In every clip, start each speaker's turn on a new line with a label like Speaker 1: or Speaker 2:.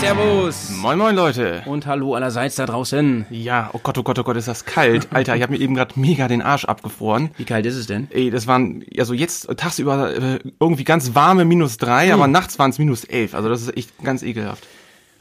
Speaker 1: Servus.
Speaker 2: Moin moin Leute.
Speaker 1: Und hallo allerseits da draußen.
Speaker 2: Ja, oh Gott, oh Gott, oh Gott, ist das kalt. Alter, ich habe mir eben gerade mega den Arsch abgefroren.
Speaker 1: Wie kalt ist es denn?
Speaker 2: Ey, das waren, also jetzt tagsüber äh, irgendwie ganz warme minus drei, aber nachts waren es minus elf. Also das ist echt ganz ekelhaft.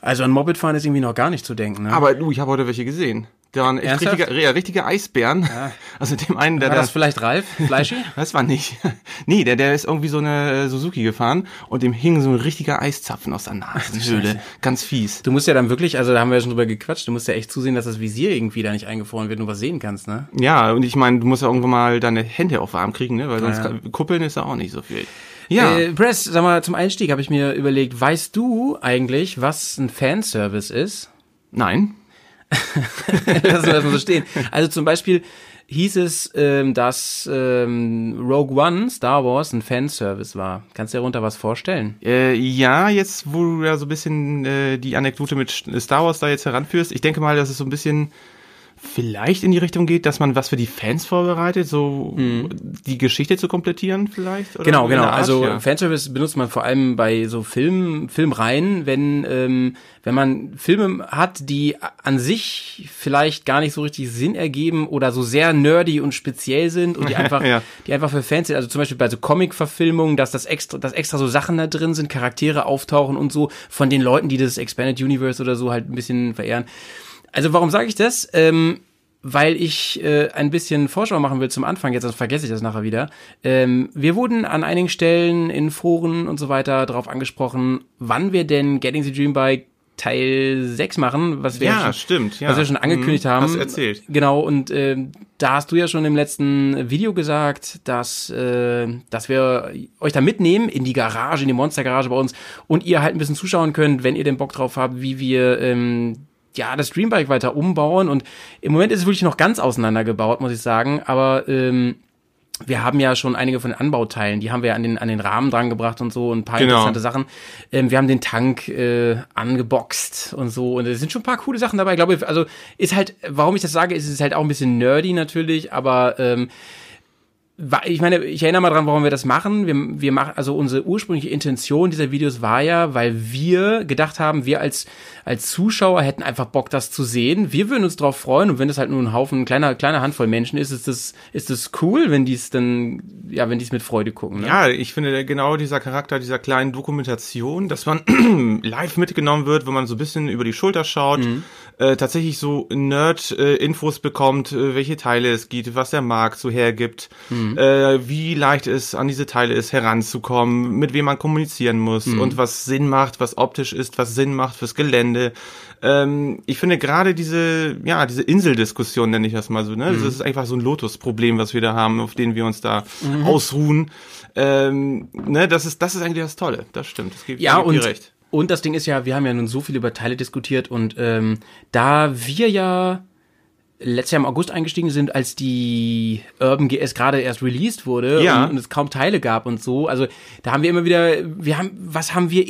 Speaker 1: Also an Moped fahren ist irgendwie noch gar nicht zu denken. Ne?
Speaker 2: Aber du, ich habe heute welche gesehen. Da waren echt
Speaker 1: Ernsthaft?
Speaker 2: richtige, ja, richtige Eisbären. Also dem einen, der
Speaker 1: War
Speaker 2: da-
Speaker 1: das vielleicht Ralf? Fleischi?
Speaker 2: Das war nicht. Nee, der, der ist irgendwie so eine äh, Suzuki gefahren und dem hing so ein richtiger Eiszapfen aus der Nasenhöhle. Ganz fies.
Speaker 1: Du musst ja dann wirklich, also da haben wir ja schon drüber gequatscht, du musst ja echt zusehen, dass das Visier irgendwie da nicht eingefroren wird und du was sehen kannst, ne?
Speaker 2: Ja, und ich meine, du musst ja irgendwann mal deine Hände auch warm kriegen, ne? Weil sonst kann- kuppeln ist ja auch nicht so viel. Ja.
Speaker 1: Äh, Press, sag mal, zum Einstieg habe ich mir überlegt, weißt du eigentlich, was ein Fanservice ist?
Speaker 2: Nein.
Speaker 1: Lassen wir das mal so stehen. Also zum Beispiel hieß es, ähm, dass ähm, Rogue One, Star Wars, ein Fanservice war. Kannst du dir darunter was vorstellen?
Speaker 2: Äh, ja, jetzt, wo du ja so ein bisschen äh, die Anekdote mit Star Wars da jetzt heranführst, ich denke mal, dass es so ein bisschen vielleicht in die Richtung geht, dass man was für die Fans vorbereitet, so die Geschichte zu komplettieren vielleicht? Oder
Speaker 1: Mhm. Genau,
Speaker 2: so in
Speaker 1: genau.
Speaker 2: der Art,
Speaker 1: also
Speaker 2: ja.
Speaker 1: Fanservice benutzt man vor allem bei so Filmen, Filmreihen, wenn ähm, wenn man Filme hat, die a- an sich vielleicht gar nicht so richtig Sinn ergeben oder so sehr nerdy und speziell sind und die einfach
Speaker 2: Ja.
Speaker 1: die einfach für Fans sind. Also zum Beispiel bei so Comic-Verfilmungen, dass das extra, dass extra so Sachen da drin sind, Charaktere auftauchen und so von den Leuten, die das Expanded Universe oder so halt ein bisschen verehren. Also warum sage ich das? Ähm, weil ich äh, ein bisschen Vorschau machen will zum Anfang, jetzt sonst vergesse ich das nachher wieder. Ähm, wir wurden an einigen Stellen in Foren und so weiter darauf angesprochen, wann wir denn Getting the Dream Bike Teil 6 machen, was wir
Speaker 2: Ja,
Speaker 1: schon,
Speaker 2: stimmt, ja.
Speaker 1: was wir schon angekündigt
Speaker 2: Mhm,
Speaker 1: haben.
Speaker 2: hast erzählt.
Speaker 1: Genau, und ähm, da hast du ja schon im letzten Video gesagt, dass, äh, dass wir euch da mitnehmen in die Garage, in die Monstergarage bei uns und ihr halt ein bisschen zuschauen könnt, wenn ihr den Bock drauf habt, wie wir ähm, ja das Dreambike weiter umbauen. Und im Moment ist es wirklich noch ganz auseinandergebaut, muss ich sagen, aber ähm, wir haben ja schon einige von den Anbauteilen, die haben wir an den, an den Rahmen dran gebracht und so und ein paar
Speaker 2: Genau.
Speaker 1: interessante Sachen. Ähm, wir haben den Tank äh, angeboxt und so und es sind schon ein paar coole Sachen dabei. Ich glaube, also ist halt, warum ich das sage, ist es halt auch ein bisschen nerdy natürlich, aber ähm, wa- ich meine, ich erinnere mal dran, warum wir das machen. Wir, wir machen, also unsere ursprüngliche Intention dieser Videos war ja, weil wir gedacht haben, wir als, als Zuschauer hätten einfach Bock, das zu sehen. Wir würden uns drauf freuen und wenn das halt nur ein Haufen, kleiner, kleiner Handvoll Menschen ist, ist das, ist das cool, wenn die es dann, ja, wenn die es mit Freude gucken. Ne?
Speaker 2: Ja, ich finde genau dieser Charakter dieser kleinen Dokumentation, dass man live mitgenommen wird, wenn man so ein bisschen über die Schulter schaut, äh, tatsächlich so Nerd-Infos bekommt, äh, welche Teile es gibt, was der Markt so hergibt, äh, wie leicht es an diese Teile ist, heranzukommen, mit wem man kommunizieren muss und was Sinn macht, was optisch ist, was Sinn macht fürs Gelände. Ähm, ich finde gerade diese, ja, diese Inseldiskussion nenne ich das mal so, ne?
Speaker 1: Mhm.
Speaker 2: Das ist einfach so ein Lotus-Problem, was wir da haben, auf den wir uns da
Speaker 1: Mhm.
Speaker 2: ausruhen. Ähm, ne, das ist, das ist eigentlich das Tolle. Das stimmt. Das gibt,
Speaker 1: Ja,
Speaker 2: da geb ich
Speaker 1: und,
Speaker 2: dir recht.
Speaker 1: und das Ding ist ja, wir haben ja nun so viel über Teile diskutiert und ähm, da wir ja letztes Jahr im August eingestiegen sind, als die Urban GS gerade erst released wurde
Speaker 2: Ja.
Speaker 1: und, und es kaum Teile gab und so, also da haben wir immer wieder, wir haben, was haben wir,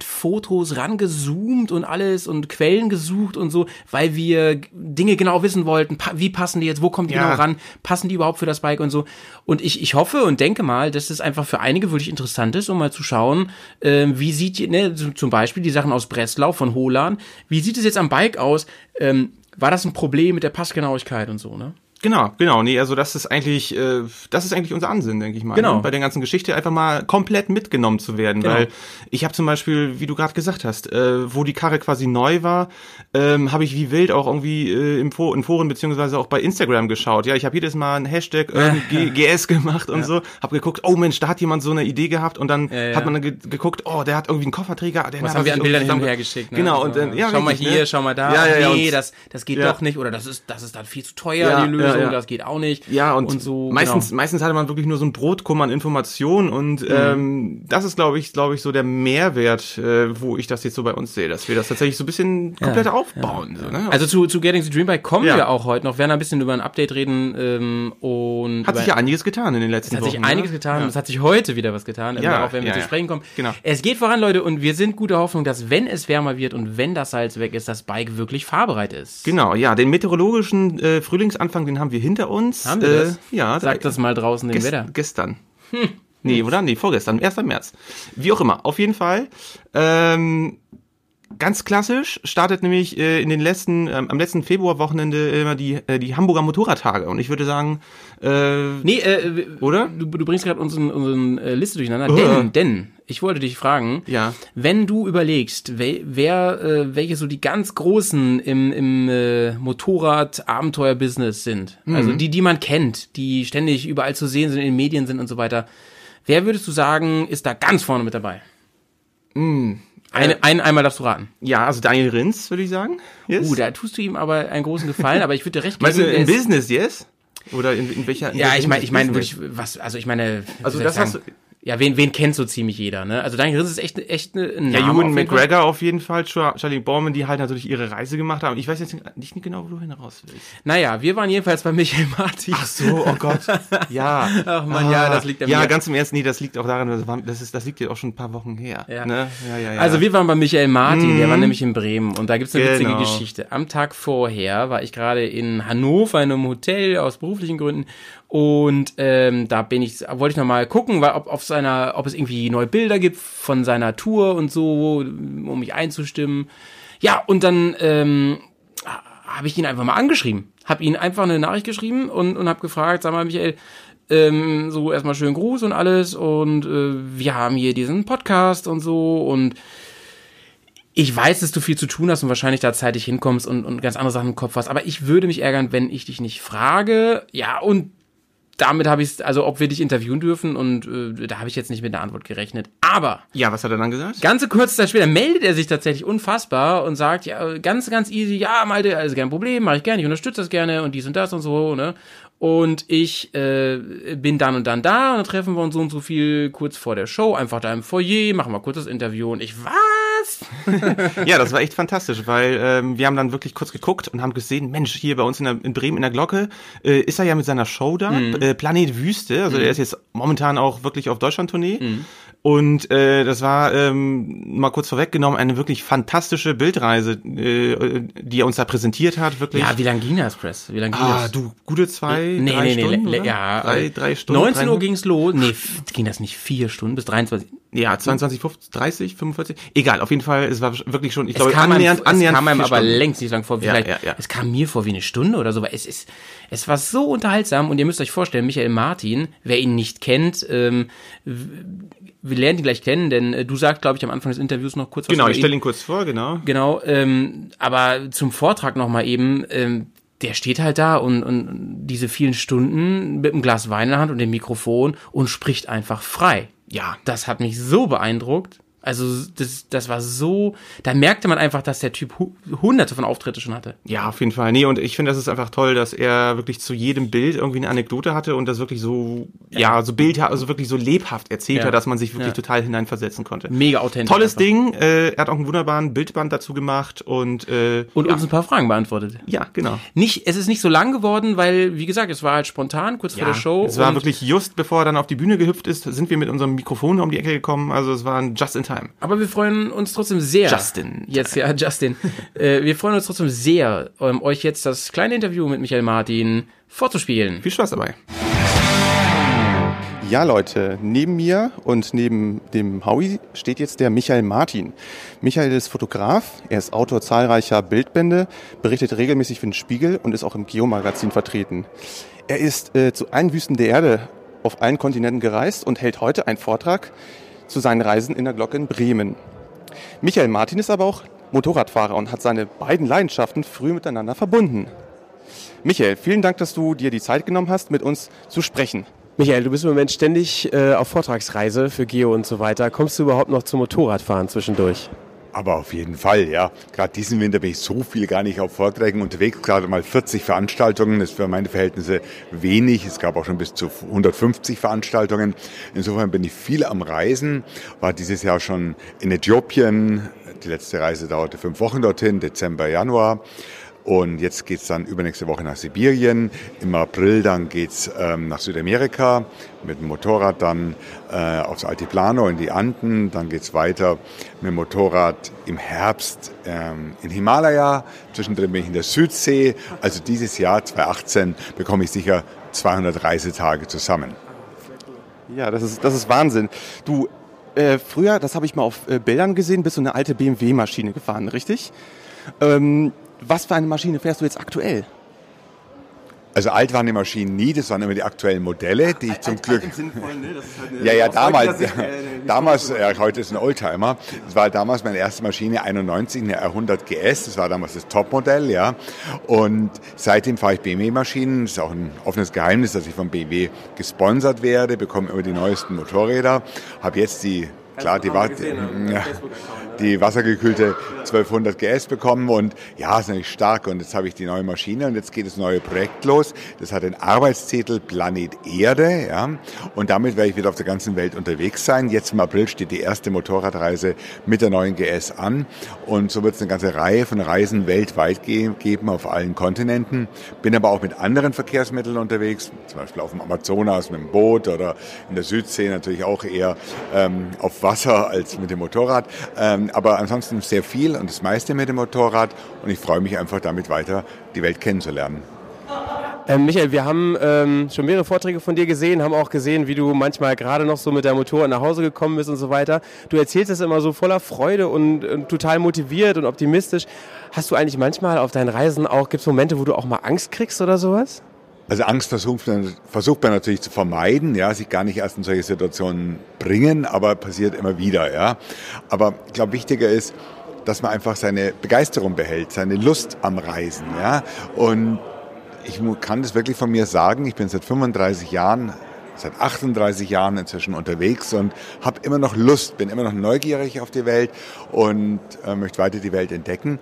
Speaker 1: Internetfotos rangezoomt und alles und Quellen gesucht und so, weil wir Dinge genau wissen wollten, pa wie passen die jetzt, wo kommen die
Speaker 2: Ja.
Speaker 1: genau ran, passen die überhaupt für das Bike und so. Und ich, ich hoffe und denke mal, dass das einfach für einige wirklich interessant ist, um mal zu schauen, ähm, wie sieht, die- ne, z- zum Beispiel die Sachen aus Breslau von Holan, wie sieht es jetzt am Bike aus? Ähm, war das ein Problem mit der Passgenauigkeit und so, ne?
Speaker 2: Genau, genau. Nee, also das ist eigentlich, äh, das ist eigentlich unser Ansinn, denke ich mal.
Speaker 1: Genau.
Speaker 2: ne? Bei der ganzen Geschichte einfach mal komplett mitgenommen zu werden.
Speaker 1: Genau.
Speaker 2: Weil ich habe zum Beispiel, wie du gerade gesagt hast, äh, wo die Karre quasi neu war, ähm, habe ich wie wild auch irgendwie äh, im Fo in Foren beziehungsweise auch bei Instagram geschaut. Ja, ich habe jedes Mal einen Hashtag irgendwie GS gemacht und so, habe geguckt, oh Mensch, da hat jemand so eine Idee gehabt und dann
Speaker 1: ja.
Speaker 2: hat man dann ge geguckt, oh, der hat irgendwie einen Kofferträger. Der
Speaker 1: Was
Speaker 2: hat
Speaker 1: haben wir
Speaker 2: sich
Speaker 1: an Bildern hin und
Speaker 2: irgendwie
Speaker 1: her geschickt? Ne?
Speaker 2: Genau, und
Speaker 1: Also,
Speaker 2: dann, ja,
Speaker 1: schau mal
Speaker 2: richtig,
Speaker 1: hier,
Speaker 2: ne?
Speaker 1: schau mal da.
Speaker 2: Ja, ja, ja,
Speaker 1: nee,
Speaker 2: und-
Speaker 1: das, das geht
Speaker 2: ja.
Speaker 1: doch nicht. Oder das ist, das ist dann viel zu teuer,
Speaker 2: Ja,
Speaker 1: die Lösung.
Speaker 2: ja, ja.
Speaker 1: Das geht auch nicht.
Speaker 2: Ja, und,
Speaker 1: so. genau.
Speaker 2: meistens, meistens hatte man wirklich nur so ein Brotkummer an Informationen und
Speaker 1: Mhm.
Speaker 2: ähm, das ist, glaube ich, glaube ich, so der Mehrwert, äh, wo ich das jetzt so bei uns sehe, dass wir das tatsächlich so ein bisschen komplett aufbauen. so, ne?
Speaker 1: Also zu, zu Getting the Dream Bike kommen
Speaker 2: Ja.
Speaker 1: wir auch heute noch. Wir werden ein bisschen über ein Update reden ähm, und
Speaker 2: hat
Speaker 1: über,
Speaker 2: sich ja einiges getan in den letzten
Speaker 1: es hat
Speaker 2: Wochen.
Speaker 1: sich einiges
Speaker 2: ne?
Speaker 1: getan.
Speaker 2: Ja.
Speaker 1: Es hat sich heute wieder was getan.
Speaker 2: Ja,
Speaker 1: auch wenn wir
Speaker 2: ja,
Speaker 1: zu
Speaker 2: ja.
Speaker 1: sprechen kommen.
Speaker 2: Genau.
Speaker 1: Es geht voran, Leute, und wir sind guter Hoffnung, dass wenn es wärmer wird und wenn das Salz weg ist, das Bike wirklich fahrbereit ist.
Speaker 2: Genau, ja, den meteorologischen äh, Frühlingsanfang, den haben wir hinter uns.
Speaker 1: Haben wir
Speaker 2: äh,
Speaker 1: das?
Speaker 2: Ja,
Speaker 1: Sagt das mal draußen im
Speaker 2: Gest
Speaker 1: Wetter.
Speaker 2: Gestern.
Speaker 1: Hm.
Speaker 2: Nee, oder? Nee, vorgestern, 1. März. Wie auch immer, auf jeden Fall. Ähm, Ganz klassisch startet nämlich äh, in den letzten, ähm, am letzten Februarwochenende immer die, äh, die Hamburger Motorradtage. Und ich würde sagen, äh,
Speaker 1: Nee, äh,
Speaker 2: Oder?
Speaker 1: Du, du bringst gerade unseren, unseren äh, Liste durcheinander.
Speaker 2: Äh.
Speaker 1: Denn, denn, ich wollte dich fragen,
Speaker 2: Ja.
Speaker 1: wenn du überlegst, wer, wer äh, welche so die ganz großen im, im äh, Motorrad-Abenteuer-Business sind, also
Speaker 2: Mhm.
Speaker 1: die, die man kennt, die ständig überall zu sehen sind, in den Medien sind und so weiter, wer würdest du sagen, ist da ganz vorne mit dabei?
Speaker 2: Mhm. Äh.
Speaker 1: Eine, ein, einmal darfst du raten.
Speaker 2: ja, also Daniel Rins, würde ich sagen. Yes.
Speaker 1: Uh, da tust du ihm aber einen großen Gefallen, aber ich würde dir recht geben.
Speaker 2: Meinst du
Speaker 1: er
Speaker 2: im
Speaker 1: ist-
Speaker 2: Business, yes? Oder in, in welcher? In
Speaker 1: Ja,
Speaker 2: welcher
Speaker 1: ich meine, ich meine
Speaker 2: Business?
Speaker 1: wirklich, was, also ich meine, wie
Speaker 2: Also
Speaker 1: soll
Speaker 2: das
Speaker 1: ich sagen?
Speaker 2: hast du-
Speaker 1: ja, wen, wen kennt so ziemlich jeder, ne? Also Daniel Riss ist echt, echt ne- ein Name
Speaker 2: Ja, Ewan
Speaker 1: auf jeden Fall.
Speaker 2: McGregor auf jeden Fall, Char- Charlie Borman, die halt natürlich ihre Reise gemacht haben. Ich weiß jetzt nicht genau, wo du hinaus willst.
Speaker 1: Naja, wir waren jedenfalls bei Michael Martin.
Speaker 2: Ach so, oh Gott. Ja.
Speaker 1: Ach man, ja, das liegt an
Speaker 2: Ja,
Speaker 1: mir.
Speaker 2: ganz im Ernst, nee, das liegt auch daran, das, war, das, ist, das liegt jetzt auch schon ein paar Wochen her.
Speaker 1: Ja.
Speaker 2: Ne? ja, ja, ja.
Speaker 1: Also wir waren bei Michael Martin, der war nämlich in Bremen und da gibt's eine
Speaker 2: Genau.
Speaker 1: witzige Geschichte. Am Tag vorher war ich gerade in Hannover in einem Hotel aus beruflichen Gründen und ähm, da bin ich, wollte ich nochmal gucken, weil, ob, auf seiner, ob es irgendwie neue Bilder gibt von seiner Tour und so, um mich einzustimmen. Ja, und dann ähm, habe ich ihn einfach mal angeschrieben. Habe ihn einfach eine Nachricht geschrieben und, und habe gefragt, sag mal, Michael, ähm, so erstmal schönen Gruß und alles und äh, wir haben hier diesen Podcast und so und ich weiß, dass du viel zu tun hast und wahrscheinlich da zeitig hinkommst und, und ganz andere Sachen im Kopf hast, aber ich würde mich ärgern, wenn ich dich nicht frage. Ja, und damit habe ich also ob wir dich interviewen dürfen und äh, da habe ich jetzt nicht mit einer Antwort gerechnet. Aber
Speaker 2: ja, was hat er dann gesagt?
Speaker 1: Ganze kurze Zeit später meldet er sich tatsächlich unfassbar und sagt, ja, ganz, ganz easy, ja, Malte, also kein Problem, mache ich gerne, ich unterstütze das gerne und dies und das und so, ne? Und ich äh, bin dann und dann da und dann treffen wir uns so und so viel kurz vor der Show, einfach da im Foyer, machen wir kurz das Interview und ich, was?
Speaker 2: Ja, das war echt fantastisch, weil ähm, wir haben dann wirklich kurz geguckt und haben gesehen, Mensch, hier bei uns in, der, in Bremen in der Glocke äh, ist er ja mit seiner Show da,
Speaker 1: Mhm.
Speaker 2: äh, Planet Wüste. Also er ist jetzt momentan auch wirklich auf Deutschland-Tournee.
Speaker 1: Mhm.
Speaker 2: Und äh, das war ähm, mal kurz vorweggenommen eine wirklich fantastische Bildreise, äh, die er uns da präsentiert hat, wirklich.
Speaker 1: Ja, wie lange ging das, Press? Wie lange ging
Speaker 2: Ah,
Speaker 1: das?
Speaker 2: du, gute zwei,
Speaker 1: Nee,
Speaker 2: drei
Speaker 1: nee, nee,
Speaker 2: Stunden,
Speaker 1: le- le-
Speaker 2: oder?
Speaker 1: ja.
Speaker 2: drei,
Speaker 1: äh,
Speaker 2: drei Stunden.
Speaker 1: 19 Uhr
Speaker 2: drei-
Speaker 1: ging's los. Nee, f- ging das nicht vier Stunden bis 23.
Speaker 2: Ja, 22, 50, 30, 45, egal, auf jeden Fall, es war wirklich schon, ich
Speaker 1: Es
Speaker 2: glaube,
Speaker 1: kam
Speaker 2: annähernd,
Speaker 1: einem,
Speaker 2: annähernd
Speaker 1: es kam einem
Speaker 2: vier
Speaker 1: aber
Speaker 2: Stunden.
Speaker 1: längst nicht lang vor.
Speaker 2: Ja,
Speaker 1: Vielleicht,
Speaker 2: ja, ja.
Speaker 1: Es kam mir vor wie eine Stunde oder so. Aber es ist, es war so unterhaltsam und ihr müsst euch vorstellen, Michael Martin, wer ihn nicht kennt, ähm, w- wir lernen ihn gleich kennen, denn äh, du sagst, glaube ich, am Anfang des Interviews noch kurz was
Speaker 2: Genau,
Speaker 1: über
Speaker 2: ich stelle ihn kurz vor, genau.
Speaker 1: Genau, ähm, aber zum Vortrag nochmal eben, ähm, der steht halt da und, und diese vielen Stunden mit einem Glas Wein in der Hand und dem Mikrofon und spricht einfach frei.
Speaker 2: Ja.
Speaker 1: Das hat mich so beeindruckt. Also das, das war so, da merkte man einfach, dass der Typ hu hunderte von Auftritte schon hatte.
Speaker 2: Ja, auf jeden Fall. Nee, und ich finde, das ist einfach toll, dass er wirklich zu jedem Bild irgendwie eine Anekdote hatte und das wirklich so, ja, so Bild, also wirklich so lebhaft erzählt
Speaker 1: Ja.
Speaker 2: hat, dass man sich wirklich
Speaker 1: Ja.
Speaker 2: total hineinversetzen konnte.
Speaker 1: Mega authentisch.
Speaker 2: Tolles
Speaker 1: einfach.
Speaker 2: Ding, äh, er hat auch einen wunderbaren Bildband dazu gemacht und, äh,
Speaker 1: Und
Speaker 2: ja,
Speaker 1: uns ein paar Fragen beantwortet.
Speaker 2: ja, genau.
Speaker 1: Nicht, es ist nicht so lang geworden, weil, wie gesagt, es war halt spontan, kurz vor der Show.
Speaker 2: es war
Speaker 1: und-
Speaker 2: wirklich just bevor er dann auf die Bühne gehüpft ist, sind wir mit unserem Mikrofon um die Ecke gekommen, also es war ein just in time.
Speaker 1: Aber wir freuen uns trotzdem sehr.
Speaker 2: Justin.
Speaker 1: Jetzt, ja, Justin. äh, wir freuen uns trotzdem sehr, ähm, euch jetzt das kleine Interview mit Michael Martin vorzuspielen.
Speaker 2: Viel Spaß dabei.
Speaker 3: Ja, Leute, neben mir und neben dem Howie steht jetzt der Michael Martin. Michael ist Fotograf, er ist Autor zahlreicher Bildbände, berichtet regelmäßig für den Spiegel und ist auch im Geomagazin vertreten. Er ist äh, zu allen Wüsten der Erde auf allen Kontinenten gereist und hält heute einen Vortrag zu seinen Reisen in der Glocke in Bremen. Michael Martin ist aber auch Motorradfahrer und hat seine beiden Leidenschaften früh miteinander verbunden. Michael, vielen Dank, dass du dir die Zeit genommen hast, mit uns zu sprechen.
Speaker 4: Michael, du bist im Moment ständig äh, auf Vortragsreise für Geo und so weiter. Kommst du überhaupt noch zum Motorradfahren zwischendurch?
Speaker 5: Aber auf jeden Fall, ja. Gerade diesen Winter bin ich so viel gar nicht auf Vorträgen unterwegs. Gerade mal 40 Veranstaltungen ist für meine Verhältnisse wenig. Es gab auch schon bis zu 150 Veranstaltungen. Insofern bin ich viel am Reisen. War dieses Jahr schon in Äthiopien. Die letzte Reise dauerte fünf Wochen dorthin, Dezember, Januar. Und jetzt geht's dann übernächste Woche nach Sibirien. Im April dann geht's ähm, nach Südamerika mit dem Motorrad dann äh, aufs Altiplano in die Anden. Dann geht's weiter mit dem Motorrad im Herbst ähm, in Himalaya. Zwischendrin bin ich in der Südsee. Also dieses Jahr 2018 bekomme ich sicher 200 Reisetage zusammen.
Speaker 3: Ja, das ist, das ist Wahnsinn. Du, äh, früher, das habe ich mal auf äh, Bildern gesehen, bist du eine alte BMW-Maschine gefahren, richtig? Ähm, was für eine Maschine fährst du jetzt aktuell?
Speaker 5: Also alt waren die Maschinen nie, das waren immer die aktuellen Modelle, die ich zum Glück...
Speaker 2: äh,
Speaker 5: Ja, ja, damals, damals, ja, heute ist ein Oldtimer. Das war damals meine erste Maschine, 91, eine R100 GS. Das war damals das Topmodell, ja. Und seitdem fahre ich BMW-Maschinen. Das ist auch ein offenes Geheimnis, dass ich von BMW gesponsert werde, bekomme immer die neuesten Motorräder, habe jetzt die Klar, die, war, ja, die wassergekühlte 1200 GS bekommen und ja, ist natürlich stark. Und jetzt habe ich die neue Maschine und jetzt geht das neue Projekt los. Das hat den Arbeitstitel Planet Erde. Ja, und damit werde ich wieder auf der ganzen Welt unterwegs sein. Jetzt im April steht die erste Motorradreise mit der neuen GS an. Und so wird es eine ganze Reihe von Reisen weltweit ge geben auf allen Kontinenten. Bin aber auch mit anderen Verkehrsmitteln unterwegs, zum Beispiel auf dem Amazonas mit dem Boot oder in der Südsee natürlich auch eher ähm, auf Wasser als mit dem Motorrad. Ähm, aber ansonsten sehr viel und das meiste mit dem Motorrad. Und ich freue mich einfach damit weiter, die Welt kennenzulernen.
Speaker 4: Ähm, Michael, wir haben ähm, schon mehrere Vorträge von dir gesehen, haben auch gesehen, wie du manchmal gerade noch so mit der Motorrad nach Hause gekommen bist und so weiter. Du erzählst es immer so voller Freude und, und total motiviert und optimistisch. Hast du eigentlich manchmal auf deinen Reisen auch, gibt es Momente, wo du auch mal Angst kriegst oder sowas?
Speaker 5: Also Angst versucht man, versucht man natürlich zu vermeiden, ja, sich gar nicht erst in solche Situationen bringen, aber passiert immer wieder, ja. Aber ich glaube, wichtiger ist, dass man einfach seine Begeisterung behält, seine Lust am Reisen, ja. Und ich kann das wirklich von mir sagen, ich bin seit 35 Jahren seit 38 Jahren inzwischen unterwegs und habe immer noch Lust, bin immer noch neugierig auf die Welt und äh, möchte weiter die Welt entdecken.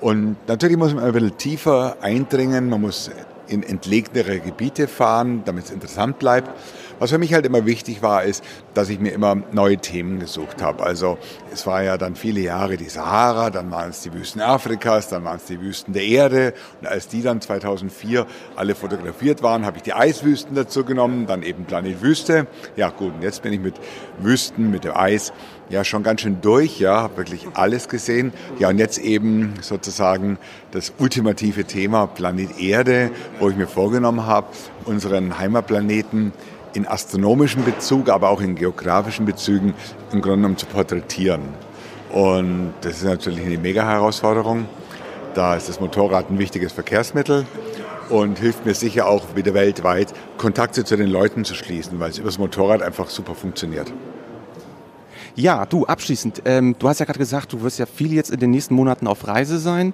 Speaker 5: Und natürlich muss man ein bisschen tiefer eindringen, man muss in entlegenere Gebiete fahren, damit es interessant bleibt. Was für mich halt immer wichtig war, ist, dass ich mir immer neue Themen gesucht habe. Also es war ja dann viele Jahre die Sahara, dann waren es die Wüsten Afrikas, dann waren es die Wüsten der Erde. Und als die dann 2004 alle fotografiert waren, habe ich die Eiswüsten dazu genommen, dann eben Planet Wüste. Ja gut, und jetzt bin ich mit Wüsten, mit dem Eis ja schon ganz schön durch, ja, habe wirklich alles gesehen. Ja, und jetzt eben sozusagen das ultimative Thema Planet Erde, wo ich mir vorgenommen habe, unseren Heimatplaneten in astronomischem Bezug, aber auch in geografischen Bezügen im Grunde genommen zu porträtieren. Und das ist natürlich eine mega Herausforderung. Da ist das Motorrad ein wichtiges Verkehrsmittel und hilft mir sicher auch wieder weltweit Kontakte zu den Leuten zu schließen, weil es über das Motorrad einfach super funktioniert.
Speaker 3: Ja, du, abschließend. Ähm, du hast ja gerade gesagt, du wirst ja viel jetzt in den nächsten Monaten auf Reise sein.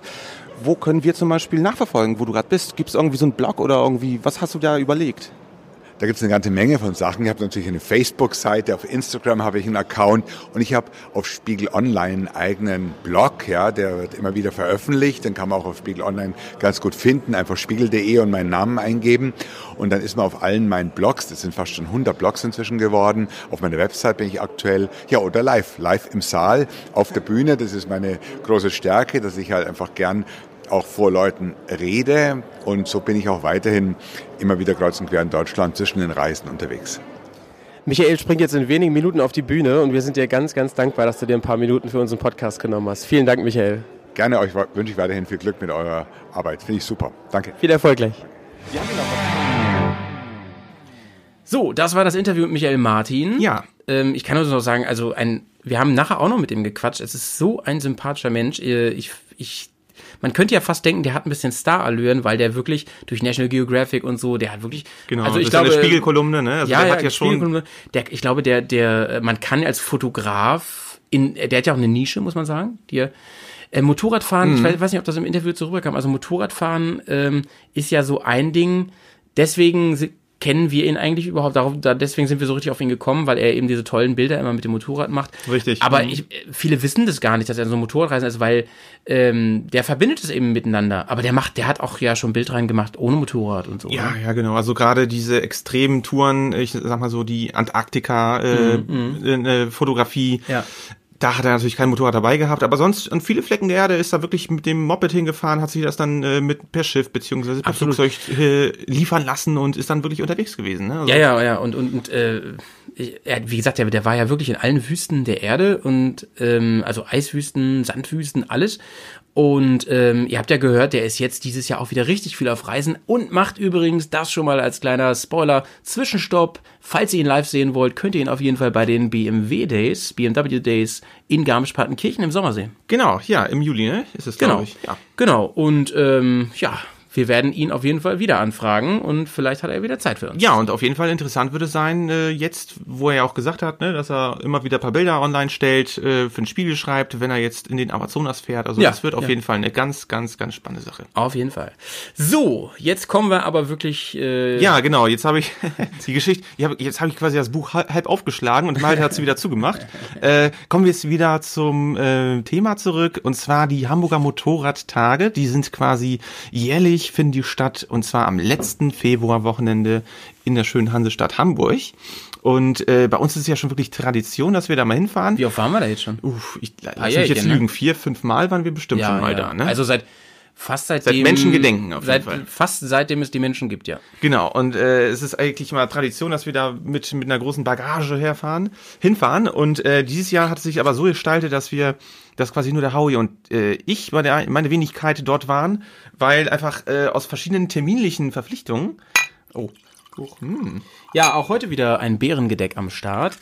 Speaker 3: Wo können wir zum Beispiel nachverfolgen, wo du gerade bist? Gibt es irgendwie so einen Blog oder irgendwie, was hast du da überlegt?
Speaker 5: Da gibt's eine ganze Menge von Sachen. Ich habe natürlich eine Facebook-Seite, auf Instagram habe ich einen Account und ich habe auf Spiegel Online einen eigenen Blog, ja, der wird immer wieder veröffentlicht. Den kann man auch auf Spiegel Online ganz gut finden. Einfach spiegel.de und meinen Namen eingeben und dann ist man auf allen meinen Blogs, das sind fast schon 100 Blogs inzwischen geworden. Auf meiner Website bin ich aktuell, ja, oder live, live im Saal, auf der Bühne. Das ist meine große Stärke, dass ich halt einfach gern auch vor Leuten rede. Und so bin ich auch weiterhin immer wieder kreuz und quer in Deutschland zwischen den Reisen unterwegs.
Speaker 4: Michael springt jetzt in wenigen Minuten auf die Bühne und wir sind dir ganz, ganz dankbar, dass du dir ein paar Minuten für unseren Podcast genommen hast. Vielen Dank, Michael.
Speaker 5: Gerne euch wünsche ich weiterhin viel Glück mit eurer Arbeit. Finde ich super. Danke.
Speaker 4: Viel Erfolg gleich.
Speaker 1: Ja, genau. So, das war das Interview mit Michael Martin.
Speaker 2: Ja.
Speaker 1: Ähm, ich kann nur noch sagen, also ein, wir haben nachher auch noch mit ihm gequatscht. Es ist so ein sympathischer Mensch. Äh, Ich, ich man könnte ja fast denken, der hat ein bisschen Starallüren, weil der wirklich durch National Geographic und so, der hat wirklich.
Speaker 2: Genau,
Speaker 1: also ich
Speaker 2: das ist
Speaker 1: glaube,
Speaker 2: eine Spiegelkolumne, ne? Also
Speaker 1: ja,
Speaker 2: der
Speaker 1: ja,
Speaker 2: hat ja schon.
Speaker 1: Spiegelkolumne. Der, ich glaube, der, der, äh, man kann als Fotograf in, der hat ja auch eine Nische, muss man sagen, die er- äh, Motorradfahren,
Speaker 2: Mhm.
Speaker 1: ich weiß, weiß nicht, ob das im Interview so rüberkam, also Motorradfahren ähm, ist ja so ein Ding, deswegen si- kennen wir ihn eigentlich überhaupt, darauf, da, deswegen sind wir so richtig auf ihn gekommen, weil er eben diese tollen Bilder immer mit dem Motorrad macht.
Speaker 2: Richtig.
Speaker 1: Aber
Speaker 2: Mhm.
Speaker 1: ich, äh, viele wissen das gar nicht, dass er so ein Motorradreisen ist, weil ähm, der verbindet es eben miteinander. Aber der macht, der hat auch ja schon Bildreihen gemacht ohne Motorrad und so. ne?
Speaker 2: Ja, ja, genau. Also gerade diese extremen Touren, ich sag mal so die äh, Antarktika-Fotografie, äh,
Speaker 1: Mhm, Ja.
Speaker 2: da hat er natürlich kein Motorrad dabei gehabt, aber sonst an viele Flecken der Erde ist er wirklich mit dem Moped hingefahren, hat sich das dann äh, mit per Schiff beziehungsweise per
Speaker 1: Absolut.
Speaker 2: Flugzeug äh, liefern lassen und ist dann wirklich unterwegs gewesen. Ne? Also
Speaker 1: Ja, ja, ja. Und, und, und äh, ich, er, wie gesagt, der, der war ja wirklich in allen Wüsten der Erde und ähm, also Eiswüsten, Sandwüsten, alles. Und ähm, ihr habt ja gehört, der ist jetzt dieses Jahr auch wieder richtig viel auf Reisen und macht übrigens das schon mal als kleiner Spoiler Zwischenstopp. Falls ihr ihn live sehen wollt, könnt ihr ihn auf jeden Fall bei den BMW Days, BMW Days in Garmisch-Partenkirchen im Sommer sehen.
Speaker 2: Genau, ja, im Juli, ne? Ist es,
Speaker 1: Genau,
Speaker 2: glaube ich. Ja.
Speaker 1: genau. Und ähm, ja, wir werden ihn auf jeden Fall wieder anfragen und vielleicht hat er wieder Zeit für uns.
Speaker 2: Ja, und auf jeden Fall interessant würde sein, äh, jetzt, wo er ja auch gesagt hat, ne, dass er immer wieder ein paar Bilder online stellt, äh, für den Spiegel schreibt, wenn er jetzt in den Amazonas fährt. Also
Speaker 1: Ja,
Speaker 2: das wird auf
Speaker 1: ja.
Speaker 2: jeden Fall eine ganz, ganz, ganz spannende Sache.
Speaker 1: Auf jeden Fall. So, jetzt kommen wir aber wirklich. Äh,
Speaker 2: Ja, genau. Jetzt habe ich die Geschichte. Ich hab, jetzt habe ich quasi das Buch halb halb aufgeschlagen und Malte hat es wieder zugemacht. Äh, kommen wir jetzt wieder zum äh, Thema zurück und zwar die Hamburger Motorradtage. Die sind quasi jährlich finden die statt und zwar am letzten Februarwochenende in der schönen Hansestadt Hamburg. Und äh, bei uns ist es ja schon wirklich Tradition, dass wir da mal hinfahren.
Speaker 1: Wie oft waren wir da jetzt schon?
Speaker 2: Uff, ich lass mich
Speaker 1: Jährchen,
Speaker 2: jetzt
Speaker 1: ne?
Speaker 2: lügen. Vier, fünf Mal waren wir bestimmt Uh, schon mal da. Ne?
Speaker 1: Also seit fast seitdem.
Speaker 2: Menschengedenken auf
Speaker 1: seit,
Speaker 2: jeden Fall.
Speaker 1: Fast seitdem es die Menschen gibt, ja.
Speaker 2: Genau, und äh, es ist eigentlich mal Tradition, dass wir da mit, mit einer großen Bagage herfahren, hinfahren. Und äh, dieses Jahr hat es sich aber so gestaltet, dass wir, dass quasi nur der Howie und äh, ich, meine, meine Wenigkeit dort waren, weil einfach äh, aus verschiedenen terminlichen Verpflichtungen. Oh. oh, Hm.
Speaker 1: Ja, auch heute wieder ein Bärengedeck am Start.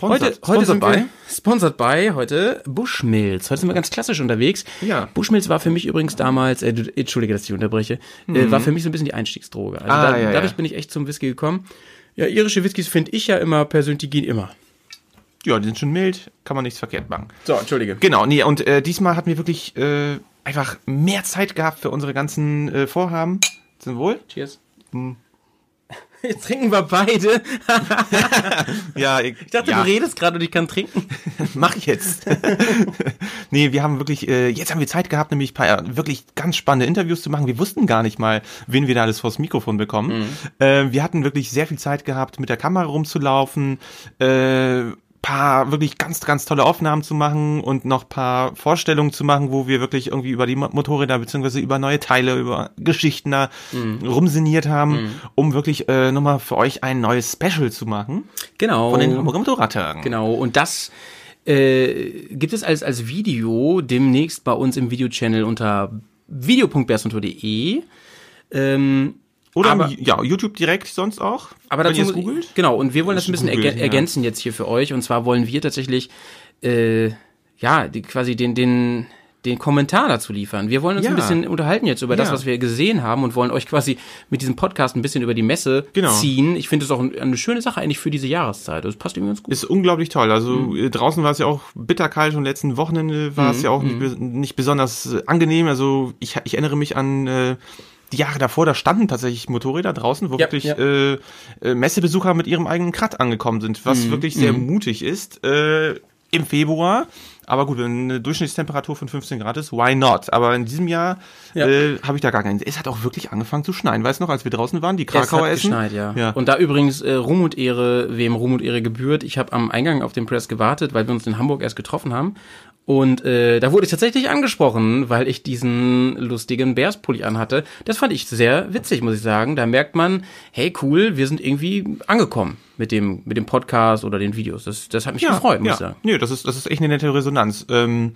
Speaker 1: heute heute
Speaker 2: Sponsored- sponsored
Speaker 1: sind
Speaker 2: by?
Speaker 1: wir sponsored by heute Bushmills. Heute sind wir ganz klassisch unterwegs.
Speaker 2: Ja.
Speaker 1: Bushmills war für mich übrigens damals, äh, du- entschuldige, dass ich unterbreche, äh, war für mich so ein bisschen die Einstiegsdroge. Also
Speaker 2: Mhm. Ah,
Speaker 1: da,
Speaker 2: ja,
Speaker 1: dadurch
Speaker 2: ja.
Speaker 1: bin ich echt zum Whisky gekommen. Ja, irische Whiskys finde ich ja immer persönlich, die gehen immer.
Speaker 2: Ja, die sind schon mild, kann man nichts verkehrt machen.
Speaker 1: So, entschuldige.
Speaker 2: Genau, nee, und äh, diesmal hatten wir wirklich äh, einfach mehr Zeit gehabt für unsere ganzen äh, Vorhaben. Zum Wohl?
Speaker 1: Cheers. Hm. Jetzt trinken wir beide.
Speaker 2: Ja,
Speaker 1: Ich dachte,
Speaker 2: ja.
Speaker 1: du redest gerade und ich kann trinken.
Speaker 2: mach ich jetzt. nee, wir haben wirklich, äh, jetzt haben wir Zeit gehabt, nämlich ein paar äh, wirklich ganz spannende Interviews zu machen. Wir wussten gar nicht mal, wen wir da alles vors Mikrofon bekommen. Äh, wir hatten wirklich sehr viel Zeit gehabt, mit der Kamera rumzulaufen, äh, paar wirklich ganz, ganz tolle Aufnahmen zu machen und noch paar Vorstellungen zu machen, wo wir wirklich irgendwie über die Mo- Motorräder beziehungsweise über neue Teile, über Geschichten da rumsiniert haben, um wirklich äh, nochmal für euch ein neues Special zu machen
Speaker 1: Genau.
Speaker 2: von den Hamburger Motorradtagen.
Speaker 1: Genau, und das äh, gibt es als, als Video demnächst bei uns im Videochannel unter video.bersunto.de. Ähm,
Speaker 2: Oder
Speaker 1: Aber-
Speaker 2: am Ju- ja, YouTube direkt sonst auch.
Speaker 1: aber
Speaker 2: wenn
Speaker 1: dazu,
Speaker 2: ihr es googelt.
Speaker 1: Genau, und wir wollen das ein bisschen
Speaker 2: Googelt,
Speaker 1: ergä-
Speaker 2: ja.
Speaker 1: ergänzen jetzt hier für euch. Und zwar wollen wir tatsächlich äh, ja die, quasi den, den, den Kommentar dazu liefern. Wir wollen uns
Speaker 2: Ja.
Speaker 1: ein bisschen unterhalten jetzt über das,
Speaker 2: Ja.
Speaker 1: was wir gesehen haben und wollen euch quasi mit diesem Podcast ein bisschen über die Messe
Speaker 2: Genau.
Speaker 1: ziehen. Ich finde es auch ein- eine schöne Sache eigentlich für diese Jahreszeit. Das passt irgendwie ganz gut.
Speaker 2: Ist unglaublich toll. Also
Speaker 1: Mhm.
Speaker 2: äh, draußen war es ja auch bitterkalt und letzten Wochenende war es ja auch
Speaker 1: mhm.
Speaker 2: nicht, bes- nicht besonders äh, angenehm. Also ich, ich erinnere mich an äh, die Jahre davor, da standen tatsächlich Motorräder draußen, wo
Speaker 1: Ja,
Speaker 2: wirklich
Speaker 1: ja.
Speaker 2: Äh, äh, Messebesucher mit ihrem eigenen Krat angekommen sind,
Speaker 1: Mhm,
Speaker 2: was wirklich sehr mutig ist äh, im Februar. Aber gut, wenn eine Durchschnittstemperatur von 15 Grad ist, why not? Aber in diesem Jahr
Speaker 1: Ja.
Speaker 2: äh, habe ich da gar keinen. Es hat auch wirklich angefangen zu schneien. Weißt du noch, als wir draußen waren, die Krakauer
Speaker 1: es hat
Speaker 2: essen?
Speaker 1: geschneit, ja.
Speaker 2: ja.
Speaker 1: Und da übrigens äh, Ruhm und Ehre, wem Ruhm und Ehre gebührt. Ich habe am Eingang auf den Press gewartet, weil wir uns in Hamburg erst getroffen haben. Und äh, da wurde ich tatsächlich angesprochen, weil ich diesen lustigen Bears-Pulli anhatte. Das fand ich sehr witzig, muss ich sagen. Da merkt man, hey cool, wir sind irgendwie angekommen mit dem mit dem Podcast oder den Videos. Das, das hat mich gefreut, muss ich sagen.
Speaker 2: Nee, das ist, das ist echt eine nette Resonanz. Ähm,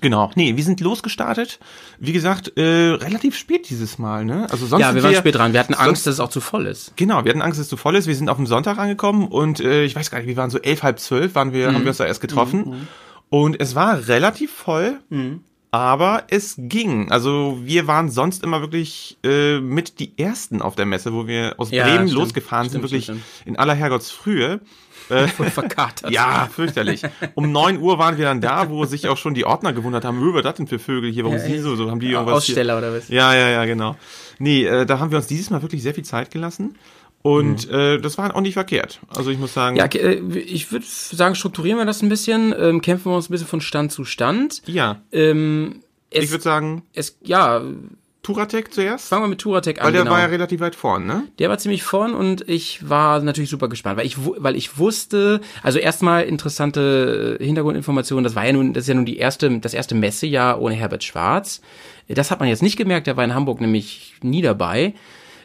Speaker 2: genau. Nee, wir sind losgestartet. Wie gesagt, äh, relativ spät dieses Mal, ne? Also sonst
Speaker 1: Ja,
Speaker 2: sind
Speaker 1: wir waren spät dran. Wir hatten
Speaker 2: sonst-
Speaker 1: Angst, dass es auch zu voll ist.
Speaker 2: Genau, wir hatten Angst, dass es zu voll ist. Wir sind auf dem Sonntag angekommen und äh, ich weiß gar nicht, wir waren so elf, halb zwölf, waren wir,
Speaker 1: Mhm.
Speaker 2: haben wir uns da erst getroffen. Und es war relativ voll,
Speaker 1: Mhm.
Speaker 2: aber es ging. Also wir waren sonst immer wirklich äh, mit die Ersten auf der Messe, wo wir aus
Speaker 1: Ja,
Speaker 2: Bremen
Speaker 1: stimmt.
Speaker 2: losgefahren
Speaker 1: Stimmt,
Speaker 2: sind, wirklich
Speaker 1: stimmt,
Speaker 2: in aller Herrgottsfrühe.
Speaker 1: Voll verkatert.
Speaker 2: Ja, fürchterlich. Um 9 Uhr waren wir dann da, wo sich auch schon die Ordner gewundert haben, über das denn für Vögel hier, warum
Speaker 1: Ja,
Speaker 2: sind die
Speaker 1: ja.
Speaker 2: so, so haben die irgendwas
Speaker 1: Aussteller oder was?
Speaker 2: Hier? Ja, ja, ja, genau. Nee, äh, da haben wir uns dieses Mal wirklich sehr viel Zeit gelassen und äh, das war auch nicht verkehrt. Also ich muss sagen,
Speaker 1: Ja, äh, ich würde sagen, strukturieren wir das ein bisschen, ähm, kämpfen wir uns ein bisschen von Stand zu Stand.
Speaker 2: ja.
Speaker 1: Ähm,
Speaker 2: ich
Speaker 1: es,
Speaker 2: würde sagen,
Speaker 1: es, ja,
Speaker 2: Turatec zuerst,
Speaker 1: fangen wir mit Turatec an.
Speaker 2: weil der
Speaker 1: genau.
Speaker 2: war ja relativ weit vorn, ne?
Speaker 1: der war ziemlich vorn und ich war natürlich super gespannt, weil ich, wu- weil ich wusste, also erstmal interessante äh, Hintergrundinformationen, das war ja nun, das ist ja nun die erste, das erste Messejahr ohne Herbert Schwarz. Das hat man jetzt nicht gemerkt, der war in Hamburg nämlich nie dabei.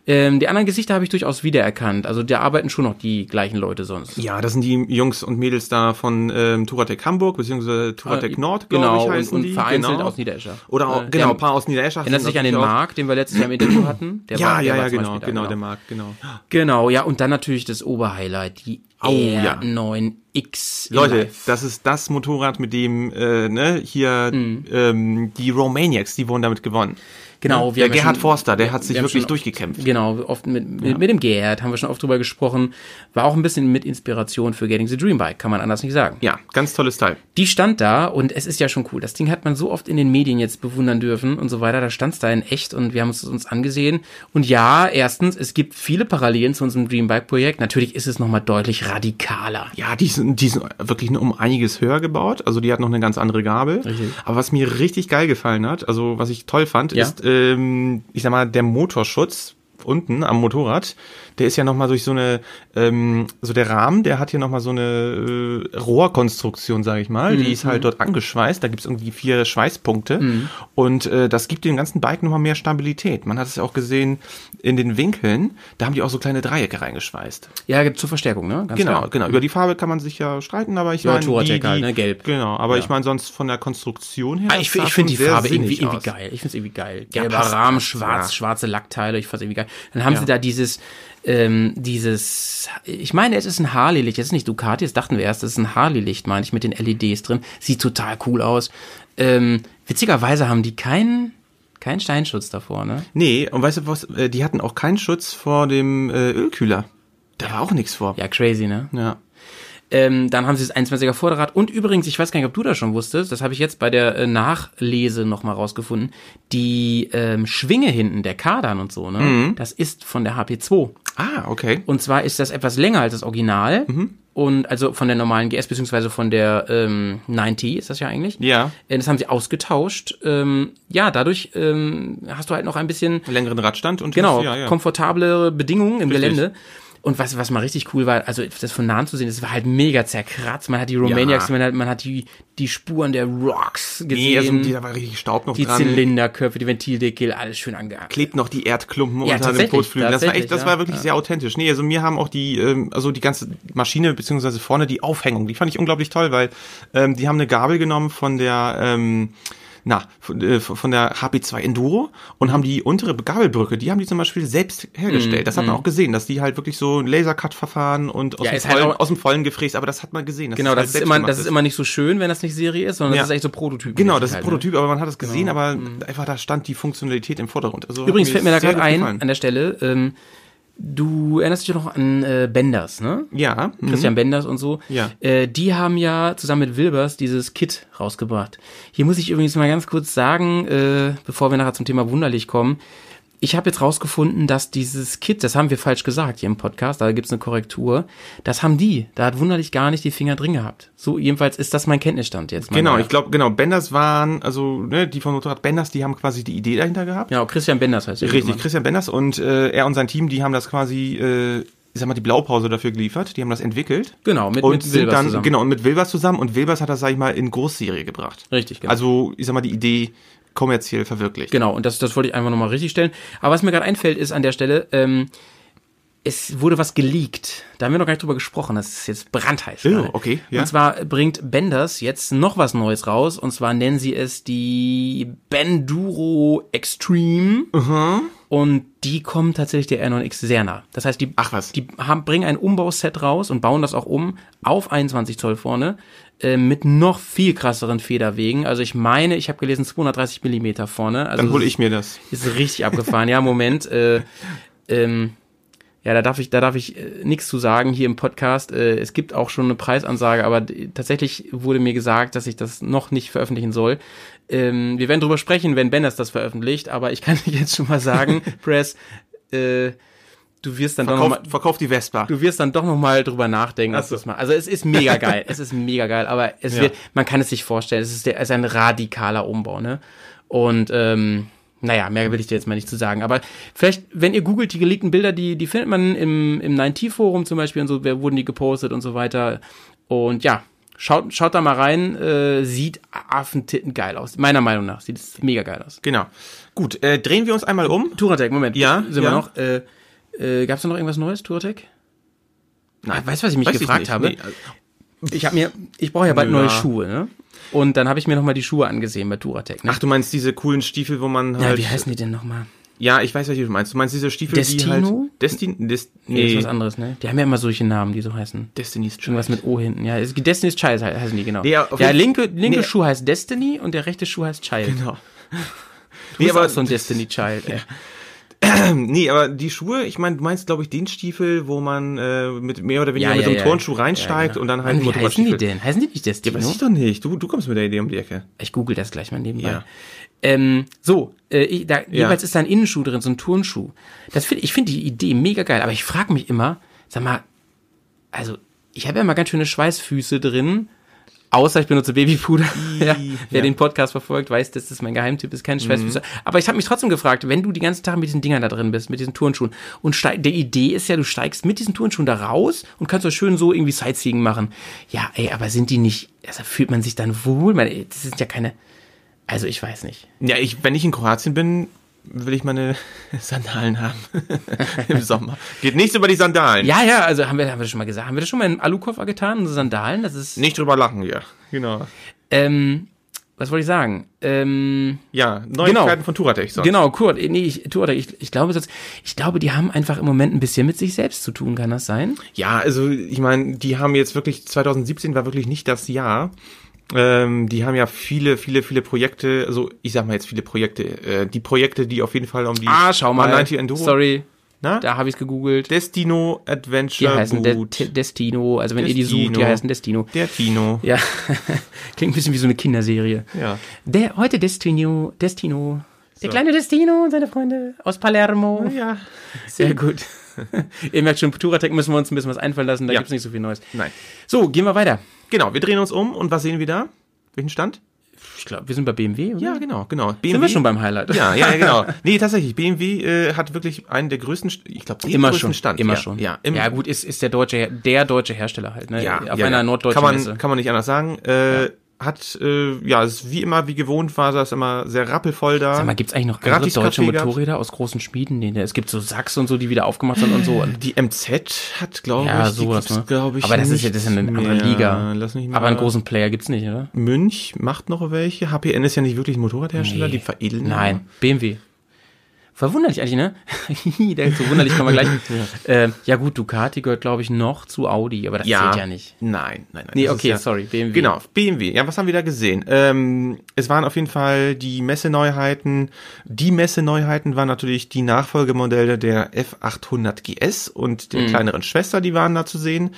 Speaker 1: Ähm, die anderen Gesichter habe ich durchaus wiedererkannt. Also da arbeiten schon noch die gleichen Leute sonst.
Speaker 2: Ja, das sind die Jungs und Mädels da von ähm, Turatec Hamburg, beziehungsweise Turatec
Speaker 1: Äh,
Speaker 2: Nord,
Speaker 1: genau,
Speaker 2: glaube ich,
Speaker 1: und-
Speaker 2: heißen
Speaker 1: und
Speaker 2: die. Genau.
Speaker 1: vereinzelt aus Niederescher.
Speaker 2: Oder auch,
Speaker 1: Äh,
Speaker 2: genau,
Speaker 1: der-
Speaker 2: ein paar aus Niederescher.
Speaker 1: Erinnert
Speaker 2: sind
Speaker 1: sich an den
Speaker 2: natürlich auch-
Speaker 1: Marc, den wir letztes Jahr im Interview hatten? Der
Speaker 2: Ja,
Speaker 1: war- der
Speaker 2: ja,
Speaker 1: war
Speaker 2: ja,
Speaker 1: zum
Speaker 2: genau,
Speaker 1: Beispiel da,
Speaker 2: genau, der Marc, genau.
Speaker 1: Genau, ja, und dann natürlich das Oberhighlight, die
Speaker 2: Au, Oh, ja.
Speaker 1: R9X. in
Speaker 2: Leute,
Speaker 1: Live.
Speaker 2: das ist das Motorrad, mit dem äh, ne, hier
Speaker 1: Mhm.
Speaker 2: ähm, die Romaniacs, die wurden damit gewonnen.
Speaker 1: genau, wir
Speaker 2: der
Speaker 1: haben ja
Speaker 2: Gerhard
Speaker 1: schon-
Speaker 2: Forster, der hat sich
Speaker 1: wir haben
Speaker 2: wirklich
Speaker 1: schon-
Speaker 2: durchgekämpft.
Speaker 1: Genau, oft mit, mit, mit dem Gerhard haben wir schon oft drüber gesprochen. War auch ein bisschen mit Inspiration für Getting the Dream Bike, kann man anders nicht sagen.
Speaker 2: Ja, ganz tolles Teil.
Speaker 1: Die stand da und es ist ja schon cool. Das Ding hat man so oft in den Medien jetzt bewundern dürfen und so weiter. Da stand es da in echt und wir haben es uns angesehen. Und ja, erstens, es gibt viele Parallelen zu unserem Dreambike-Projekt. Natürlich ist es nochmal deutlich radikaler.
Speaker 2: Ja, die sind, die sind wirklich nur um einiges höher gebaut. Also die hat noch eine ganz andere Gabel. Aber was mir richtig geil gefallen hat, also was ich toll fand,
Speaker 1: Ja.
Speaker 2: ist, ähm, ich sag mal, der Motorschutz unten am Motorrad, der ist ja nochmal durch so eine, ähm, so der Rahmen, der hat hier nochmal so eine äh, Rohrkonstruktion, sage ich mal. Die ist halt dort angeschweißt. Da gibt's irgendwie vier Schweißpunkte. Und äh, das gibt dem ganzen Bike nochmal mehr Stabilität. Man hat es ja auch gesehen in den Winkeln, da haben die auch so kleine Dreiecke reingeschweißt.
Speaker 1: Ja, gibt zur Verstärkung, ne? Ganz
Speaker 2: Genau,
Speaker 1: klar.
Speaker 2: genau. Über die Farbe kann man sich ja streiten, aber ich
Speaker 1: Ja,
Speaker 2: meine, die,
Speaker 1: Touratec
Speaker 2: die,
Speaker 1: halt, ne, gelb.
Speaker 2: Genau, aber
Speaker 1: Ja.
Speaker 2: ich meine sonst von der Konstruktion her.
Speaker 1: Ah, ich
Speaker 2: sah
Speaker 1: ich finde die
Speaker 2: schon sehr
Speaker 1: Farbe irgendwie,
Speaker 2: sinnig
Speaker 1: irgendwie
Speaker 2: aus.
Speaker 1: geil. Ich finde es irgendwie geil. Gelber
Speaker 2: passt.
Speaker 1: Rahmen, schwarz,
Speaker 2: Ja.
Speaker 1: schwarze Lackteile. Ich fand irgendwie geil. Dann haben sie da dieses, ähm, dieses, ich meine, es ist ein Harley-Licht. Jetzt nicht Ducati, das dachten wir erst. Es ist ein Harley-Licht, meine ich, mit den LEDs drin. Sieht total cool aus. Ähm, witzigerweise haben die keinen, keinen Steinschutz davor, ne?
Speaker 2: Nee, und weißt du was, äh, die hatten auch keinen Schutz vor dem äh, Ölkühler. Da war auch nichts vor.
Speaker 1: Ja, crazy, ne?
Speaker 2: ja.
Speaker 1: Ähm, dann haben sie das 21er Vorderrad. Und übrigens, ich weiß gar nicht, ob du das schon wusstest, das habe ich jetzt bei der äh, Nachlese nochmal rausgefunden, die ähm, Schwinge hinten, der Kardan und so, ne? Das ist von der HP2.
Speaker 2: Ah, okay.
Speaker 1: Und zwar ist das etwas länger als das Original. Und also von der normalen GS, beziehungsweise von der ähm, 90 ist das ja eigentlich.
Speaker 2: Ja.
Speaker 1: Äh, Das haben sie ausgetauscht. Ähm, ja, dadurch ähm, hast du halt noch ein bisschen
Speaker 2: Längeren Radstand und
Speaker 1: Genau,
Speaker 2: ja, ja.
Speaker 1: komfortable Bedingungen im
Speaker 2: Richtig.
Speaker 1: Gelände. Und was, was mal richtig cool war, also das von nahen zu sehen, das war halt mega zerkratzt. Man hat die Romaniacs,
Speaker 2: Ja.
Speaker 1: man hat, man hat die, die Spuren der Rocks
Speaker 2: Nee, also,
Speaker 1: gesehen.
Speaker 2: die, da war richtig Staub noch
Speaker 1: die
Speaker 2: dran.
Speaker 1: Zylinderköpfe, die Ventildeckel, alles schön angehangen.
Speaker 2: klebt noch die Erdklumpen
Speaker 1: Ja,
Speaker 2: unter dem
Speaker 1: tatsächlich,
Speaker 2: Kotflügel. Das war echt, das
Speaker 1: tatsächlich,
Speaker 2: war
Speaker 1: ja.
Speaker 2: wirklich sehr authentisch. Nee, also mir haben auch die, ähm, also die ganze Maschine beziehungsweise vorne die Aufhängung, die fand ich unglaublich toll, weil ähm, die haben eine Gabel genommen von der ähm, na, von, äh, von der HP2 Enduro und haben die untere Gabelbrücke, die haben die zum Beispiel selbst hergestellt. Das hat man auch gesehen, dass die halt wirklich so ein Lasercut-Verfahren und aus,
Speaker 1: Mhm, Ja,
Speaker 2: dem
Speaker 1: ist halt
Speaker 2: vollen,
Speaker 1: auch-
Speaker 2: aus dem vollen Gefräß, aber das hat man gesehen. dass
Speaker 1: Genau,
Speaker 2: es
Speaker 1: das ist
Speaker 2: halt
Speaker 1: immer,
Speaker 2: selbstgemacht
Speaker 1: das ist immer nicht so schön, wenn das nicht Serie ist, sondern
Speaker 2: Ja.
Speaker 1: das ist echt so Prototyp.
Speaker 2: Genau, das ist
Speaker 1: halt, ne? Mhm.
Speaker 2: Prototyp, aber man hat es gesehen, aber einfach da stand die Funktionalität im Vordergrund. Also hat
Speaker 1: Übrigens fällt mir da
Speaker 2: sehr
Speaker 1: gerade
Speaker 2: gut
Speaker 1: ein,
Speaker 2: gefallen.
Speaker 1: an der Stelle, ähm, du erinnerst dich doch noch an äh, Benders, ne?
Speaker 2: Ja, mhm.
Speaker 1: Christian Benders und so,
Speaker 2: Ja.
Speaker 1: äh, die haben ja zusammen mit Wilbers dieses Kit rausgebracht. Hier muss ich übrigens mal ganz kurz sagen, äh, bevor wir nachher zum Thema Wunderlich kommen, ich habe jetzt rausgefunden, dass dieses Kit, das haben wir falsch gesagt hier im Podcast, da gibt's eine Korrektur, das haben die, da hat Wunderlich gar nicht die Finger drin gehabt. So, jedenfalls ist das mein Kenntnisstand jetzt.
Speaker 2: Genau,
Speaker 1: Mein-
Speaker 2: ich glaube, genau, Benders waren, also ne, die von Motorrad Benders, die haben quasi die Idee dahinter gehabt.
Speaker 1: Genau, Christian Benders heißt der
Speaker 2: Richtig,
Speaker 1: Mann.
Speaker 2: Christian Benders und äh, er und sein Team, die haben das quasi, äh, ich sag mal, die Blaupause dafür geliefert, die haben das entwickelt.
Speaker 1: Genau, mit-
Speaker 2: und
Speaker 1: mit
Speaker 2: sind
Speaker 1: Wilbers
Speaker 2: dann,
Speaker 1: zusammen.
Speaker 2: Genau, und mit Wilbers zusammen und Wilbers hat das, sag ich mal, in Großserie gebracht.
Speaker 1: Richtig, genau.
Speaker 2: genau. Also, ich sag mal, die Idee kommerziell verwirklicht.
Speaker 1: Genau, und das, das wollte ich einfach nochmal richtig stellen. Aber was mir gerade einfällt, ist an der Stelle, ähm, es wurde was geleakt. Da haben wir noch gar nicht drüber gesprochen. Das ist jetzt brandheiß.
Speaker 2: Oh,
Speaker 1: gerade.
Speaker 2: okay, ja.
Speaker 1: Und zwar bringt Benders jetzt noch was Neues raus. Und zwar nennen sie es die Benduro Extreme.
Speaker 2: Mhm.
Speaker 1: Und die kommen tatsächlich der R9X sehr nah. Das heißt, die,
Speaker 2: Ach was.
Speaker 1: die haben, bringen ein Umbauset raus und bauen das auch um auf 21 Zoll vorne äh, mit noch viel krasseren Federwegen. Also ich meine, ich habe gelesen 230 Millimeter vorne. Also
Speaker 2: Dann hole ich mir das.
Speaker 1: ist richtig abgefahren. Ja, Moment. Äh, ähm, ja, da darf ich, da darf ich äh, nichts zu sagen hier im Podcast. Äh, es gibt auch schon eine Preisansage, aber d- tatsächlich wurde mir gesagt, dass ich das noch nicht veröffentlichen soll. Ähm, wir werden drüber sprechen, wenn Benners das veröffentlicht, aber ich kann dir jetzt schon mal sagen, Press, äh, du wirst dann doch noch mal,
Speaker 2: Verkauf, verkauf die Vespa.
Speaker 1: du wirst dann doch noch mal drüber nachdenken.
Speaker 2: Ach
Speaker 1: ob du
Speaker 2: so.
Speaker 1: das mal- Also es ist mega geil, es ist mega geil, aber es
Speaker 2: Ja.
Speaker 1: wird, man kann es sich vorstellen, es ist, der, es ist ein radikaler Umbau, ne? Und ähm, naja, mehr will ich dir jetzt mal nicht zu sagen. Aber vielleicht, wenn ihr googelt, die geleakten Bilder, die, die findet man im, im 9T-Forum zum Beispiel und so, wer wurden die gepostet und so weiter. Und ja, Schaut, schaut da mal rein, äh, sieht Affentitten geil aus. Meiner Meinung nach sieht es mega geil aus.
Speaker 2: Genau. Gut, äh, drehen wir uns einmal um.
Speaker 1: Turatec, Moment.
Speaker 2: Ja,
Speaker 1: Sind
Speaker 2: ja.
Speaker 1: wir noch? Äh, äh, Gab es da noch irgendwas Neues, Turatec? Nein, weißt du, was ich mich
Speaker 2: Weiß ich
Speaker 1: gefragt
Speaker 2: nicht.
Speaker 1: habe?
Speaker 2: Nee, also-
Speaker 1: Ich habe mir, ich brauche ja bald
Speaker 2: Ja.
Speaker 1: neue Schuhe, ne? Und dann habe ich mir nochmal die Schuhe angesehen bei Turatec. Ne?
Speaker 2: Ach, du meinst diese coolen Stiefel, wo man
Speaker 1: ja,
Speaker 2: halt.
Speaker 1: wie heißen die denn nochmal?
Speaker 2: Ja, ich weiß, welche du meinst. Du meinst diese Stiefel,
Speaker 1: Destino?
Speaker 2: die halt. Destino? Des,
Speaker 1: Nee, das
Speaker 2: nee,
Speaker 1: ist was anderes, ne? Die haben ja immer solche Namen, die so heißen.
Speaker 2: Destiny's Child.
Speaker 1: Irgendwas mit O hinten. Ja, es- Destiny's Child he- heißen die, genau.
Speaker 2: Nee, auf
Speaker 1: der
Speaker 2: jeden-
Speaker 1: linke, linke
Speaker 2: nee.
Speaker 1: Schuh heißt Destiny und der rechte Schuh heißt Child.
Speaker 2: Genau.
Speaker 1: Du
Speaker 2: Nee
Speaker 1: bist
Speaker 2: aber,
Speaker 1: auch so ein Destiny Child, äh, ey.
Speaker 2: nee, aber die Schuhe, ich meine, du meinst, glaube ich, den Stiefel, wo man äh, mit mehr oder weniger mit so einem Turnschuh reinsteigt
Speaker 1: genau.
Speaker 2: und dann halt
Speaker 1: Mann,
Speaker 2: einen
Speaker 1: wie heißen die
Speaker 2: Motorradstiefel.
Speaker 1: denn? Heißen die nicht Destino?
Speaker 2: Weiß ich doch nicht. Du, du kommst mit der Idee um die Ecke.
Speaker 1: Ich google das gleich mal nebenbei.
Speaker 2: Ja.
Speaker 1: Ähm, so, äh, ich, da, jeweils ist da ein Innenschuh drin, so ein Turnschuh. Das find, ich finde die Idee mega geil, aber ich frage mich immer, sag mal, also ich habe ja mal ganz schöne Schweißfüße drin, außer ich benutze Babypuder. ja, wer
Speaker 2: ja.
Speaker 1: den Podcast verfolgt, weiß, dass das mein Geheimtipp ist, keine Schweißfüße. Aber ich habe mich trotzdem gefragt, wenn du die ganzen Tage mit diesen Dingern da drin bist, mit diesen Turnschuhen, und steig, der Idee ist ja, du steigst mit diesen Turnschuhen da raus und kannst das schön so irgendwie Sightseeing machen. Ja, ey, aber sind die nicht, also fühlt man sich dann wohl? Man, ey, das sind ja keine, also ich weiß nicht.
Speaker 2: Ja, ich, wenn ich in Kroatien bin, will ich meine Sandalen haben. Im Sommer. Geht nichts über die Sandalen.
Speaker 1: Ja, ja, also haben wir, haben wir das schon mal gesagt. Haben wir das schon mal in Alukoffer getan, in so Sandalen? Das ist,
Speaker 2: Nicht drüber lachen, ja. Genau.
Speaker 1: ähm, was wollte ich sagen? Ähm,
Speaker 2: Ja, Neuigkeiten von Turatech. sonst.
Speaker 1: Genau, Kurt, äh, nee, ich, Tuatec, ich, ich glaube, sonst, ich glaube, die haben einfach im Moment ein bisschen mit sich selbst zu tun, kann das sein?
Speaker 2: Ja, also ich meine, die haben jetzt wirklich, 2017 war wirklich nicht das Jahr. Ähm, die haben ja viele, viele, viele Projekte, also ich sag mal jetzt viele Projekte, äh, die Projekte, die auf jeden Fall um die R90 Enduro,
Speaker 1: Ah, Sorry,
Speaker 2: Na?
Speaker 1: da habe ich gegoogelt.
Speaker 2: Destino
Speaker 1: Die
Speaker 2: Adventure
Speaker 1: heißen De
Speaker 2: Boot.
Speaker 1: Te- Destino, also wenn ihr die sucht, die
Speaker 2: Destino.
Speaker 1: heißen Destino.
Speaker 2: der Tino.
Speaker 1: Ja, klingt ein bisschen wie so eine Kinderserie.
Speaker 2: Ja.
Speaker 1: Der heute Destino, Destino, der kleine Destino und seine Freunde aus Palermo.
Speaker 2: Ja.
Speaker 1: Sehr gut. Ihr merkt schon, Turatec müssen wir uns ein bisschen was einfallen lassen, da
Speaker 2: Ja.
Speaker 1: gibt's nicht so viel Neues.
Speaker 2: Nein.
Speaker 1: So, gehen wir weiter.
Speaker 2: Genau, wir drehen uns um und was sehen wir da? Welchen Stand?
Speaker 1: Ich glaube, wir sind bei BMW, oder?
Speaker 2: Ja, genau, genau. BMW.
Speaker 1: Sind wir schon beim Highlight?
Speaker 2: ja, ja, ja, genau. Nee, tatsächlich, BMW äh, hat wirklich einen der größten, St- ich glaube, den
Speaker 1: Immer
Speaker 2: größten
Speaker 1: schon,
Speaker 2: Stand.
Speaker 1: immer
Speaker 2: ja,
Speaker 1: schon.
Speaker 2: Ja, im,
Speaker 1: ja gut, ist, ist der deutsche, Her- der deutsche Hersteller halt, ne?
Speaker 2: ja,
Speaker 1: Auf
Speaker 2: ja,
Speaker 1: einer
Speaker 2: ja.
Speaker 1: norddeutschen
Speaker 2: kann man,
Speaker 1: Messe.
Speaker 2: Kann man nicht anders sagen. Äh, Hat, äh, ja, ist wie immer, wie gewohnt war das immer sehr rappelvoll da.
Speaker 1: Sag mal, gibt's eigentlich noch andere
Speaker 2: Gratis-Kaffee
Speaker 1: deutsche
Speaker 2: gab's.
Speaker 1: Motorräder aus großen Schmieden? Nee, ne, es gibt so Sachs und so, die wieder aufgemacht sind und so. Und
Speaker 2: die MZ hat, glaube
Speaker 1: Ja,
Speaker 2: ich, die
Speaker 1: sowas,
Speaker 2: gibt's,
Speaker 1: ne?
Speaker 2: glaub ich,
Speaker 1: Aber das ist ja- das ist ja eine
Speaker 2: nicht
Speaker 1: andere
Speaker 2: mehr.
Speaker 1: Liga.
Speaker 2: Lass mich mal.
Speaker 1: aber einen großen Player gibt's nicht, oder?
Speaker 2: Münch macht noch welche. HPN ist ja nicht wirklich ein Motorradhersteller,
Speaker 1: Nee.
Speaker 2: die veredeln.
Speaker 1: Nein, BMW. Verwunderlich eigentlich, ne? Der- so wunderlich kommen wir gleich. Ähm, ja gut, Ducati gehört, glaube ich, noch zu Audi, aber das
Speaker 2: Ja.
Speaker 1: zählt ja nicht.
Speaker 2: Nein, nein, nein.
Speaker 1: Nee,
Speaker 2: das ist
Speaker 1: okay,
Speaker 2: ja,
Speaker 1: sorry, BMW.
Speaker 2: Genau, BMW. Ja, was haben wir da gesehen? Ähm, es waren auf jeden Fall die Messeneuheiten. Die Messeneuheiten waren natürlich die Nachfolgemodelle der F800 GS und der kleineren Schwester, die waren da zu sehen.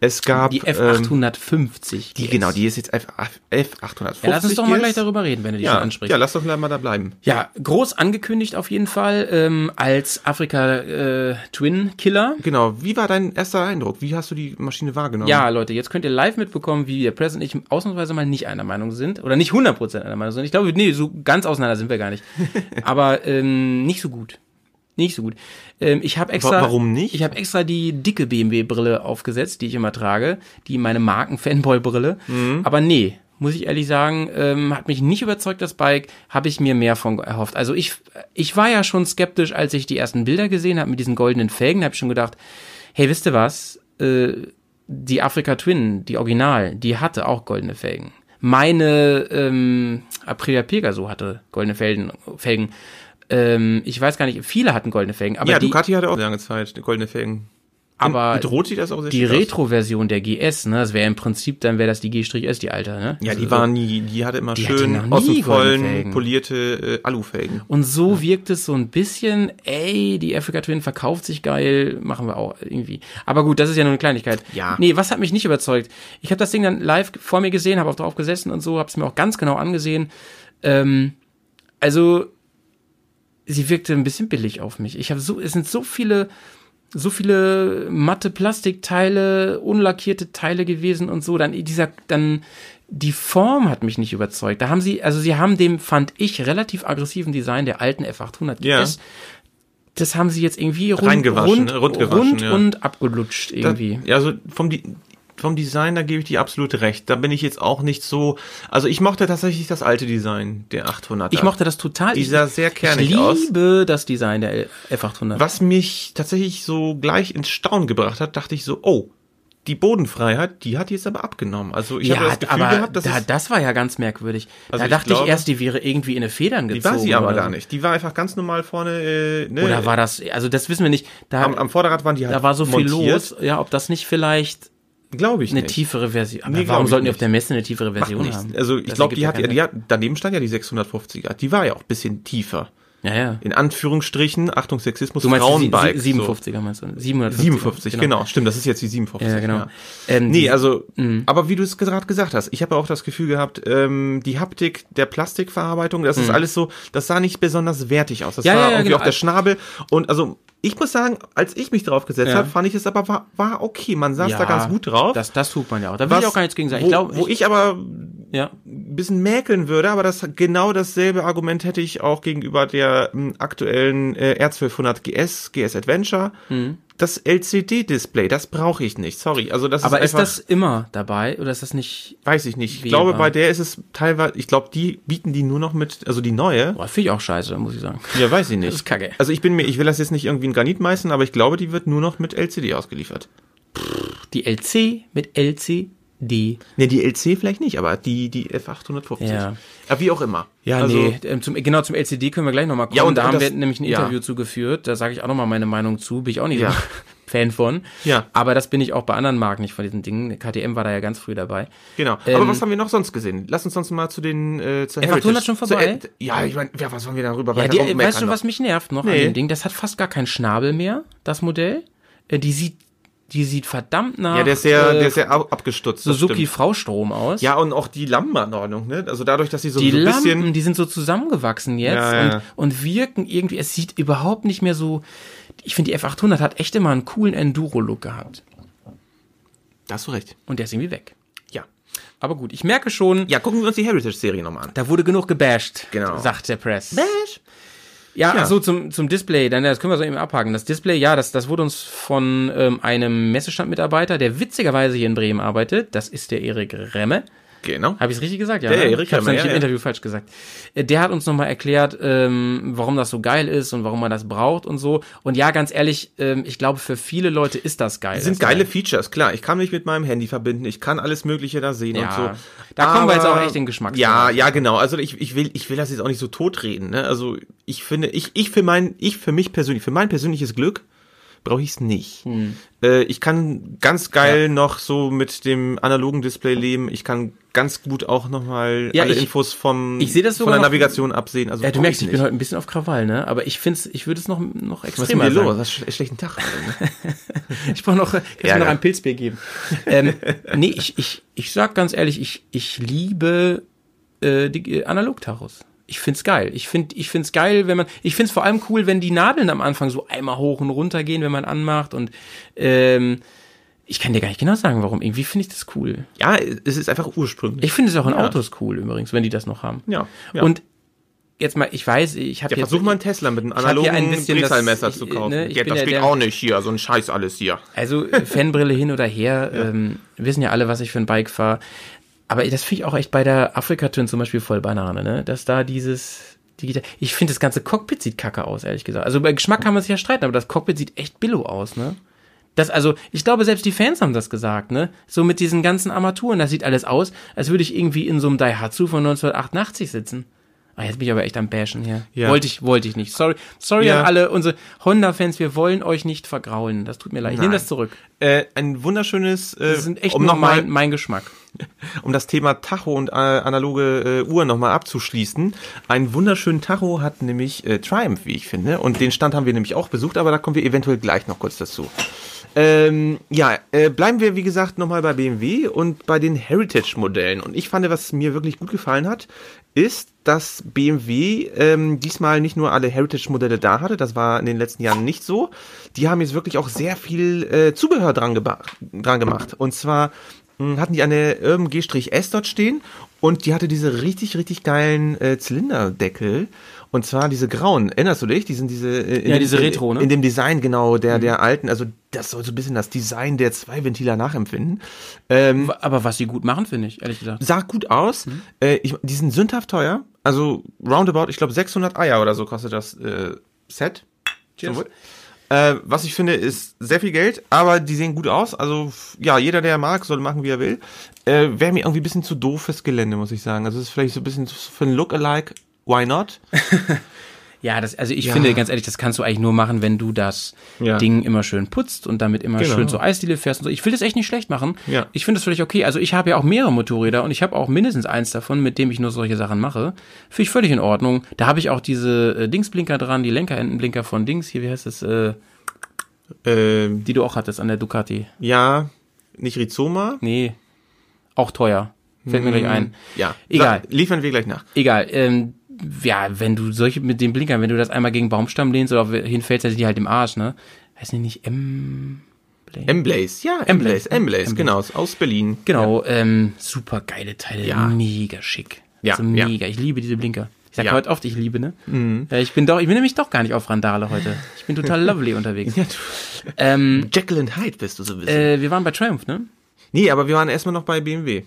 Speaker 2: Es gab
Speaker 1: Mhm. Die
Speaker 2: Ähm,
Speaker 1: F850.
Speaker 2: die, genau, die ist jetzt F, F850.
Speaker 1: Ja, lass uns doch mal
Speaker 2: GS.
Speaker 1: gleich darüber reden, wenn du die schon
Speaker 2: ja,
Speaker 1: ansprichst.
Speaker 2: ja, lass doch gleich mal da bleiben.
Speaker 1: Ja, groß angekündigt auf jeden Fall ähm, als Afrika äh, Twin Killer.
Speaker 2: Genau, wie war dein erster Eindruck? Wie hast du die Maschine wahrgenommen?
Speaker 1: Ja, Leute, jetzt könnt ihr live mitbekommen, wie der Press und ich ausnahmsweise mal nicht einer Meinung sind. Oder nicht 100% einer Meinung sind. Ich glaube, nee, so ganz auseinander sind wir gar nicht. Aber ähm, nicht so gut. Nicht so gut. Ähm, ich habe extra.
Speaker 2: Wa- warum nicht?
Speaker 1: Ich habe extra die dicke BMW-Brille aufgesetzt, die ich immer trage. Die meine Marken-Fanboy-Brille.
Speaker 2: Mhm.
Speaker 1: Aber nee. Muss ich ehrlich sagen, ähm, hat mich nicht überzeugt, das Bike. Habe ich mir mehr von erhofft. Also ich, ich war ja schon skeptisch, als ich die ersten Bilder gesehen habe mit diesen goldenen Felgen. Da habe ich schon gedacht, hey, wisst ihr was? Äh, die Africa Twin, die Original, die hatte auch goldene Felgen. Meine ähm, Aprilia Pegaso hatte goldene Felgen. Felgen. Ähm, ich weiß gar nicht, viele hatten goldene Felgen, aber
Speaker 2: ja
Speaker 1: die,
Speaker 2: Ducati hatte auch lange Zeit goldene Felgen.
Speaker 1: aber
Speaker 2: Mit Rot sieht das auch sehr
Speaker 1: die
Speaker 2: schick aus.
Speaker 1: Retro-Version der GS, ne, das wäre im Prinzip, dann wäre das die G-S, die alte, ne?
Speaker 2: Ja,
Speaker 1: Also
Speaker 2: die
Speaker 1: so.
Speaker 2: waren nie, die hatte immer
Speaker 1: hatte
Speaker 2: schön
Speaker 1: noch nie goldene
Speaker 2: außenvollen,
Speaker 1: Felgen.
Speaker 2: polierte äh, Alufelgen.
Speaker 1: Und so wirkt es so ein bisschen, ey, die Africa Twin verkauft sich geil, machen wir auch irgendwie. Aber gut, das ist ja nur eine Kleinigkeit.
Speaker 2: Ja.
Speaker 1: Nee, was hat mich nicht überzeugt? Ich habe das Ding dann live vor mir gesehen, habe auch drauf gesessen und so, habe es mir auch ganz genau angesehen. Ähm, also, sie wirkte ein bisschen billig auf mich. Ich habe so, es sind so viele, so viele matte Plastikteile, unlackierte Teile gewesen und so. Dann dieser, dann die Form hat mich nicht überzeugt. Da haben sie, also sie haben dem, fand ich, relativ aggressiven Design der alten F800 GS.
Speaker 2: Ja.
Speaker 1: Das haben sie jetzt irgendwie rund,
Speaker 2: Reingewaschen,
Speaker 1: rund,
Speaker 2: ne? Rund gewaschen,
Speaker 1: rund
Speaker 2: ja.
Speaker 1: und abgelutscht
Speaker 2: Da-
Speaker 1: irgendwie.
Speaker 2: Ja, also vom, Di- vom Design, da gebe ich dir absolut recht. Da bin ich jetzt auch nicht so. Also ich mochte tatsächlich das alte Design der 800.
Speaker 1: Ich mochte das total.
Speaker 2: Die sah sehr kernig
Speaker 1: ich
Speaker 2: aus.
Speaker 1: liebe das Design der F800.
Speaker 2: Was mich tatsächlich so gleich ins Staunen gebracht hat, dachte ich so, oh, die Bodenfreiheit, die hat jetzt aber abgenommen. Also ich
Speaker 1: ja,
Speaker 2: habe das Gefühl
Speaker 1: aber
Speaker 2: gehabt, dass
Speaker 1: da,
Speaker 2: es,
Speaker 1: das war ja ganz merkwürdig.
Speaker 2: Also
Speaker 1: da
Speaker 2: ich
Speaker 1: dachte ich,
Speaker 2: glaube-
Speaker 1: erst, die wäre irgendwie in eine Federn
Speaker 2: die
Speaker 1: gezogen.
Speaker 2: war sie aber
Speaker 1: oder
Speaker 2: gar
Speaker 1: so.
Speaker 2: nicht. Die war einfach ganz normal vorne. Äh, ne,
Speaker 1: Oder war das, also das wissen wir nicht. Da,
Speaker 2: am, am Vorderrad waren die halt
Speaker 1: da war so viel
Speaker 2: montiert.
Speaker 1: los. Ja, ob das nicht vielleicht
Speaker 2: Glaube ich
Speaker 1: eine
Speaker 2: nicht.
Speaker 1: tiefere Version. Aber
Speaker 2: Nee, glaub
Speaker 1: warum
Speaker 2: ich
Speaker 1: sollten die
Speaker 2: nicht.
Speaker 1: auf der Messe eine tiefere
Speaker 2: Macht
Speaker 1: Version
Speaker 2: nichts.
Speaker 1: haben?
Speaker 2: Also ich
Speaker 1: Das
Speaker 2: glaube,
Speaker 1: ergibt
Speaker 2: die
Speaker 1: ja
Speaker 2: hat ja,
Speaker 1: keinen
Speaker 2: die hat, daneben stand ja die 650er. Die war ja auch ein bisschen tiefer.
Speaker 1: Sinn. Ja, ja.
Speaker 2: In Anführungsstrichen, Achtung Sexismus,
Speaker 1: Du meinst sie-
Speaker 2: Frauenbike.
Speaker 1: sie- 57er meinst du? 750.
Speaker 2: So. 57, genau. Stimmt, das ist jetzt die 57.
Speaker 1: Ja, genau. Ähm,
Speaker 2: Nee,
Speaker 1: die-
Speaker 2: also, aber wie du es gerade gesagt hast, ich habe auch das Gefühl gehabt, ähm, die Haptik der Plastikverarbeitung, das ist alles so, das sah nicht besonders wertig aus. Das
Speaker 1: Mhm. Ja,
Speaker 2: war
Speaker 1: ja, ja,
Speaker 2: irgendwie
Speaker 1: genau.
Speaker 2: auch der Schnabel. Und also, ich muss sagen, als ich mich drauf gesetzt
Speaker 1: Ja.
Speaker 2: habe, fand ich es aber war, war okay. Man saß
Speaker 1: Ja,
Speaker 2: da ganz gut drauf.
Speaker 1: Das, das tut man ja auch. Da will ich auch gar nichts gegen sagen.
Speaker 2: Wo,
Speaker 1: Ich glaube,
Speaker 2: wo ich aber
Speaker 1: ja.
Speaker 2: ein bisschen mäkeln würde, aber das genau dasselbe Argument hätte ich auch gegenüber der m, aktuellen äh, R1200 GS, GS Adventure.
Speaker 1: Mhm.
Speaker 2: Das LCD-Display, das brauche ich nicht, sorry. Also das
Speaker 1: Aber
Speaker 2: ist,
Speaker 1: ist
Speaker 2: einfach,
Speaker 1: das immer dabei oder ist das nicht?
Speaker 2: weiß ich nicht. Ich
Speaker 1: wählbar?
Speaker 2: glaube, bei der ist es teilweise, ich glaube, die bieten die nur noch mit, also die neue.
Speaker 1: Boah, finde ich auch scheiße, muss ich sagen.
Speaker 2: Ja, weiß ich nicht.
Speaker 1: Das ist kacke.
Speaker 2: Also ich bin mir, ich will das jetzt nicht irgendwie in Granit meißen, aber ich glaube, die wird nur noch mit LCD ausgeliefert.
Speaker 1: Die LC mit LCD.
Speaker 2: Ne, die LC vielleicht nicht, aber die, die F850.
Speaker 1: Ja.
Speaker 2: Aber wie auch immer.
Speaker 1: Ja,
Speaker 2: Also-
Speaker 1: nee, ähm, zum, genau zum LCD können wir gleich nochmal kommen.
Speaker 2: Ja,
Speaker 1: Ja,
Speaker 2: und-
Speaker 1: und da
Speaker 2: und
Speaker 1: haben wir
Speaker 2: das-
Speaker 1: nämlich ein
Speaker 2: ja.
Speaker 1: Interview zugeführt, da sage ich auch nochmal meine Meinung zu, bin ich auch nicht
Speaker 2: Ja.
Speaker 1: so Fan von.
Speaker 2: Ja.
Speaker 1: Aber das bin ich auch bei anderen Marken nicht von diesen Dingen. KTM war da ja ganz früh dabei.
Speaker 2: Genau.
Speaker 1: Ähm,
Speaker 2: Aber was haben wir noch sonst gesehen? Lass uns sonst mal zu den äh, zur
Speaker 1: F800
Speaker 2: Heritage-
Speaker 1: schon
Speaker 2: zur
Speaker 1: vorbei?
Speaker 2: Ed- ja, ich meine, ja, was wollen wir darüber
Speaker 1: Ja,
Speaker 2: weiter
Speaker 1: die,
Speaker 2: rummeckern
Speaker 1: weißt du,
Speaker 2: noch?
Speaker 1: was mich nervt noch
Speaker 2: Nee.
Speaker 1: an dem Ding? Das hat fast gar keinen Schnabel mehr, das Modell. Äh, die sieht, die sieht verdammt nach
Speaker 2: Ja, der ist sehr,
Speaker 1: äh,
Speaker 2: der ist sehr ab- abgestutzt. das
Speaker 1: Suzuki
Speaker 2: stimmt.
Speaker 1: Fraustrom aus.
Speaker 2: Ja, und auch die Lampenanordnung, ne? Also dadurch, dass sie so,
Speaker 1: Die
Speaker 2: so ein bisschen
Speaker 1: Lampen, die sind so zusammengewachsen jetzt
Speaker 2: Ja, ja, ja.
Speaker 1: Und, und wirken irgendwie, es sieht überhaupt nicht mehr so, ich finde, die F800 hat echt immer einen coolen Enduro-Look gehabt.
Speaker 2: Da hast du recht.
Speaker 1: Und der ist irgendwie weg.
Speaker 2: Ja.
Speaker 1: Aber gut, ich merke schon,
Speaker 2: Ja, gucken wir uns die Heritage-Serie nochmal an.
Speaker 1: da wurde genug gebasht,
Speaker 2: Genau.
Speaker 1: sagt der Press.
Speaker 2: Bash.
Speaker 1: Ja,
Speaker 2: Ja.
Speaker 1: ach so zum, zum Display, dann, das können wir so eben abhaken. Das Display, ja, das, das wurde uns von ähm, einem Messestandmitarbeiter, der witzigerweise hier in Bremen arbeitet, das ist der Erik Remme.
Speaker 2: Genau.
Speaker 1: Habe ich es richtig gesagt? Ja,
Speaker 2: Der
Speaker 1: ne?
Speaker 2: Erik
Speaker 1: ich habe es
Speaker 2: Hammer,
Speaker 1: nämlich im
Speaker 2: ja, ja.
Speaker 1: Interview falsch gesagt. Äh, Der hat uns nochmal erklärt, ähm, warum das so geil ist und warum man das braucht und so. Und ja, ganz ehrlich, ähm, ich glaube, für viele Leute ist das geil.
Speaker 2: Das sind
Speaker 1: das
Speaker 2: geile
Speaker 1: Teil.
Speaker 2: Features, klar. Ich kann mich mit meinem Handy verbinden, ich kann alles Mögliche da sehen und
Speaker 1: Ja.
Speaker 2: so.
Speaker 1: Da kommen wir jetzt auch echt in Geschmackssache.
Speaker 2: Ja, ja, genau. Also ich, ich will, ich will das jetzt auch nicht so totreden. Ne? Also ich finde, ich, ich für mein, ich für mich persönlich, für mein persönliches Glück brauche ich es nicht.
Speaker 1: Hm.
Speaker 2: Äh, ich kann ganz geil noch so mit dem analogen Display leben. Ich kann ganz gut auch nochmal
Speaker 1: Ja,
Speaker 2: alle
Speaker 1: ich-
Speaker 2: Infos vom
Speaker 1: ich sehe das
Speaker 2: von
Speaker 1: sogar
Speaker 2: der
Speaker 1: noch-
Speaker 2: Navigation absehen. Also
Speaker 1: Ja, du
Speaker 2: brauch
Speaker 1: merkst, ich bin
Speaker 2: nicht.
Speaker 1: heute ein bisschen auf Krawall, ne? Aber ich find's, ich würde es noch, noch
Speaker 2: was ist denn
Speaker 1: extremer
Speaker 2: hier
Speaker 1: sagen.
Speaker 2: los? Was sch schlechten Tag.
Speaker 1: Ich brauche noch, kannst du mir
Speaker 2: Ärger.
Speaker 1: noch ein Pilzbier geben. ähm, nee, ich, ich, ich sag ganz ehrlich, ich, ich liebe äh, die äh, Analog-Taros. Ich find's geil. Ich find, ich find's geil, wenn man, ich find's vor allem cool, wenn die Nadeln am Anfang so einmal hoch und runter gehen, wenn man anmacht und ähm, ich kann dir gar nicht genau sagen, warum. Irgendwie finde ich das cool.
Speaker 2: ja, es ist einfach ursprünglich.
Speaker 1: Ich finde es auch in
Speaker 2: Ja.
Speaker 1: Autos cool übrigens, wenn die das noch haben.
Speaker 2: Ja, ja.
Speaker 1: Und jetzt mal, ich weiß, ich habe
Speaker 2: Ja,
Speaker 1: jetzt
Speaker 2: versuch mal einen Tesla mit einem
Speaker 1: hab hier
Speaker 2: analogen
Speaker 1: ein bisschen das-
Speaker 2: Drehzahlmesser
Speaker 1: ich-
Speaker 2: zu
Speaker 1: ich-
Speaker 2: kaufen.
Speaker 1: ne, ich
Speaker 2: ja,
Speaker 1: bin
Speaker 2: das
Speaker 1: ja
Speaker 2: geht
Speaker 1: der-
Speaker 2: auch nicht hier, so ein Scheiß alles hier.
Speaker 1: Also äh, Fanbrille hin oder her, ähm, wissen ja alle, was ich für ein Bike fahre. Aber das finde ich auch echt bei der Afrika Twin zum Beispiel voll Banane, ne? Dass da dieses digital. Ich finde das ganze Cockpit sieht kacke aus, ehrlich gesagt. Also bei Geschmack kann man sich ja streiten, aber das Cockpit sieht echt billow aus, ne? Das, also, ich glaube, selbst die Fans haben das gesagt, ne? So mit diesen ganzen Armaturen, das sieht alles aus, als würde ich irgendwie in so einem Daihatsu von 1988 sitzen. Ah, jetzt bin ich aber echt am Bashen hier.
Speaker 2: Ja.
Speaker 1: Wollte ich, wollte ich nicht. Sorry, sorry
Speaker 2: Ja.
Speaker 1: an alle unsere Honda-Fans, wir wollen euch nicht vergraulen. Das tut mir leid. Ich nehme
Speaker 2: Nein.
Speaker 1: das zurück.
Speaker 2: Äh, ein wunderschönes, äh,
Speaker 1: Das sind echt
Speaker 2: um
Speaker 1: nur
Speaker 2: nochmal
Speaker 1: mein, mein Geschmack.
Speaker 2: um das Thema Tacho und äh, analoge äh, Uhr nochmal abzuschließen. Einen wunderschönen Tacho hat nämlich äh, Triumph, wie ich finde. Und den Stand haben wir nämlich auch besucht, aber da kommen wir eventuell gleich noch kurz dazu. Ähm, ja, äh, bleiben wir wie gesagt nochmal bei BMW und bei den Heritage-Modellen. Und ich fand, was mir wirklich gut gefallen hat, ist, dass BMW ähm, diesmal nicht nur alle Heritage-Modelle da hatte, das war in den letzten Jahren nicht so. Die haben jetzt wirklich auch sehr viel äh, Zubehör dran, geba- dran gemacht. Und zwar hatten die an der Irben G-S dort stehen und die hatte diese richtig, richtig geilen äh, Zylinderdeckel. Und zwar diese grauen, erinnerst du dich? Die sind diese, äh, in
Speaker 1: Ja,
Speaker 2: dem-
Speaker 1: diese Retro, ne?
Speaker 2: In dem Design, genau,
Speaker 1: Mhm.
Speaker 2: der, der alten, also das soll so ein bisschen das Design der Zweiventiler nachempfinden. Ähm,
Speaker 1: Aber was sie gut machen, finde ich, ehrlich gesagt.
Speaker 2: sah gut aus.
Speaker 1: Mhm.
Speaker 2: Äh, ich, die sind sündhaft teuer. Also roundabout, ich glaube 600 Eier oder so kostet das äh, Set. Zum Wohl. Äh, was ich finde, ist sehr viel Geld, aber die sehen gut aus. Also f- ja, jeder, der mag, soll machen, wie er will. Äh, Wäre mir irgendwie ein bisschen zu doof fürs Gelände, muss ich sagen. Also es ist vielleicht so ein bisschen für ein Lookalike. Why not?
Speaker 1: Ja, das, also ich finde, ganz ehrlich, das kannst du eigentlich nur machen, wenn du das
Speaker 2: Ja.
Speaker 1: Ding immer schön putzt und damit immer
Speaker 2: Genau.
Speaker 1: schön zur Eisdiele fährst und so. Ich will das echt nicht schlecht machen.
Speaker 2: Ja.
Speaker 1: Ich finde das völlig okay. Also ich habe ja auch mehrere Motorräder und ich habe auch mindestens eins davon, mit dem ich nur solche Sachen mache. Finde ich völlig in Ordnung. Da habe ich auch diese äh, Dingsblinker dran, die Lenkerendenblinker von Dings. Hier, wie heißt das? Äh,
Speaker 2: Ähm,
Speaker 1: die du auch hattest an der Ducati.
Speaker 2: ja, nicht Rizoma.
Speaker 1: Nee, auch teuer. Fällt mir gleich
Speaker 2: Mhm.
Speaker 1: ein.
Speaker 2: Ja,
Speaker 1: Egal.
Speaker 2: Sa- Liefern wir gleich nach.
Speaker 1: Egal. Ähm, ja, wenn du solche mit den Blinkern, wenn du das einmal gegen einen Baumstamm lehnst oder auf- hinfällst, dann sind die halt im Arsch, ne? Heißt die nicht M.
Speaker 2: M-Blaze, ja,
Speaker 1: M-Blaze,
Speaker 2: M-Blaze, M-Blaze, genau, aus Berlin.
Speaker 1: Genau, ähm, super geile Teile.
Speaker 2: Ja.
Speaker 1: Mega schick.
Speaker 2: Ja,
Speaker 1: Also
Speaker 2: ja.
Speaker 1: mega. Ich liebe diese Blinker. Ich sag
Speaker 2: Ja. Mhm.
Speaker 1: heute oft, ich liebe, ne? Ja, ich bin doch, ich bin nämlich doch gar nicht auf Randale heute. Ich bin total lovely unterwegs.
Speaker 2: Ja, du,
Speaker 1: Ähm,
Speaker 2: Jekyll and Hyde bist du so ein bisschen.
Speaker 1: äh, wir waren bei Triumph, ne?
Speaker 2: Nee, aber wir waren erstmal noch bei BMW.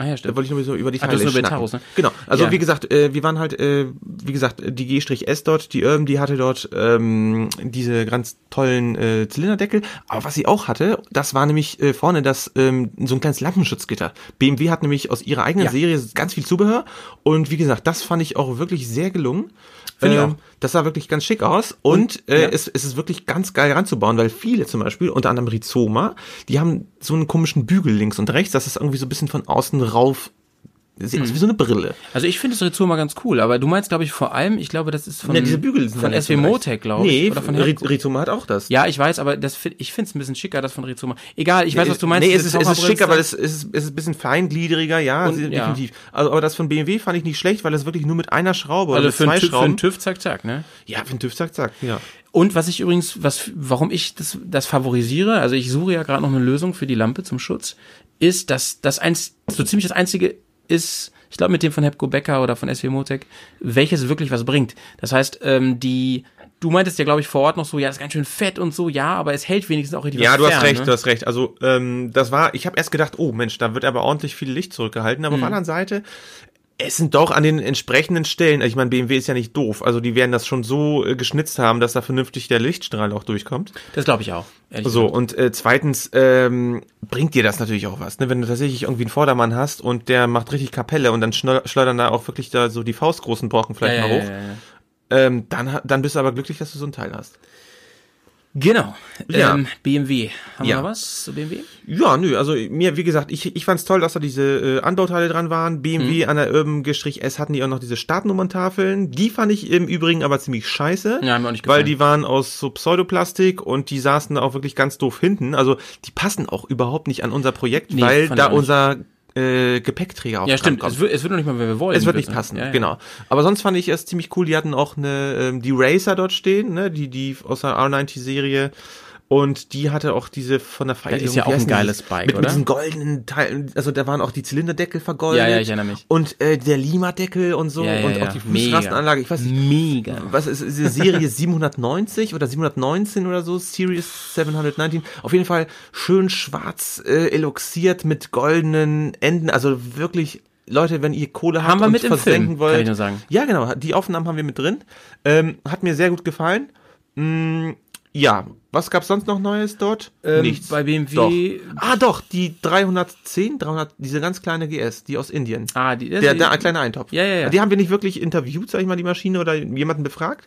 Speaker 1: Ah ja, stimmt.
Speaker 2: Da wollte ich sowieso über die
Speaker 1: Ah, du hast
Speaker 2: Teile
Speaker 1: nur bei
Speaker 2: schnacken.
Speaker 1: Taros, ne?
Speaker 2: Genau. Also
Speaker 1: Ja.
Speaker 2: wie gesagt, äh, wir waren halt, äh, wie gesagt, die G-S dort, die Irm, die hatte dort ähm, diese ganz tollen äh, Zylinderdeckel. Aber was sie auch hatte, das war nämlich äh, vorne das ähm, so ein kleines Lampenschutzgitter. BMW hat nämlich aus ihrer eigenen
Speaker 1: Ja.
Speaker 2: Serie ganz viel Zubehör. Und wie gesagt, das fand ich auch wirklich sehr gelungen. Ähm,
Speaker 1: Finde ich auch.
Speaker 2: Das sah wirklich ganz schick aus und, äh,
Speaker 1: ja.
Speaker 2: es, es ist wirklich ganz geil ranzubauen, weil viele zum Beispiel, unter anderem Rizoma, die haben so einen komischen Bügel links und rechts, dass es irgendwie so ein bisschen von außen rauf sieht aus wie so eine Brille.
Speaker 1: Also ich finde das Rhizoma ganz cool, aber du meinst, glaube ich, vor allem, ich glaube, das ist von,
Speaker 2: halt
Speaker 1: von SW Motec, glaube ich.
Speaker 2: Nee,
Speaker 1: oder von
Speaker 2: Ri- Rizoma hat auch das.
Speaker 1: Ja, ich weiß, aber das, fi- ich find's ein bisschen schicker, das von Rizoma. Egal, ich weiß, was du meinst.
Speaker 2: Nee, es
Speaker 1: diese
Speaker 2: ist, es ist
Speaker 1: Taucherbrillen-
Speaker 2: schick, aber es ist, es ist ein bisschen feingliedriger, ja,
Speaker 1: Und-
Speaker 2: sie-
Speaker 1: ja.
Speaker 2: definitiv. Also, aber das von BMW fand ich nicht schlecht, weil das wirklich nur mit einer Schraube oder
Speaker 1: also
Speaker 2: mit
Speaker 1: für einen
Speaker 2: zwei
Speaker 1: TÜV, für einen
Speaker 2: Schrauben.
Speaker 1: TÜV, zack, zack, ne?
Speaker 2: ja, für einen TÜV, zack, zack, ja.
Speaker 1: Und was ich übrigens, was, warum ich das, das favorisiere, also ich suche ja gerade noch eine Lösung für die Lampe zum Schutz, ist, dass das eins, so ziemlich das einzige ist, ich glaube mit dem von Hepco Becker oder von SW Motec, welches wirklich was bringt. Das heißt, ähm, die, du meintest ja, glaube ich, vor Ort noch so, ja, das ist ganz schön fett und so, ja, aber es hält wenigstens auch richtig
Speaker 2: Ja,
Speaker 1: was
Speaker 2: du hast
Speaker 1: fern,
Speaker 2: recht,
Speaker 1: ne?
Speaker 2: du hast recht. Also ähm, das war, ich habe erst gedacht, oh Mensch, da wird aber ordentlich viel Licht zurückgehalten.
Speaker 1: Hm.
Speaker 2: Aber auf der anderen Seite, es sind doch an den entsprechenden Stellen, ich meine, BMW ist ja nicht doof, also die werden das schon so äh, geschnitzt haben, dass da vernünftig der Lichtstrahl auch durchkommt.
Speaker 1: Das glaube ich auch. ehrlich
Speaker 2: So, und äh, zweitens ähm, bringt dir das natürlich auch was, ne? Wenn du tatsächlich irgendwie einen Vordermann hast und der macht richtig Kapelle und dann schno- schleudern da auch wirklich da so die faustgroßen Brocken
Speaker 1: gesagt.
Speaker 2: vielleicht
Speaker 1: ja,
Speaker 2: mal
Speaker 1: ja,
Speaker 2: hoch,
Speaker 1: ja, ja.
Speaker 2: Ähm, dann, ha- dann bist du aber glücklich, dass du so ein Teil hast.
Speaker 1: Genau.
Speaker 2: Ja.
Speaker 1: Ähm, BMW. Haben
Speaker 2: Ja.
Speaker 1: wir noch was zu BMW?
Speaker 2: Ja, nö, also mir, wie gesagt, ich, ich fand's toll, dass da diese äh, Anbauteile dran waren. BMW
Speaker 1: Mhm.
Speaker 2: an der Urban-S hatten die auch noch diese Startnummerntafeln. Die fand ich im Übrigen aber ziemlich scheiße.
Speaker 1: Ja, haben mir auch nicht
Speaker 2: Weil
Speaker 1: gefallen.
Speaker 2: die waren aus so Pseudoplastik und die saßen da auch wirklich ganz doof hinten. Also die passen auch überhaupt nicht an unser Projekt,
Speaker 1: Nee,
Speaker 2: weil
Speaker 1: fand ich
Speaker 2: da
Speaker 1: auch nicht.
Speaker 2: unser äh, Gepäckträger auch
Speaker 1: Ja, stimmt.
Speaker 2: drankommt.
Speaker 1: Es wird, es wird noch nicht mal, wenn wir wollen.
Speaker 2: Es wird nicht
Speaker 1: wissen.
Speaker 2: passen,
Speaker 1: Ja, ja.
Speaker 2: genau. Aber sonst fand ich es ziemlich cool. Die hatten auch eine, ähm, die Racer dort stehen, ne? die, die aus der R90-Serie. Und die hatte auch diese von der Feierung.
Speaker 1: ist ja auch ein geiles Bike,
Speaker 2: mit,
Speaker 1: oder?
Speaker 2: Mit diesen goldenen Teilen. Also da waren auch die Zylinderdeckel vergoldet.
Speaker 1: Ja, ja, ich erinnere mich.
Speaker 2: Und äh, der Lima-Deckel und so.
Speaker 1: Ja, ja,
Speaker 2: und
Speaker 1: ja.
Speaker 2: auch die Fußrastenanlage. Ich weiß nicht,
Speaker 1: Mega.
Speaker 2: was ist diese Serie 790 oder 719 oder so? Series 719. Auf jeden Fall schön schwarz äh, eloxiert mit goldenen Enden. Also wirklich, Leute, wenn ihr Kohle habt
Speaker 1: Haben wir
Speaker 2: und
Speaker 1: mit im
Speaker 2: versenken
Speaker 1: Film,
Speaker 2: wollt.
Speaker 1: kann ich nur sagen.
Speaker 2: Ja, genau. Die Aufnahmen haben wir mit drin. Ähm, hat mir sehr gut gefallen. Mm, ja, was gab's sonst noch Neues dort?
Speaker 1: Nichts. Ähm, Bei
Speaker 2: Doch.
Speaker 1: BMW.
Speaker 2: Ah, doch, die 310, 300, diese ganz kleine GS, die aus Indien.
Speaker 1: Ah, die, das
Speaker 2: Der,
Speaker 1: ist-
Speaker 2: der kleine Eintopf.
Speaker 1: Ja, ja, ja.
Speaker 2: Die haben wir nicht wirklich interviewt, sag ich mal, die Maschine oder jemanden befragt,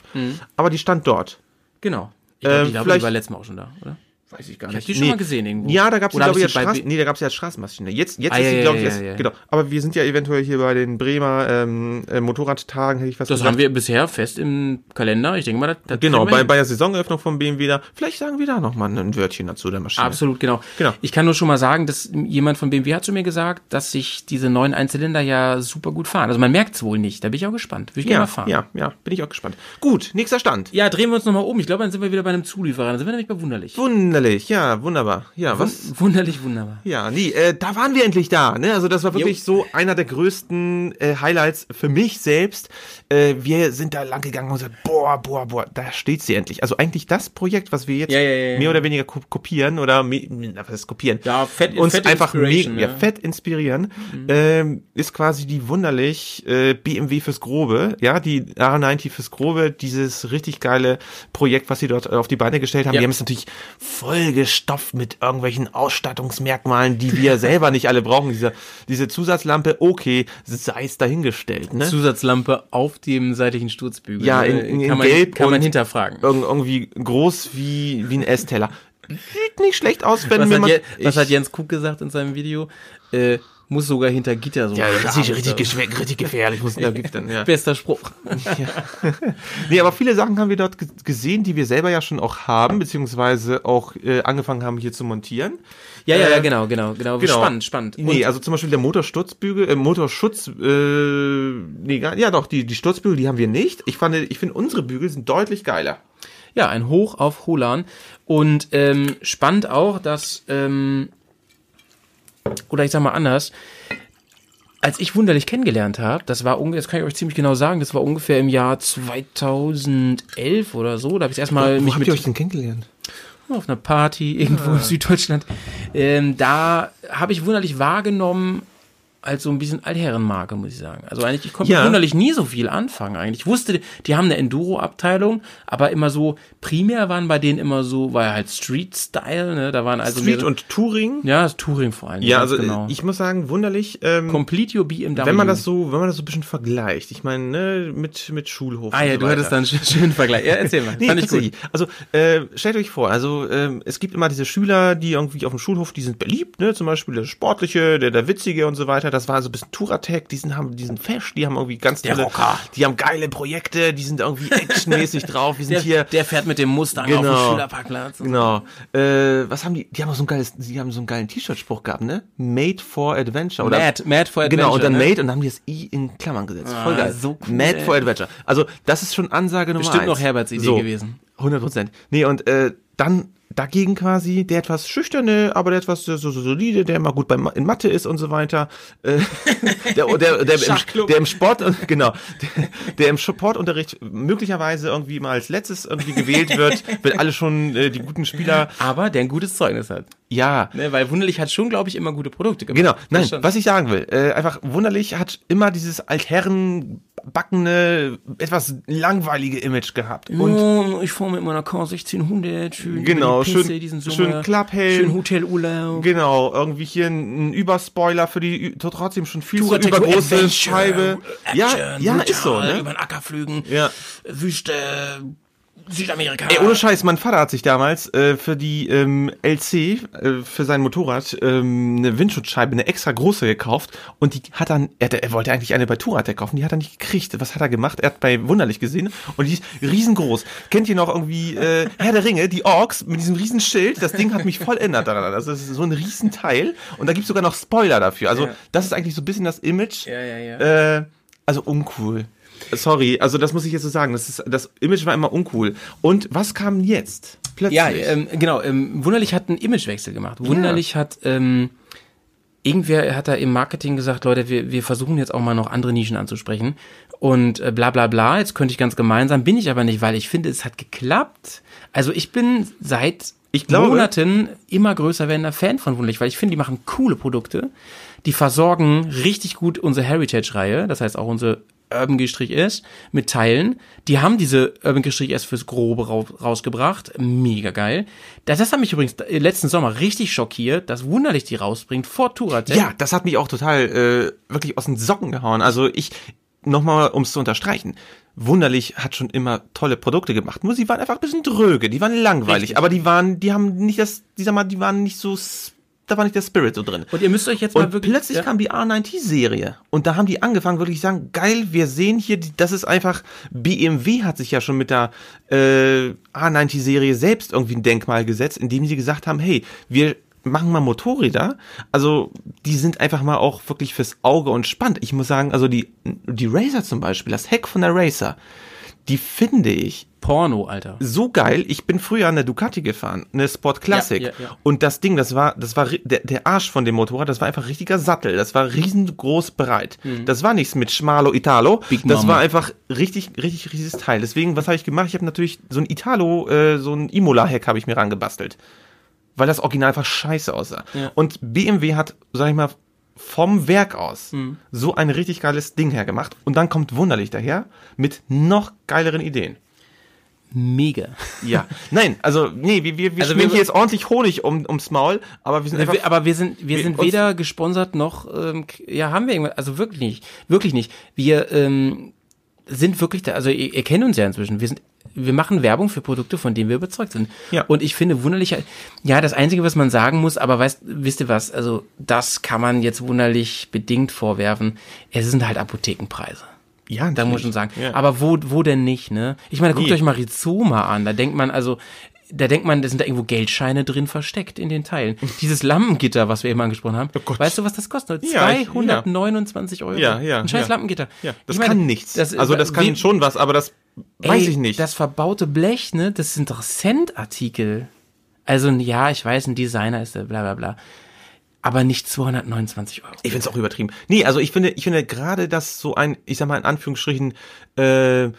Speaker 2: aber die stand dort.
Speaker 1: Genau. Ich glaube,
Speaker 2: Ähm,
Speaker 1: ich glaube, die
Speaker 2: vielleicht-
Speaker 1: war letztes Mal auch schon da, oder?
Speaker 2: Weiß ich gar
Speaker 1: hab die schon mal gesehen irgendwo.
Speaker 2: Ja, da gab es
Speaker 1: Oder hab
Speaker 2: glaube ich
Speaker 1: ich
Speaker 2: als
Speaker 1: sie bei
Speaker 2: Straßen,
Speaker 1: B-
Speaker 2: nee, da gab's ja als Straßenmaschine. Jetzt, jetzt
Speaker 1: Ah,
Speaker 2: ist
Speaker 1: ja,
Speaker 2: sie,
Speaker 1: ja,
Speaker 2: glaube ich,
Speaker 1: ja,
Speaker 2: erst-
Speaker 1: ja, ja.
Speaker 2: genau. Aber wir sind ja eventuell hier bei den Bremer ähm, äh, Motorradtagen, hätte ich was
Speaker 1: Das
Speaker 2: gesagt.
Speaker 1: haben wir bisher fest im Kalender. Ich denke mal, das, das
Speaker 2: Genau,
Speaker 1: kriegen wir
Speaker 2: bei,
Speaker 1: hin.
Speaker 2: bei der Saisoneröffnung von BMW da. Vielleicht sagen wir da nochmal ein Wörtchen dazu der Maschine.
Speaker 1: Absolut, genau.
Speaker 2: Genau.
Speaker 1: Ich kann nur schon mal sagen, dass jemand von BMW hat zu mir gesagt, dass sich diese neuen Einzylinder ja super gut fahren. Also man merkt es wohl nicht. Da bin ich auch gespannt. Würde ich gerne mal
Speaker 2: Ja,
Speaker 1: fahren.
Speaker 2: ja, ja, bin ich auch gespannt. Gut, nächster Stand.
Speaker 1: ja, drehen wir uns nochmal um. Ich glaube, dann sind wir wieder bei einem Zulieferer. Dann sind wir nämlich bei Wunderlich.
Speaker 2: Wunderlich. wunderlich, ja, wunderbar. Ja, was?
Speaker 1: Wunderlich, wunderbar.
Speaker 2: Ja, nee, äh, da waren wir endlich da. Ne? Also das war wirklich so einer der größten äh, Highlights für mich selbst. Äh, wir sind da lang gegangen und gesagt, boah, boah, boah, da steht sie endlich. Also eigentlich das Projekt, was wir jetzt
Speaker 1: Ja, ja, ja, ja.
Speaker 2: mehr oder weniger ko kopieren oder me- na, was heißt kopieren?
Speaker 1: Ja, fett-
Speaker 2: uns
Speaker 1: fett
Speaker 2: einfach
Speaker 1: Inspiration,
Speaker 2: mega,
Speaker 1: ja.
Speaker 2: ja, fett inspirieren,
Speaker 1: Mhm.
Speaker 2: ähm, ist quasi die wunderlich äh, BMW fürs Grobe, ja, die R90 fürs Grobe, dieses richtig geile Projekt, was sie dort äh, auf die Beine gestellt haben.
Speaker 1: Ja.
Speaker 2: Die haben es natürlich voll gestopft mit irgendwelchen Ausstattungsmerkmalen, die wir selber nicht alle brauchen. Diese, diese Zusatzlampe, okay, sei es dahingestellt, ne?
Speaker 1: Zusatzlampe auf dem seitlichen Sturzbügel.
Speaker 2: Ja,
Speaker 1: ne?
Speaker 2: in- in-
Speaker 1: kann
Speaker 2: in
Speaker 1: man,
Speaker 2: Gelb
Speaker 1: kann man
Speaker 2: und-
Speaker 1: hinterfragen.
Speaker 2: Irg irgendwie groß wie, wie ein Essteller. Sieht nicht schlecht aus, wenn
Speaker 1: Was,
Speaker 2: mir
Speaker 1: hat,
Speaker 2: mal-
Speaker 1: Je, was
Speaker 2: Ich-
Speaker 1: hat Jens Kuck gesagt in seinem Video? Äh, muss sogar hinter Gitter so.
Speaker 2: ja,
Speaker 1: ein
Speaker 2: das
Speaker 1: Stab
Speaker 2: ist richtig,
Speaker 1: sein.
Speaker 2: geschw- richtig gefährlich, muss ja, gibt dann, ja.
Speaker 1: Bester Spruch.
Speaker 2: Nee, aber viele Sachen haben wir dort ge- gesehen, die wir selber ja schon auch haben, beziehungsweise auch äh, angefangen haben hier zu montieren.
Speaker 1: Ja, ja, ja,
Speaker 2: Äh,
Speaker 1: genau, genau, genau.
Speaker 2: genau.
Speaker 1: Spannend, spannend. Und
Speaker 2: nee, also zum Beispiel der Motorsturzbügel, äh, Motorschutz, äh, nee, gar- ja doch, die, die Sturzbügel, die haben wir nicht. Ich fand, ich finde, unsere Bügel sind deutlich geiler.
Speaker 1: ja, ein Hoch auf Holan. Und ähm, spannend auch, dass, ähm, oder ich sag mal anders, als ich wunderlich kennengelernt habe, das war ungefähr, das kann ich euch ziemlich genau sagen, das war ungefähr im Jahr 2011 oder so, da habe ich erstmal mich Äh, mit
Speaker 2: denn kennengelernt?
Speaker 1: auf einer Party irgendwo
Speaker 2: Ah.
Speaker 1: in Süddeutschland. Ähm, da habe ich wunderlich wahrgenommen, als so ein bisschen Altherrenmarke, muss ich sagen. Also eigentlich, ich konnte
Speaker 2: Ja.
Speaker 1: mit wunderlich nie so viel anfangen eigentlich. Ich wusste, die haben eine Enduro-Abteilung, aber immer so, primär waren bei denen immer so, war ja halt Street-Style, ne? Da waren also
Speaker 2: Street
Speaker 1: mehrere-
Speaker 2: und Touring.
Speaker 1: ja, das Touring vor allem.
Speaker 2: Ja,
Speaker 1: ganz
Speaker 2: also
Speaker 1: genau.
Speaker 2: ich muss sagen, wunderlich, ähm,
Speaker 1: Complete your BMW.
Speaker 2: wenn man das so, wenn man das so ein bisschen vergleicht. Ich meine, ne, mit, mit Schulhof.
Speaker 1: Ah
Speaker 2: und
Speaker 1: ja,
Speaker 2: so
Speaker 1: du hattest
Speaker 2: weiter.
Speaker 1: da einen schö- schönen Vergleich. Ja, erzähl mal.
Speaker 2: Nee,
Speaker 1: Fand ich gut.
Speaker 2: tatsächlich. Also äh, stellt euch vor, also ähm, es gibt immer diese Schüler, die irgendwie auf dem Schulhof, die sind beliebt, ne? Zum Beispiel der Sportliche, der, der Witzige und so weiter. Das war so ein bisschen Touratec, die sind, haben, die sind fesch, die haben irgendwie ganz tolle,
Speaker 1: Rocker.
Speaker 2: die haben geile Projekte, die sind irgendwie actionmäßig drauf, die sind hier.
Speaker 1: der fährt mit dem Mustang auf
Speaker 2: Genau.
Speaker 1: dem Schülerparkplatz.
Speaker 2: Genau. Äh, was haben die? Die haben auch so ein geiles, die haben so einen geilen T-Shirt-Spruch gehabt, ne? Made for Adventure. Oder
Speaker 1: Mad, Mad for Adventure.
Speaker 2: Genau, und dann
Speaker 1: ne? Ah,
Speaker 2: Made und dann haben die das I in Klammern gesetzt. Voll geil.
Speaker 1: so cool,
Speaker 2: Mad
Speaker 1: ey.
Speaker 2: for Adventure. Also, das ist schon Ansage Nummer
Speaker 1: Bestimmt
Speaker 2: eins.
Speaker 1: noch Herberts Idee gewesen.
Speaker 2: 100 Prozent. Nee, und äh, dann dagegen quasi der etwas schüchterne, aber der etwas so, so solide, der immer gut bei, Ma- in Mathe ist und so weiter. Äh, der, der, der, im,
Speaker 1: Schachclub.
Speaker 2: der im Sport, genau, der, der im Sportunterricht möglicherweise irgendwie mal als letztes irgendwie gewählt wird, wenn alle schon äh, die guten Spieler.
Speaker 1: Aber der ein gutes Zeugnis hat.
Speaker 2: Ja,
Speaker 1: Ne, weil Wunderlich hat schon, glaube ich, immer gute Produkte gemacht.
Speaker 2: Genau, nein,
Speaker 1: Das schon.
Speaker 2: was ich sagen will, äh, einfach wunderlich hat immer dieses altherrenbackene, etwas langweilige Image gehabt. Und
Speaker 1: Oh, ich fahre mit meiner K1600, schön
Speaker 2: Genau,
Speaker 1: über die Piste
Speaker 2: schön-
Speaker 1: diesen Sommer,
Speaker 2: schön Klapphelm.
Speaker 1: schön Hotelurlaub.
Speaker 2: genau, irgendwie hier ein, ein Überspoiler für die ü- trotzdem schon viel zu
Speaker 1: Touratec
Speaker 2: übergroße
Speaker 1: Adventure,
Speaker 2: Scheibe.
Speaker 1: Action,
Speaker 2: ja, ja,
Speaker 1: brutal,
Speaker 2: ist so, ne?
Speaker 1: Über den Acker flügen,
Speaker 2: Ja.
Speaker 1: Wüste, Südamerika.
Speaker 2: Ey, ohne Scheiß, mein Vater hat sich damals äh, für die ähm, LC, äh, für sein Motorrad, ähm, eine Windschutzscheibe, eine extra große gekauft und die hat dann, er, hat- er wollte eigentlich eine bei Touratec kaufen, die hat er nicht gekriegt. Was hat er gemacht? Er hat bei Wunderlich gesehen und die ist riesengroß. Kennt ihr noch irgendwie äh, Herr der Ringe, die Orks mit diesem riesen Schild? Das Ding hat mich voll ändert daran. Also das ist so ein Riesenteil und da gibt's sogar noch Spoiler dafür. Also
Speaker 1: Ja.
Speaker 2: das ist eigentlich so ein bisschen das Image.
Speaker 1: Ja, ja, ja.
Speaker 2: Äh, also uncool. Sorry, also das muss ich jetzt so sagen. Das, ist, das Image war immer uncool. Und was kam jetzt? Plötzlich.
Speaker 1: Ja, ähm, genau. Ähm, Wunderlich hat einen Imagewechsel gemacht. Wunderlich hat ähm, irgendwer hat da im Marketing gesagt, Leute, wir, wir versuchen jetzt auch mal noch andere Nischen anzusprechen und äh, bla bla bla. Jetzt könnte ich ganz gemein sein, bin ich aber nicht, weil ich finde, es hat geklappt. Also ich bin seit
Speaker 2: Ich glaube-
Speaker 1: Monaten immer größer werdender Fan von Wunderlich, weil ich finde, die machen coole Produkte, die versorgen richtig gut unsere Heritage-Reihe, das heißt auch unsere Urban-S mit Teilen. Die haben diese Urban-S fürs Grobe rau- rausgebracht. Mega geil. Das, das hat mich übrigens äh, letzten Sommer richtig schockiert, dass Wunderlich die rausbringt vor Touratec.
Speaker 2: Ja, das hat mich auch total äh, wirklich aus den Socken gehauen. Also ich, nochmal, um es zu unterstreichen, Wunderlich hat schon immer tolle Produkte gemacht. Nur sie waren einfach ein bisschen dröge, die waren langweilig,
Speaker 1: Richtig.
Speaker 2: aber die waren, die haben nicht das, die sag mal, die waren nicht so, s- da war nicht der Spirit so drin.
Speaker 1: Und ihr müsst euch jetzt mal
Speaker 2: Und
Speaker 1: wirklich.
Speaker 2: plötzlich
Speaker 1: ja.
Speaker 2: kam die R90-Serie. Und da haben die angefangen, wirklich zu sagen, geil, wir sehen hier, die- das ist einfach, BMW hat sich ja schon mit der äh, R90-Serie selbst irgendwie ein Denkmal gesetzt, indem sie gesagt haben, hey, wir machen mal Motorräder. Also die sind einfach mal auch wirklich fürs Auge und spannend. Ich muss sagen, also die, die Racer zum Beispiel, das Heck von der Racer, die finde ich
Speaker 1: Porno, Alter.
Speaker 2: so geil. Ich bin früher an der Ducati gefahren, eine Sport Classic.
Speaker 1: Ja, ja, ja.
Speaker 2: Und das Ding, das war, das war ri- der, der Arsch von dem Motorrad, das war einfach richtiger Sattel. Das war riesengroß breit.
Speaker 1: Mhm.
Speaker 2: Das war nichts mit Schmalo Italo.
Speaker 1: Big
Speaker 2: das
Speaker 1: Mama.
Speaker 2: war einfach richtig, richtig, richtiges Teil. Deswegen, was habe ich gemacht? Ich habe natürlich so ein Italo, äh, so ein Imola-Heck habe ich mir rangebastelt. Weil das Original einfach scheiße aussah.
Speaker 1: Ja.
Speaker 2: Und BMW hat, sag ich mal, vom Werk aus
Speaker 1: Mhm.
Speaker 2: so ein richtig geiles Ding hergemacht. Und dann kommt wunderlich daher mit noch geileren Ideen.
Speaker 1: Mega.
Speaker 2: Ja, nein, also nee, wir, wir, wir
Speaker 1: Also
Speaker 2: schmieren
Speaker 1: wir-
Speaker 2: hier jetzt ordentlich Honig um, ums Maul, aber wir sind einfach...
Speaker 1: Wir, aber wir sind, wir
Speaker 2: wir-
Speaker 1: sind
Speaker 2: uns-
Speaker 1: weder gesponsert noch, ähm, k- ja, haben wir irgendwas, also wirklich nicht, wirklich nicht. Wir ähm, sind wirklich da, also ihr, ihr kennt uns ja inzwischen, wir sind, wir machen Werbung für Produkte, von denen wir überzeugt sind.
Speaker 2: Ja.
Speaker 1: Und ich finde wunderlich, ja, das Einzige, was man sagen muss, aber weißt, wisst ihr was, also das kann man jetzt wunderlich bedingt vorwerfen, es sind halt Apothekenpreise.
Speaker 2: ja,
Speaker 1: Da muss
Speaker 2: natürlich.
Speaker 1: man sagen.
Speaker 2: Ja.
Speaker 1: Aber wo, wo denn nicht, ne? Ich meine, guckt
Speaker 2: Nee.
Speaker 1: euch mal Rizoma an. Da denkt man also, da denkt man, da sind da irgendwo Geldscheine drin versteckt in den Teilen. Dieses Lampengitter, was wir eben angesprochen haben.
Speaker 2: Oh Gott.
Speaker 1: Weißt du, was das kostet?
Speaker 2: Ja, ich-
Speaker 1: 229 Euro.
Speaker 2: Ja, ja,
Speaker 1: Ein scheiß
Speaker 2: ja.
Speaker 1: Lampengitter.
Speaker 2: Ja,
Speaker 1: Ich
Speaker 2: das
Speaker 1: meine,
Speaker 2: kann nichts.
Speaker 1: das-
Speaker 2: also das kann
Speaker 1: wie-
Speaker 2: schon was, aber das weiß
Speaker 1: Ey,
Speaker 2: ich nicht.
Speaker 1: Das verbaute Blech, ne? Das sind doch Cent-Artikel. Also, ja, ich weiß, ein Designer ist der, bla, bla, bla. Aber nicht 229 Euro.
Speaker 2: ich finde es auch übertrieben. Nee, also ich finde, ich finde gerade, dass so ein, ich sag mal in Anführungsstrichen, äh,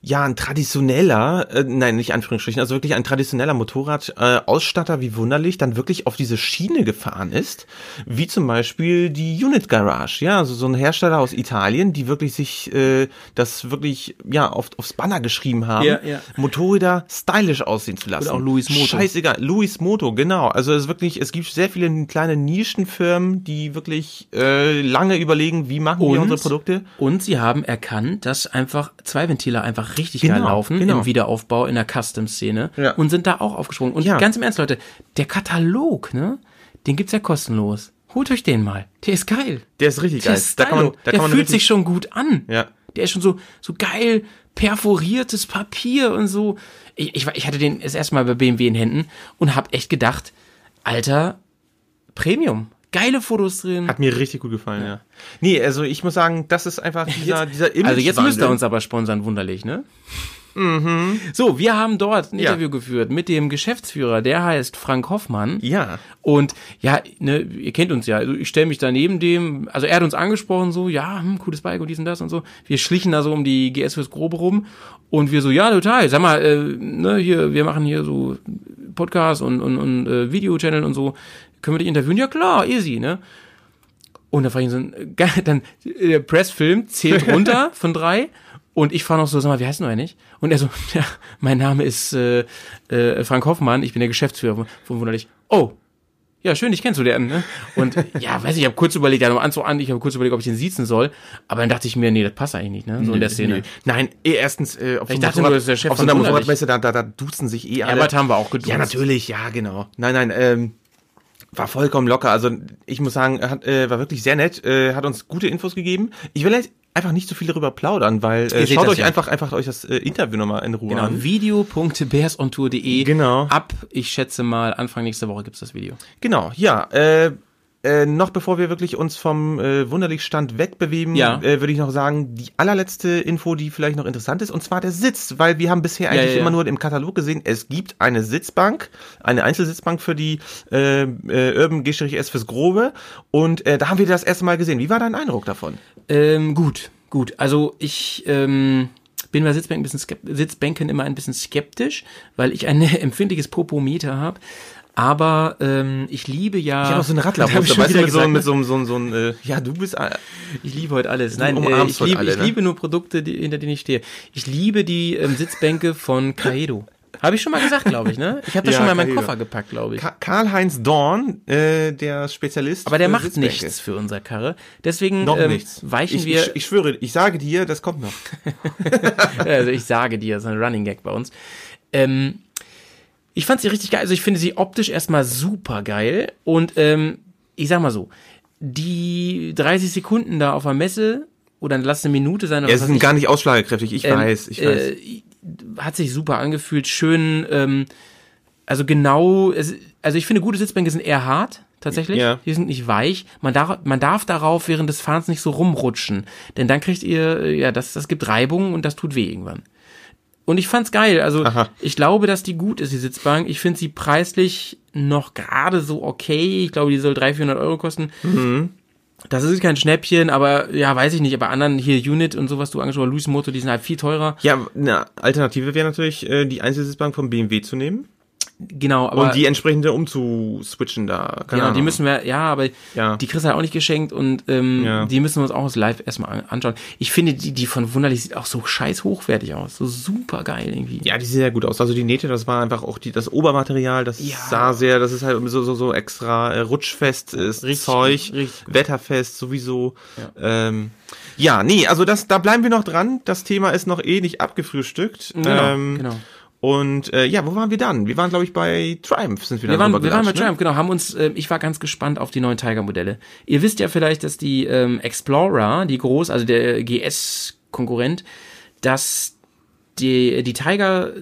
Speaker 2: ja, ein traditioneller, äh, nein, nicht in Anführungsstrichen, also wirklich ein traditioneller Motorradausstatter äh, Ausstatter wie Wunderlich dann wirklich auf diese Schiene gefahren ist, wie zum Beispiel die Unit Garage, ja, also so ein Hersteller aus Italien, die wirklich sich äh, das wirklich, ja, auf, aufs Banner geschrieben haben,
Speaker 1: Ja, ja.
Speaker 2: Motorräder stylisch aussehen zu lassen.
Speaker 1: Oder auch Louis Moto.
Speaker 2: Scheißegal, Louis Moto, genau. Also es ist wirklich, es gibt sehr viele kleine Nischenfirmen, die wirklich äh, lange überlegen, wie machen wir unsere Produkte.
Speaker 1: Und sie haben erkannt, dass einfach zwei Ventile einfach richtig geil
Speaker 2: Genau,
Speaker 1: laufen
Speaker 2: genau.
Speaker 1: im Wiederaufbau in der Custom-Szene
Speaker 2: Ja.
Speaker 1: und sind da auch aufgesprungen. Und
Speaker 2: Ja.
Speaker 1: ganz im Ernst, Leute, der Katalog, ne, den gibt's ja kostenlos. Holt euch den mal. Der ist geil.
Speaker 2: Der ist richtig
Speaker 1: Der
Speaker 2: geil.
Speaker 1: ist stylo. Der fühlt sich schon gut an.
Speaker 2: Ja.
Speaker 1: Der ist schon so, so geil perforiertes Papier und so. Ich, ich, war- ich hatte den das erste Mal bei BMW in Händen und hab echt gedacht, alter, Premium. Geile Fotos drin.
Speaker 2: Hat mir richtig gut gefallen, ja. Nee, also ich muss sagen, das ist einfach dieser, dieser Image.
Speaker 1: Also jetzt müsst ihr uns aber sponsern, wunderlich, ne? So, wir haben dort ein
Speaker 2: Mhm. Ja.
Speaker 1: Interview geführt mit dem Geschäftsführer, der heißt Frank Hoffmann.
Speaker 2: Ja.
Speaker 1: Und ja, ne, ihr kennt uns ja. Also ich stelle mich da neben dem, also er hat uns angesprochen, so, ja, hm, cooles Bike und dies und das und so. Wir schlichen da so um die GS fürs Grobe rum und wir so, ja, total, sag mal, äh, ne, hier, wir machen hier so Podcast und, und, und äh, Video-Channel und so. Können wir dich interviewen? Ja klar, easy, ne? Oh, Und da fand ich so ein, geil, dann äh, der Pressfilm zählt runter von drei. Und ich fahre noch so, sag mal, wie heißt denn du eigentlich? Und er so, ja, mein Name ist äh, äh, Frank Hoffmann, ich bin der Geschäftsführer von, von Wunderlich. Oh, ja, schön, dich kennenzulernen. Ne? Und ja, weiß ich, ich habe kurz überlegt, ja, an so an, ich habe kurz überlegt, ob ich den siezen soll. Aber dann dachte ich mir, nee, das passt eigentlich nicht, ne? So in der Szene.
Speaker 2: Nee. Nein, eh, erstens, äh, auf, so
Speaker 1: Ich
Speaker 2: einem
Speaker 1: dachte nur,
Speaker 2: Motorrad-
Speaker 1: das ist der Chef
Speaker 2: auf so
Speaker 1: von
Speaker 2: einer
Speaker 1: Wunderlich.
Speaker 2: Motorradmesse, da, da, da duzen sich eh alle.
Speaker 1: Herbert haben wir auch geduzt.
Speaker 2: Ja, natürlich, ja, genau. Nein, nein, ähm, war vollkommen locker. Also ich muss sagen, er hat, äh, war wirklich sehr nett, äh, hat uns gute Infos gegeben. Ich will jetzt einfach nicht so viel darüber plaudern, weil äh,
Speaker 1: Ihr seht
Speaker 2: schaut
Speaker 1: das
Speaker 2: euch
Speaker 1: ja.
Speaker 2: einfach, einfach euch das äh, Interview nochmal in Ruhe
Speaker 1: Genau,
Speaker 2: an.
Speaker 1: video.bearsontour.de.
Speaker 2: Genau.
Speaker 1: Ab, ich schätze mal, Anfang nächster Woche gibt's das Video.
Speaker 2: Genau, ja. Äh, äh, noch bevor wir wirklich uns vom äh, Wunderlich-Stand wegbewegen,
Speaker 1: Ja.
Speaker 2: äh, würde ich noch sagen, die allerletzte Info, die vielleicht noch interessant ist, und zwar der Sitz, weil wir haben bisher eigentlich
Speaker 1: ja, ja.
Speaker 2: immer nur im Katalog gesehen, es gibt eine Sitzbank, eine Einzelsitzbank für die äh, äh, Urban-S fürs Grobe und äh, da haben wir das erste Mal gesehen. Wie war dein Eindruck davon?
Speaker 1: Ähm, gut, gut. Also ich ähm, bin bei Sitzbänken, ein bisschen skep- Sitzbänken immer ein bisschen skeptisch, weil ich ein empfindliches Popometer habe. Aber ähm, ich liebe ja.
Speaker 2: Ich habe auch so eine Radlerhose,
Speaker 1: Hab ich
Speaker 2: weißt du,
Speaker 1: schon
Speaker 2: mit so,
Speaker 1: wieder
Speaker 2: mit
Speaker 1: gesagt, ne?
Speaker 2: so, einem- so, einem- so einem, äh, ja, du bist, äh,
Speaker 1: Ich liebe heute alles. Nein, äh,
Speaker 2: umarmst
Speaker 1: ich,
Speaker 2: heute
Speaker 1: liebe,
Speaker 2: alle,
Speaker 1: ich
Speaker 2: ne?
Speaker 1: liebe nur Produkte, die, hinter denen ich stehe. Ich liebe die ähm, Sitzbänke von Kaedo. Habe ich schon mal gesagt, glaube ich, ne? Ich habe das
Speaker 2: Ja,
Speaker 1: schon mal in meinen
Speaker 2: Kaedo.
Speaker 1: Koffer gepackt, glaube ich.
Speaker 2: Ka- Karl-Heinz Dorn, äh, der Spezialist.
Speaker 1: Aber der
Speaker 2: für
Speaker 1: macht
Speaker 2: Sitzbänke.
Speaker 1: nichts für unser Karre. Deswegen
Speaker 2: Noch
Speaker 1: ähm,
Speaker 2: nichts.
Speaker 1: weichen
Speaker 2: ich,
Speaker 1: wir.
Speaker 2: Ich, ich schwöre, ich sage dir, das kommt noch.
Speaker 1: Also ich sage dir, das ist ein Running Gag bei uns. Ähm, ich fand sie richtig geil. Also ich finde sie optisch erstmal super geil. Und ähm, ich sag mal so, die 30 Sekunden da auf der Messe oder lass eine Minute sein. Oder
Speaker 2: Ja,
Speaker 1: was
Speaker 2: es
Speaker 1: weiß
Speaker 2: ist
Speaker 1: Also ich, ähm,
Speaker 2: gar nicht ausschlagkräftig, ich weiß, ich weiß.
Speaker 1: äh, hat sich super angefühlt, schön, ähm, also genau, es, also ich finde, gute Sitzbänke sind eher hart, tatsächlich.
Speaker 2: Ja.
Speaker 1: Die sind nicht weich. Man darf, man darf darauf während des Fahrens nicht so rumrutschen, denn dann kriegt ihr, äh, ja, das, das gibt Reibung und das tut weh irgendwann. Und ich fand's geil. Also ich glaube, dass die gut ist, die Sitzbank. Ich finde sie preislich noch gerade so okay. Ich glaube, die soll 300, 400 Euro kosten.
Speaker 2: Mhm.
Speaker 1: Das ist kein Schnäppchen, aber ja, weiß ich nicht. Bei anderen hier Unit und sowas, du angesprochen, hast, Luis Moto, die sind halt viel teurer.
Speaker 2: Ja, eine Alternative wäre natürlich, äh, die Einzelsitzbank vom BMW zu nehmen
Speaker 1: Genau, aber
Speaker 2: und die entsprechende umzuswitchen da. Keine
Speaker 1: genau, die
Speaker 2: Ahnung.
Speaker 1: müssen wir, ja, aber
Speaker 2: Ja.
Speaker 1: die kriegst du halt auch nicht geschenkt und ähm,
Speaker 2: Ja.
Speaker 1: die müssen wir uns auch aus Live erstmal an- anschauen. Ich finde, die, die von Wunderlich sieht auch so scheiß hochwertig aus. So super geil irgendwie.
Speaker 2: Ja, die sehen sehr gut aus. Also die Nähte, das war einfach auch die, das Obermaterial, das sah sehr, das ist halt so, so, so extra äh, rutschfest äh, Zeug,
Speaker 1: richtig.
Speaker 2: wetterfest sowieso. Ja. Ähm, ja, nee, also das, da bleiben wir noch dran. Das Thema ist noch eh nicht abgefrühstückt.
Speaker 1: Genau,
Speaker 2: ähm,
Speaker 1: genau.
Speaker 2: Und äh, ja, wo waren wir dann? Wir waren, glaube ich, bei Triumph. Sind wir,
Speaker 1: Wir waren, wir waren
Speaker 2: dann
Speaker 1: bei
Speaker 2: rübergelatscht, ne?
Speaker 1: Triumph, genau, haben uns, äh, ich war ganz gespannt auf die neuen Tiger-Modelle. Ihr wisst ja vielleicht, dass die ähm, Explorer, die groß, also der GS-Konkurrent, dass die, die Tiger,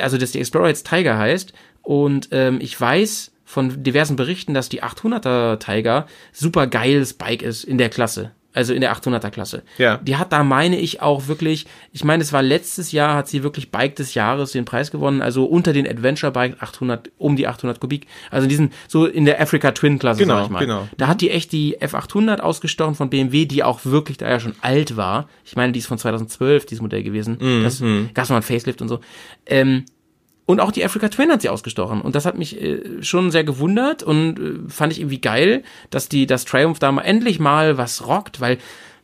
Speaker 1: also dass die Explorer jetzt Tiger heißt und ähm, ich weiß von diversen Berichten, dass die 800er Tiger super geiles Bike ist in der Klasse. Also in der 800er Klasse.
Speaker 2: Ja.
Speaker 1: Die hat da, meine ich, auch wirklich, ich meine, es war letztes Jahr, hat sie wirklich Bike des Jahres den Preis gewonnen, also unter den Adventure Bike 800, um die 800 Kubik. Also in diesen, so in der Africa Twin Klasse,
Speaker 2: Genau,
Speaker 1: sag ich mal.
Speaker 2: genau.
Speaker 1: Da hat die echt die F800 ausgestochen von BMW, die auch wirklich da ja schon alt war. Ich meine, die ist von 2012, dieses Modell gewesen.
Speaker 2: Mhm.
Speaker 1: Das gab's noch ein Facelift und so. Ähm, und auch die Africa Twin hat sie ausgestochen. Und das hat mich äh, schon sehr gewundert und äh, fand ich irgendwie geil, dass die, dass Triumph da mal endlich mal was rockt, weil,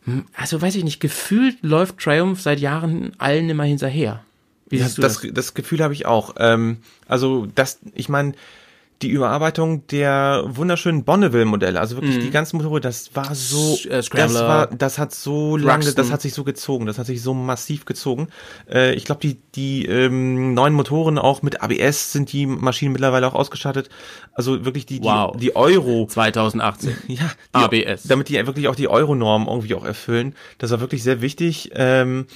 Speaker 1: hm, also weiß ich nicht, gefühlt läuft Triumph seit Jahren allen immer hinterher. Wie
Speaker 2: Das,
Speaker 1: siehst du
Speaker 2: das,
Speaker 1: das?
Speaker 2: das Gefühl habe ich auch. Ähm, also das, ich meine, die Überarbeitung der wunderschönen Bonneville-Modelle, also wirklich die ganzen Motorräder, das war so,
Speaker 1: Sch- Mhm. äh,
Speaker 2: das
Speaker 1: Scrambler,
Speaker 2: war, das hat so lange,
Speaker 1: Ruxton.
Speaker 2: das hat sich so gezogen, das hat sich so massiv gezogen. Äh, ich glaube, die die ähm, neuen Motoren auch mit ABS sind die Maschinen mittlerweile auch ausgestattet. Also wirklich die die,
Speaker 1: Wow.
Speaker 2: die Euro
Speaker 1: 2018.
Speaker 2: ja, die,
Speaker 1: ABS.
Speaker 2: Damit die wirklich auch die Euro-Norm irgendwie auch erfüllen. Das war wirklich sehr wichtig. Ähm,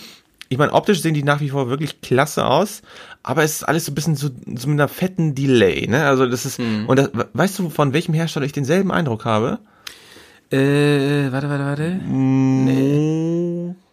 Speaker 2: ich meine, optisch sehen die nach wie vor wirklich klasse aus, aber es ist alles so ein bisschen so, so mit einer fetten Delay, ne? Also das ist, und das, weißt du, von welchem Hersteller ich denselben Eindruck habe?
Speaker 1: Äh, warte, warte, warte.
Speaker 2: Mhm.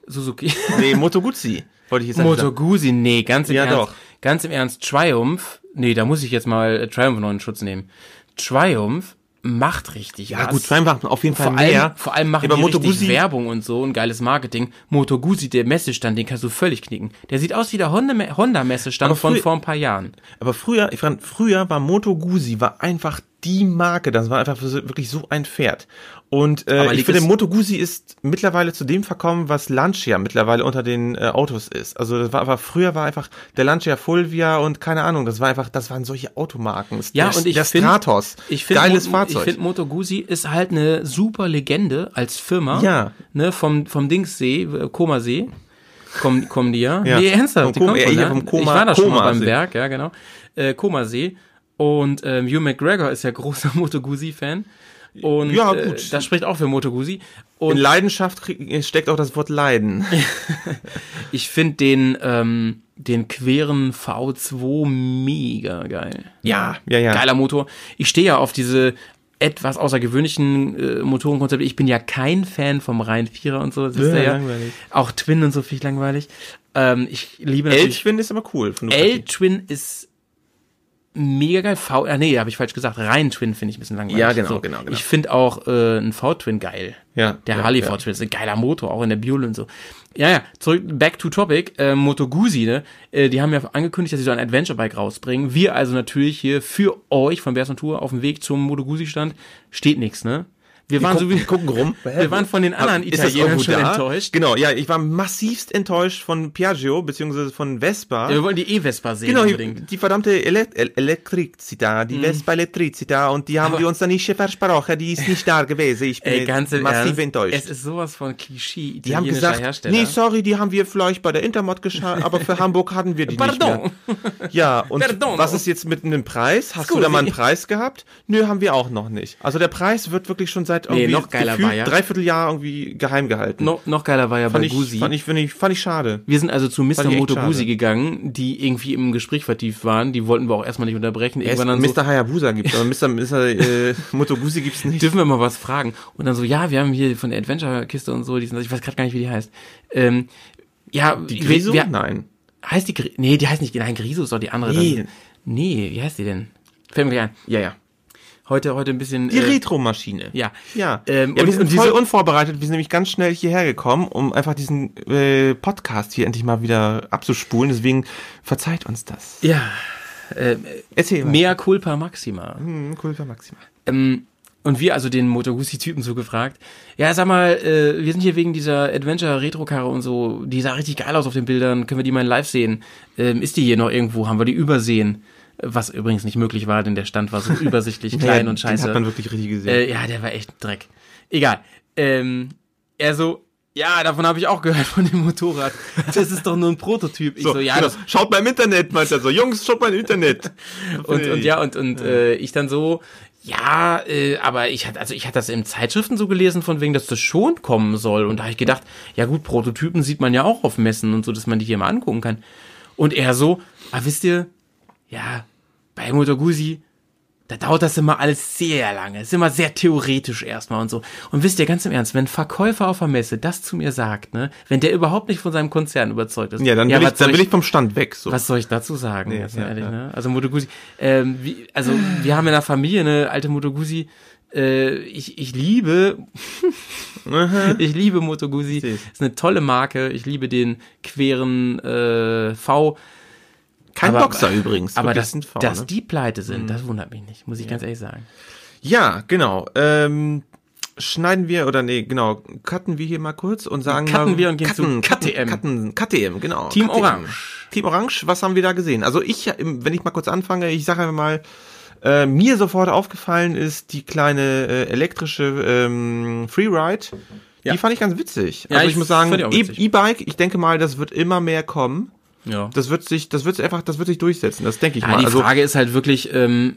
Speaker 1: Suzuki.
Speaker 2: Nee, Moto Guzzi, wollte ich jetzt
Speaker 1: Moto Guzzi, nee, ganz im
Speaker 2: Ja,
Speaker 1: Ernst.
Speaker 2: doch.
Speaker 1: Ganz im Ernst, Triumph, nee, da muss ich jetzt mal äh, Triumph noch in Schutz nehmen. Triumph macht richtig
Speaker 2: Ja,
Speaker 1: was.
Speaker 2: gut, Schweinbach auf jeden Fall
Speaker 1: vor
Speaker 2: mehr.
Speaker 1: allem, vor allem machen
Speaker 2: aber
Speaker 1: die
Speaker 2: Moto
Speaker 1: richtig
Speaker 2: Guzzi,
Speaker 1: Werbung und so und geiles Marketing. Moto Guzzi, der Messestand, den kannst du völlig knicken. Der sieht aus wie der Honda- Honda-Messestand
Speaker 2: Aber
Speaker 1: von
Speaker 2: früher-
Speaker 1: vor ein paar Jahren.
Speaker 2: Aber früher, ich fand, früher war Moto Guzzi war einfach die Marke. Das war einfach so- wirklich so ein Pferd. Und
Speaker 1: Aber
Speaker 2: äh, ich
Speaker 1: liegt
Speaker 2: finde,
Speaker 1: es-
Speaker 2: Moto Guzzi ist mittlerweile zu dem verkommen, was Lancia mittlerweile unter den äh, Autos ist. Also das war aber früher war einfach der Lancia Fulvia und keine Ahnung, das war einfach, das waren solche Automarken.
Speaker 1: Ja,
Speaker 2: der,
Speaker 1: und ich
Speaker 2: der
Speaker 1: find-
Speaker 2: Stratos,
Speaker 1: Ich finde,
Speaker 2: geiles
Speaker 1: Mo-
Speaker 2: Fahrzeug.
Speaker 1: Ich finde, Moto Guzzi ist halt eine super Legende als Firma.
Speaker 2: Ja.
Speaker 1: Ne, vom, vom Dingssee, äh, Komasee. Kommen, kommen die ja?
Speaker 2: Ja.
Speaker 1: Nee, ernsthaft,
Speaker 2: Vom
Speaker 1: die
Speaker 2: Kom-
Speaker 1: kommen
Speaker 2: ja,
Speaker 1: von
Speaker 2: hier
Speaker 1: da.
Speaker 2: vom
Speaker 1: Ich
Speaker 2: Koma-
Speaker 1: war da schon mal beim
Speaker 2: Komasee.
Speaker 1: Werk, ja, genau. Äh, Komasee. Und ähm, Hugh McGregor ist ja großer Moto Guzzi-Fan. Und
Speaker 2: Ja,
Speaker 1: Äh,
Speaker 2: gut.
Speaker 1: das spricht auch für Moto Guzzi. Und
Speaker 2: in Leidenschaft krieg- steckt auch das Wort Leiden.
Speaker 1: ich finde den, ähm, den queren V2 mega geil.
Speaker 2: Ja, ja, ja.
Speaker 1: Geiler Motor. Ich stehe ja auf diese etwas außergewöhnlichen äh, Motorenkonzepte. Ich bin ja kein Fan vom Rhein 4er und so. Das wisst ihr ja.
Speaker 2: langweilig.
Speaker 1: Auch Twin und so finde ich langweilig. Ähm, ich liebe natürlich.
Speaker 2: Elchwin ist aber cool. von Ducati.
Speaker 1: L-Twin ist mega geil. V, ah, nee, habe ich falsch gesagt. Rhein-Twin finde ich ein bisschen langweilig.
Speaker 2: Ja, genau, genau, genau.
Speaker 1: Ich finde auch äh, ein V-Twin geil.
Speaker 2: Ja,
Speaker 1: Der
Speaker 2: ja,
Speaker 1: Harley
Speaker 2: ja.
Speaker 1: V-Twin ist ein geiler Motor, auch in der Biole und so. Ja, ja, zurück, back to topic, äh, Moto Guzzi, ne? Äh, die haben ja angekündigt, dass sie so ein Adventure-Bike rausbringen. Wir also natürlich hier für euch von Bears on Tour auf dem Weg zum Moto Guzzi-Stand. Steht nichts, ne? Wir waren so wie,
Speaker 2: gucken rum.
Speaker 1: wir waren von den anderen
Speaker 2: Ist das
Speaker 1: Italienern
Speaker 2: irgendwo
Speaker 1: schon
Speaker 2: da?
Speaker 1: enttäuscht.
Speaker 2: Genau, ja, ich war massivst enttäuscht von Piaggio beziehungsweise von Vespa.
Speaker 1: Wir wollen die E-Vespa sehen
Speaker 2: genau,
Speaker 1: unbedingt. Mhm.
Speaker 2: die verdammte Ele El Elektrizita, die Vespa Elektrizita und die haben wir uns dann nicht versprochen, die ist nicht da gewesen. Ich bin
Speaker 1: Ey, ganz im
Speaker 2: massiv
Speaker 1: Ernst,
Speaker 2: enttäuscht.
Speaker 1: Es ist sowas von Klischee
Speaker 2: die haben
Speaker 1: italienischer
Speaker 2: gesagt,
Speaker 1: Hersteller.
Speaker 2: nee, sorry, die haben wir vielleicht bei der Intermod geschafft, aber für Hamburg hatten wir die
Speaker 1: Pardon.
Speaker 2: nicht mehr. Ja, und
Speaker 1: Pardon.
Speaker 2: was ist jetzt mit einem Preis? Hast du
Speaker 1: Scusi.
Speaker 2: da mal einen Preis gehabt? Nö, haben wir auch noch nicht. Also der Preis wird wirklich schon seit irgendwie
Speaker 1: noch geiler
Speaker 2: gefühlt
Speaker 1: war ja-
Speaker 2: dreiviertel Jahr irgendwie geheim gehalten.
Speaker 1: No, noch geiler war ja
Speaker 2: Fand
Speaker 1: bei
Speaker 2: ich,
Speaker 1: Gusi.
Speaker 2: fand, ich, fand, ich, fand ich schade.
Speaker 1: Wir sind also zu Mr.
Speaker 2: Fand ich echt
Speaker 1: Moto
Speaker 2: schade.
Speaker 1: Gusi gegangen, die irgendwie im Gespräch vertieft waren. Die wollten wir auch erstmal nicht unterbrechen.
Speaker 2: Es,
Speaker 1: Irgendwann dann so,
Speaker 2: Mr. Hayabusa gibt aber Mr. Mr. Äh, Moto Guzzi gibt's nicht.
Speaker 1: dürfen wir mal was fragen. Und dann so, ja, wir haben hier von der Adventure-Kiste und so, die sind, ich weiß gerade gar nicht, wie die heißt. Ähm, ja,
Speaker 2: Die
Speaker 1: wir,
Speaker 2: Griso?
Speaker 1: wir,
Speaker 2: Nein.
Speaker 1: Heißt die, Gri- nee, die heißt nicht, nein, Griso ist doch die andere.
Speaker 2: Nee.
Speaker 1: Dann. Nee, wie heißt die denn? Fällt mir gleich ein. Ja, ja. Heute, heute ein bisschen.
Speaker 2: Die
Speaker 1: äh,
Speaker 2: Retromaschine.
Speaker 1: Ja.
Speaker 2: Ja.
Speaker 1: Ähm,
Speaker 2: ja
Speaker 1: und-
Speaker 2: wir sind
Speaker 1: und diese-
Speaker 2: voll unvorbereitet. Wir sind nämlich ganz schnell hierher gekommen, um einfach diesen äh, Podcast hier endlich mal wieder abzuspulen. Deswegen verzeiht uns das.
Speaker 1: Ja. Ähm,
Speaker 2: Erzähl mal.
Speaker 1: Mea culpa maxima.
Speaker 2: Hm, Kulpa Maxima.
Speaker 1: Ähm, und wir also den Motor Guzzi Typen so gefragt, ja, sag mal, äh, wir sind hier wegen dieser Adventure Retro Karre und so, die sah richtig geil aus auf den Bildern, können wir die mal in live sehen? Ähm, ist die hier noch irgendwo? Haben wir die übersehen? Was übrigens nicht möglich war, denn der Stand war so übersichtlich klein
Speaker 2: Ja,
Speaker 1: und
Speaker 2: Den hat man
Speaker 1: scheiße.
Speaker 2: wirklich richtig gesehen.
Speaker 1: Äh, ja, der war echt ein Dreck. Egal. Ähm, er so, ja, davon habe ich auch gehört von dem Motorrad. Das ist doch nur ein Prototyp. Ich so, ja,
Speaker 2: genau.
Speaker 1: das
Speaker 2: schaut mal im Internet, meint er so. Jungs, schaut mal im Internet.
Speaker 1: und, und ja, und, und äh, ich dann so, ja, äh, aber ich hatte, also ich hatte das in Zeitschriften so gelesen, von wegen, dass das schon kommen soll. Und da habe ich gedacht, ja gut, Prototypen sieht man ja auch auf Messen und so, dass man die hier mal angucken kann. Und er so, ah, wisst ihr, ja, bei Motor Guzzi, da dauert das immer alles sehr lange. Ist immer sehr theoretisch erstmal und so. Und wisst ihr, ganz im Ernst, wenn ein Verkäufer auf der Messe das zu mir sagt, ne, wenn der überhaupt nicht von seinem Konzern überzeugt ist.
Speaker 2: Ja, dann, will, ich,
Speaker 1: was soll
Speaker 2: dann will ich vom Stand weg. So.
Speaker 1: was soll ich dazu sagen?
Speaker 2: Nee,
Speaker 1: jetzt mal
Speaker 2: ja,
Speaker 1: ehrlich,
Speaker 2: ja.
Speaker 1: Ne? Also Motoguzi, ähm, wie, also wir haben in der Familie eine alte Motoguzi. Äh, ich, ich liebe,
Speaker 2: Mhm.
Speaker 1: ich liebe Motoguzi.
Speaker 2: Seh's.
Speaker 1: Ist eine tolle Marke. Ich liebe den queren äh, V.
Speaker 2: Kein
Speaker 1: aber-
Speaker 2: Boxer übrigens.
Speaker 1: Aber
Speaker 2: wirklich
Speaker 1: dass,
Speaker 2: ein V,
Speaker 1: dass
Speaker 2: ne?
Speaker 1: die pleite sind, das wundert mich nicht, muss ich ganz ehrlich sagen.
Speaker 2: Ja, genau. Ähm, schneiden wir oder nee, genau, cutten wir hier mal kurz und sagen
Speaker 1: Cutten
Speaker 2: mal,
Speaker 1: wir und gehen
Speaker 2: cutten,
Speaker 1: zu
Speaker 2: cutten,
Speaker 1: KTM.
Speaker 2: Cutten, KTM, genau.
Speaker 1: Team
Speaker 2: KTM.
Speaker 1: Orange.
Speaker 2: Team Orange, was haben wir da gesehen? Also ich, wenn ich mal kurz anfange, ich sage einfach mal, äh, mir sofort aufgefallen ist die kleine äh, elektrische ähm, Freeride. Die fand ich ganz witzig.
Speaker 1: Ja,
Speaker 2: also ich,
Speaker 1: ich
Speaker 2: muss sagen,
Speaker 1: fand die auch
Speaker 2: E-
Speaker 1: witzig.
Speaker 2: E-Bike, ich denke mal, das wird immer mehr kommen.
Speaker 1: Ja.
Speaker 2: Das wird sich, das wird sich einfach, das wird sich durchsetzen. Das denke ich
Speaker 1: Ja,
Speaker 2: mal.
Speaker 1: die
Speaker 2: Also,
Speaker 1: Frage ist halt wirklich, ähm,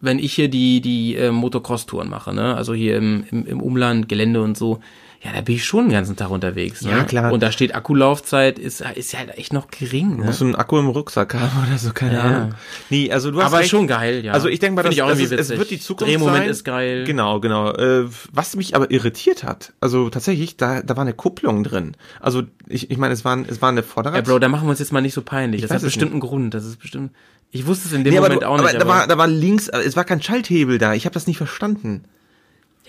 Speaker 1: wenn ich hier die, die äh, Motocross-Touren mache, ne? also hier im, im, im Umland, Gelände und so, ja, da bin ich schon den ganzen Tag unterwegs. Ne?
Speaker 2: Ja, klar.
Speaker 1: Und da steht Akkulaufzeit, ist, ist ja halt echt noch gering. Ne?
Speaker 2: musst du einen Akku im Rucksack haben oder so, keine
Speaker 1: Ja.
Speaker 2: Ahnung. Nee, also du hast
Speaker 1: Aber
Speaker 2: recht.
Speaker 1: schon geil, ja.
Speaker 2: Also ich denke mal,
Speaker 1: Find
Speaker 2: das,
Speaker 1: ich auch
Speaker 2: das ist,
Speaker 1: irgendwie
Speaker 2: es
Speaker 1: witzig.
Speaker 2: wird die Zukunft
Speaker 1: Drehmoment
Speaker 2: sein.
Speaker 1: ist geil.
Speaker 2: Genau, genau. Äh, was mich aber irritiert hat, also tatsächlich, da, da war eine Kupplung drin. Also ich, ich meine, es war, es war eine
Speaker 1: Ja,
Speaker 2: Vorderrad.
Speaker 1: Bro, da machen wir uns jetzt mal nicht so peinlich. das
Speaker 2: weiß
Speaker 1: hat
Speaker 2: es
Speaker 1: bestimmt einen Grund. Das ist bestimmt. Ich wusste es in dem
Speaker 2: Nee, aber,
Speaker 1: Moment
Speaker 2: du,
Speaker 1: auch
Speaker 2: aber,
Speaker 1: nicht.
Speaker 2: da, war, da war links, äh, es war kein Schalthebel da. Ich habe das nicht verstanden.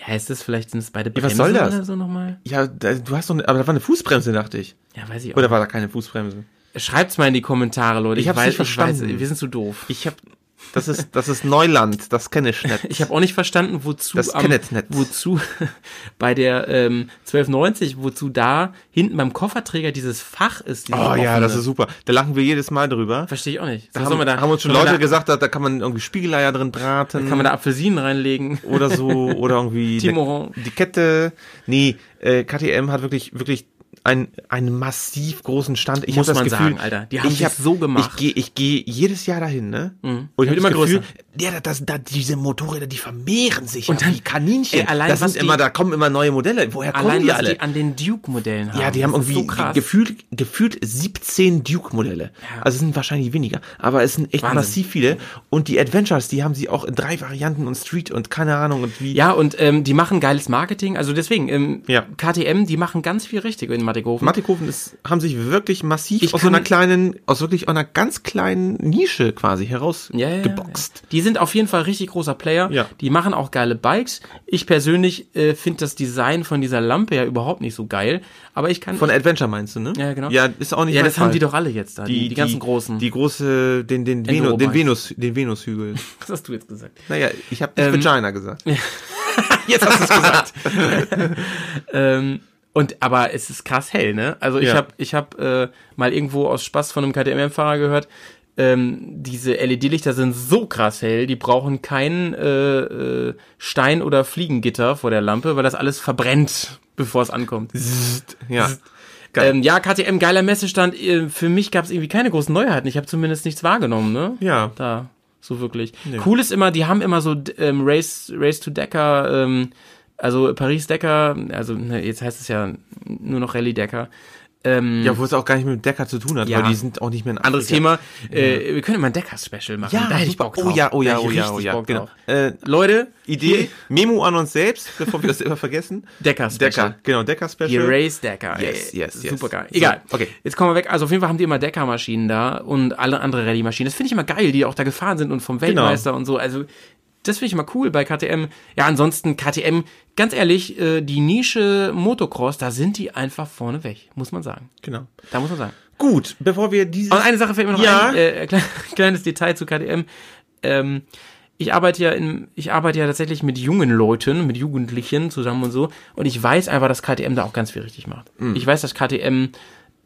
Speaker 1: ja, ist das vielleicht sind es beide
Speaker 2: was soll das?
Speaker 1: oder so nochmal?
Speaker 2: Ja, da, du hast doch, eine, aber da war eine Fußbremse, dachte ich.
Speaker 1: Ja, weiß ich auch.
Speaker 2: Oder war da keine Fußbremse?
Speaker 1: Schreibt's mal in die Kommentare, Leute.
Speaker 2: Ich hab's nicht verstanden.
Speaker 1: wir sind zu doof.
Speaker 2: Ich habe, das ist, das ist Neuland. Das kenne ich nicht.
Speaker 1: Ich habe auch nicht verstanden, wozu
Speaker 2: Das
Speaker 1: am-
Speaker 2: kenn ich nicht.
Speaker 1: wozu bei der ähm, 1290, wozu da hinten beim Kofferträger dieses Fach ist. dieses
Speaker 2: Oh ja,
Speaker 1: offene.
Speaker 2: das ist super. Da lachen wir jedes Mal drüber.
Speaker 1: verstehe ich auch nicht.
Speaker 2: Da
Speaker 1: Was
Speaker 2: haben,
Speaker 1: soll man
Speaker 2: haben uns schon
Speaker 1: soll man
Speaker 2: Leute
Speaker 1: da,
Speaker 2: gesagt, da, da kann man irgendwie Spiegeleier drin braten.
Speaker 1: kann man da Apfelsinen reinlegen?
Speaker 2: oder so oder irgendwie
Speaker 1: Team
Speaker 2: der-
Speaker 1: Orange.
Speaker 2: die Kette. Nee, äh, KTM hat wirklich wirklich einen einen massiv großen Stand. Ich
Speaker 1: Muss
Speaker 2: hab das
Speaker 1: man
Speaker 2: Gefühl,
Speaker 1: sagen, Alter. Die haben
Speaker 2: ich
Speaker 1: das so gemacht.
Speaker 2: Ich gehe ich gehe jedes Jahr dahin, ne? Und
Speaker 1: Wird
Speaker 2: ich habe
Speaker 1: immer
Speaker 2: immer Gefühl, ja, das, da diese Motorräder, die vermehren sich
Speaker 1: Und
Speaker 2: ja
Speaker 1: dann-
Speaker 2: wie Kaninchen.
Speaker 1: ey, allein
Speaker 2: das
Speaker 1: was
Speaker 2: sind
Speaker 1: die-
Speaker 2: immer da kommen immer neue Modelle. Woher kommen
Speaker 1: Allein
Speaker 2: die
Speaker 1: was
Speaker 2: alle?
Speaker 1: die an den Duke-Modellen haben.
Speaker 2: ja, die haben
Speaker 1: Das ist
Speaker 2: irgendwie
Speaker 1: so krass.
Speaker 2: gefühlt, gefühlt 17 Duke-Modelle.
Speaker 1: Ja.
Speaker 2: Also es sind wahrscheinlich weniger, aber es sind echt
Speaker 1: Wahnsinn.
Speaker 2: massiv viele. Und die Adventures, die haben sie auch in drei Varianten und Street und keine Ahnung und wie.
Speaker 1: Ja, und ähm, die machen geiles Marketing. Also deswegen, ähm,
Speaker 2: Ja.
Speaker 1: KTM, die machen ganz viel richtig in Mattighofen.
Speaker 2: Matikofen ist, haben sich wirklich massiv
Speaker 1: Ich
Speaker 2: aus so einer
Speaker 1: kann-
Speaker 2: kleinen, aus wirklich einer ganz kleinen Nische quasi
Speaker 1: ja, ja,
Speaker 2: herausgeboxt.
Speaker 1: Ja. Die sind auf jeden Fall richtig großer Player.
Speaker 2: Ja.
Speaker 1: Die machen auch geile Bikes. Ich persönlich äh, finde das Design von dieser Lampe ja überhaupt nicht so geil. Aber ich kann.
Speaker 2: Von Adventure meinst du, ne?
Speaker 1: ja, genau.
Speaker 2: Ja, ist auch nicht
Speaker 1: Ja,
Speaker 2: mein
Speaker 1: das haben
Speaker 2: Fall.
Speaker 1: die doch alle jetzt da. Die, die, ganzen großen.
Speaker 2: Die große, den, den, Venus, den
Speaker 1: Enduro-Bikes.
Speaker 2: Venus, den Venushügel.
Speaker 1: was hast du jetzt gesagt?
Speaker 2: Naja, ich habe nicht Vagina gesagt. Jetzt hast du es gesagt.
Speaker 1: Ähm, und aber es ist krass hell, ne? Also ich
Speaker 2: Ja.
Speaker 1: hab, habe ich hab, äh, mal irgendwo aus Spaß von einem KTM-Fahrer gehört, ähm, diese LED-Lichter sind so krass hell, die brauchen keinen äh, äh, Stein- oder Fliegengitter vor der Lampe, weil das alles verbrennt, bevor es ankommt.
Speaker 2: ja. Geil.
Speaker 1: Ähm, ja, KTM, geiler Messestand. Äh, Für mich gab es irgendwie keine großen Neuheiten. Ich habe zumindest nichts wahrgenommen, ne?
Speaker 2: Ja.
Speaker 1: Da, so wirklich. Cool ist immer, die haben immer so d- ähm, Race, Race to Decker, ähm, also Paris Decker, also ne, jetzt heißt es ja nur noch Rallye Decker. Ähm,
Speaker 2: Ja, wo es auch gar nicht mit dem Decker zu tun hat,
Speaker 1: Ja.
Speaker 2: weil die sind auch nicht mehr in
Speaker 1: anderes
Speaker 2: Afrika.
Speaker 1: Thema. Äh, wir können mal ein Decker-Special machen.
Speaker 2: Ja,
Speaker 1: da hätte ich
Speaker 2: super.
Speaker 1: Bock drauf.
Speaker 2: oh ja, oh ja,
Speaker 1: Da hätte
Speaker 2: oh
Speaker 1: ich
Speaker 2: ja,
Speaker 1: richtig
Speaker 2: oh ja.
Speaker 1: Bock
Speaker 2: Genau.
Speaker 1: drauf.
Speaker 2: Äh,
Speaker 1: Leute,
Speaker 2: Idee, Memo an uns selbst, bevor wir das immer vergessen.
Speaker 1: Decker-Special.
Speaker 2: Decker, genau, Decker Special.
Speaker 1: Erase Decker.
Speaker 2: Yes,
Speaker 1: ey.
Speaker 2: yes, yes.
Speaker 1: Super geil.
Speaker 2: So,
Speaker 1: Egal.
Speaker 2: okay.
Speaker 1: Jetzt kommen wir weg. Also auf jeden Fall haben die immer Decker-Maschinen da und alle andere Rallye-Maschinen. Das finde ich immer geil, die auch da gefahren sind und vom
Speaker 2: Genau.
Speaker 1: Weltmeister und so. Also das finde ich immer cool bei KTM. Ja, ansonsten KTM, ganz ehrlich, äh, die Nische Motocross, da sind die einfach vorne weg, muss man sagen.
Speaker 2: Genau.
Speaker 1: Da muss man sagen.
Speaker 2: Gut, bevor wir dieses
Speaker 1: Und eine Sache fällt mir noch
Speaker 2: Ja.
Speaker 1: ein, äh, kle- kleines Detail zu KTM. Ähm, ich arbeite ja in, ich arbeite ja tatsächlich mit jungen Leuten, mit Jugendlichen zusammen und so. Und ich weiß einfach, dass KTM da auch ganz viel richtig macht. Ich weiß, dass KTM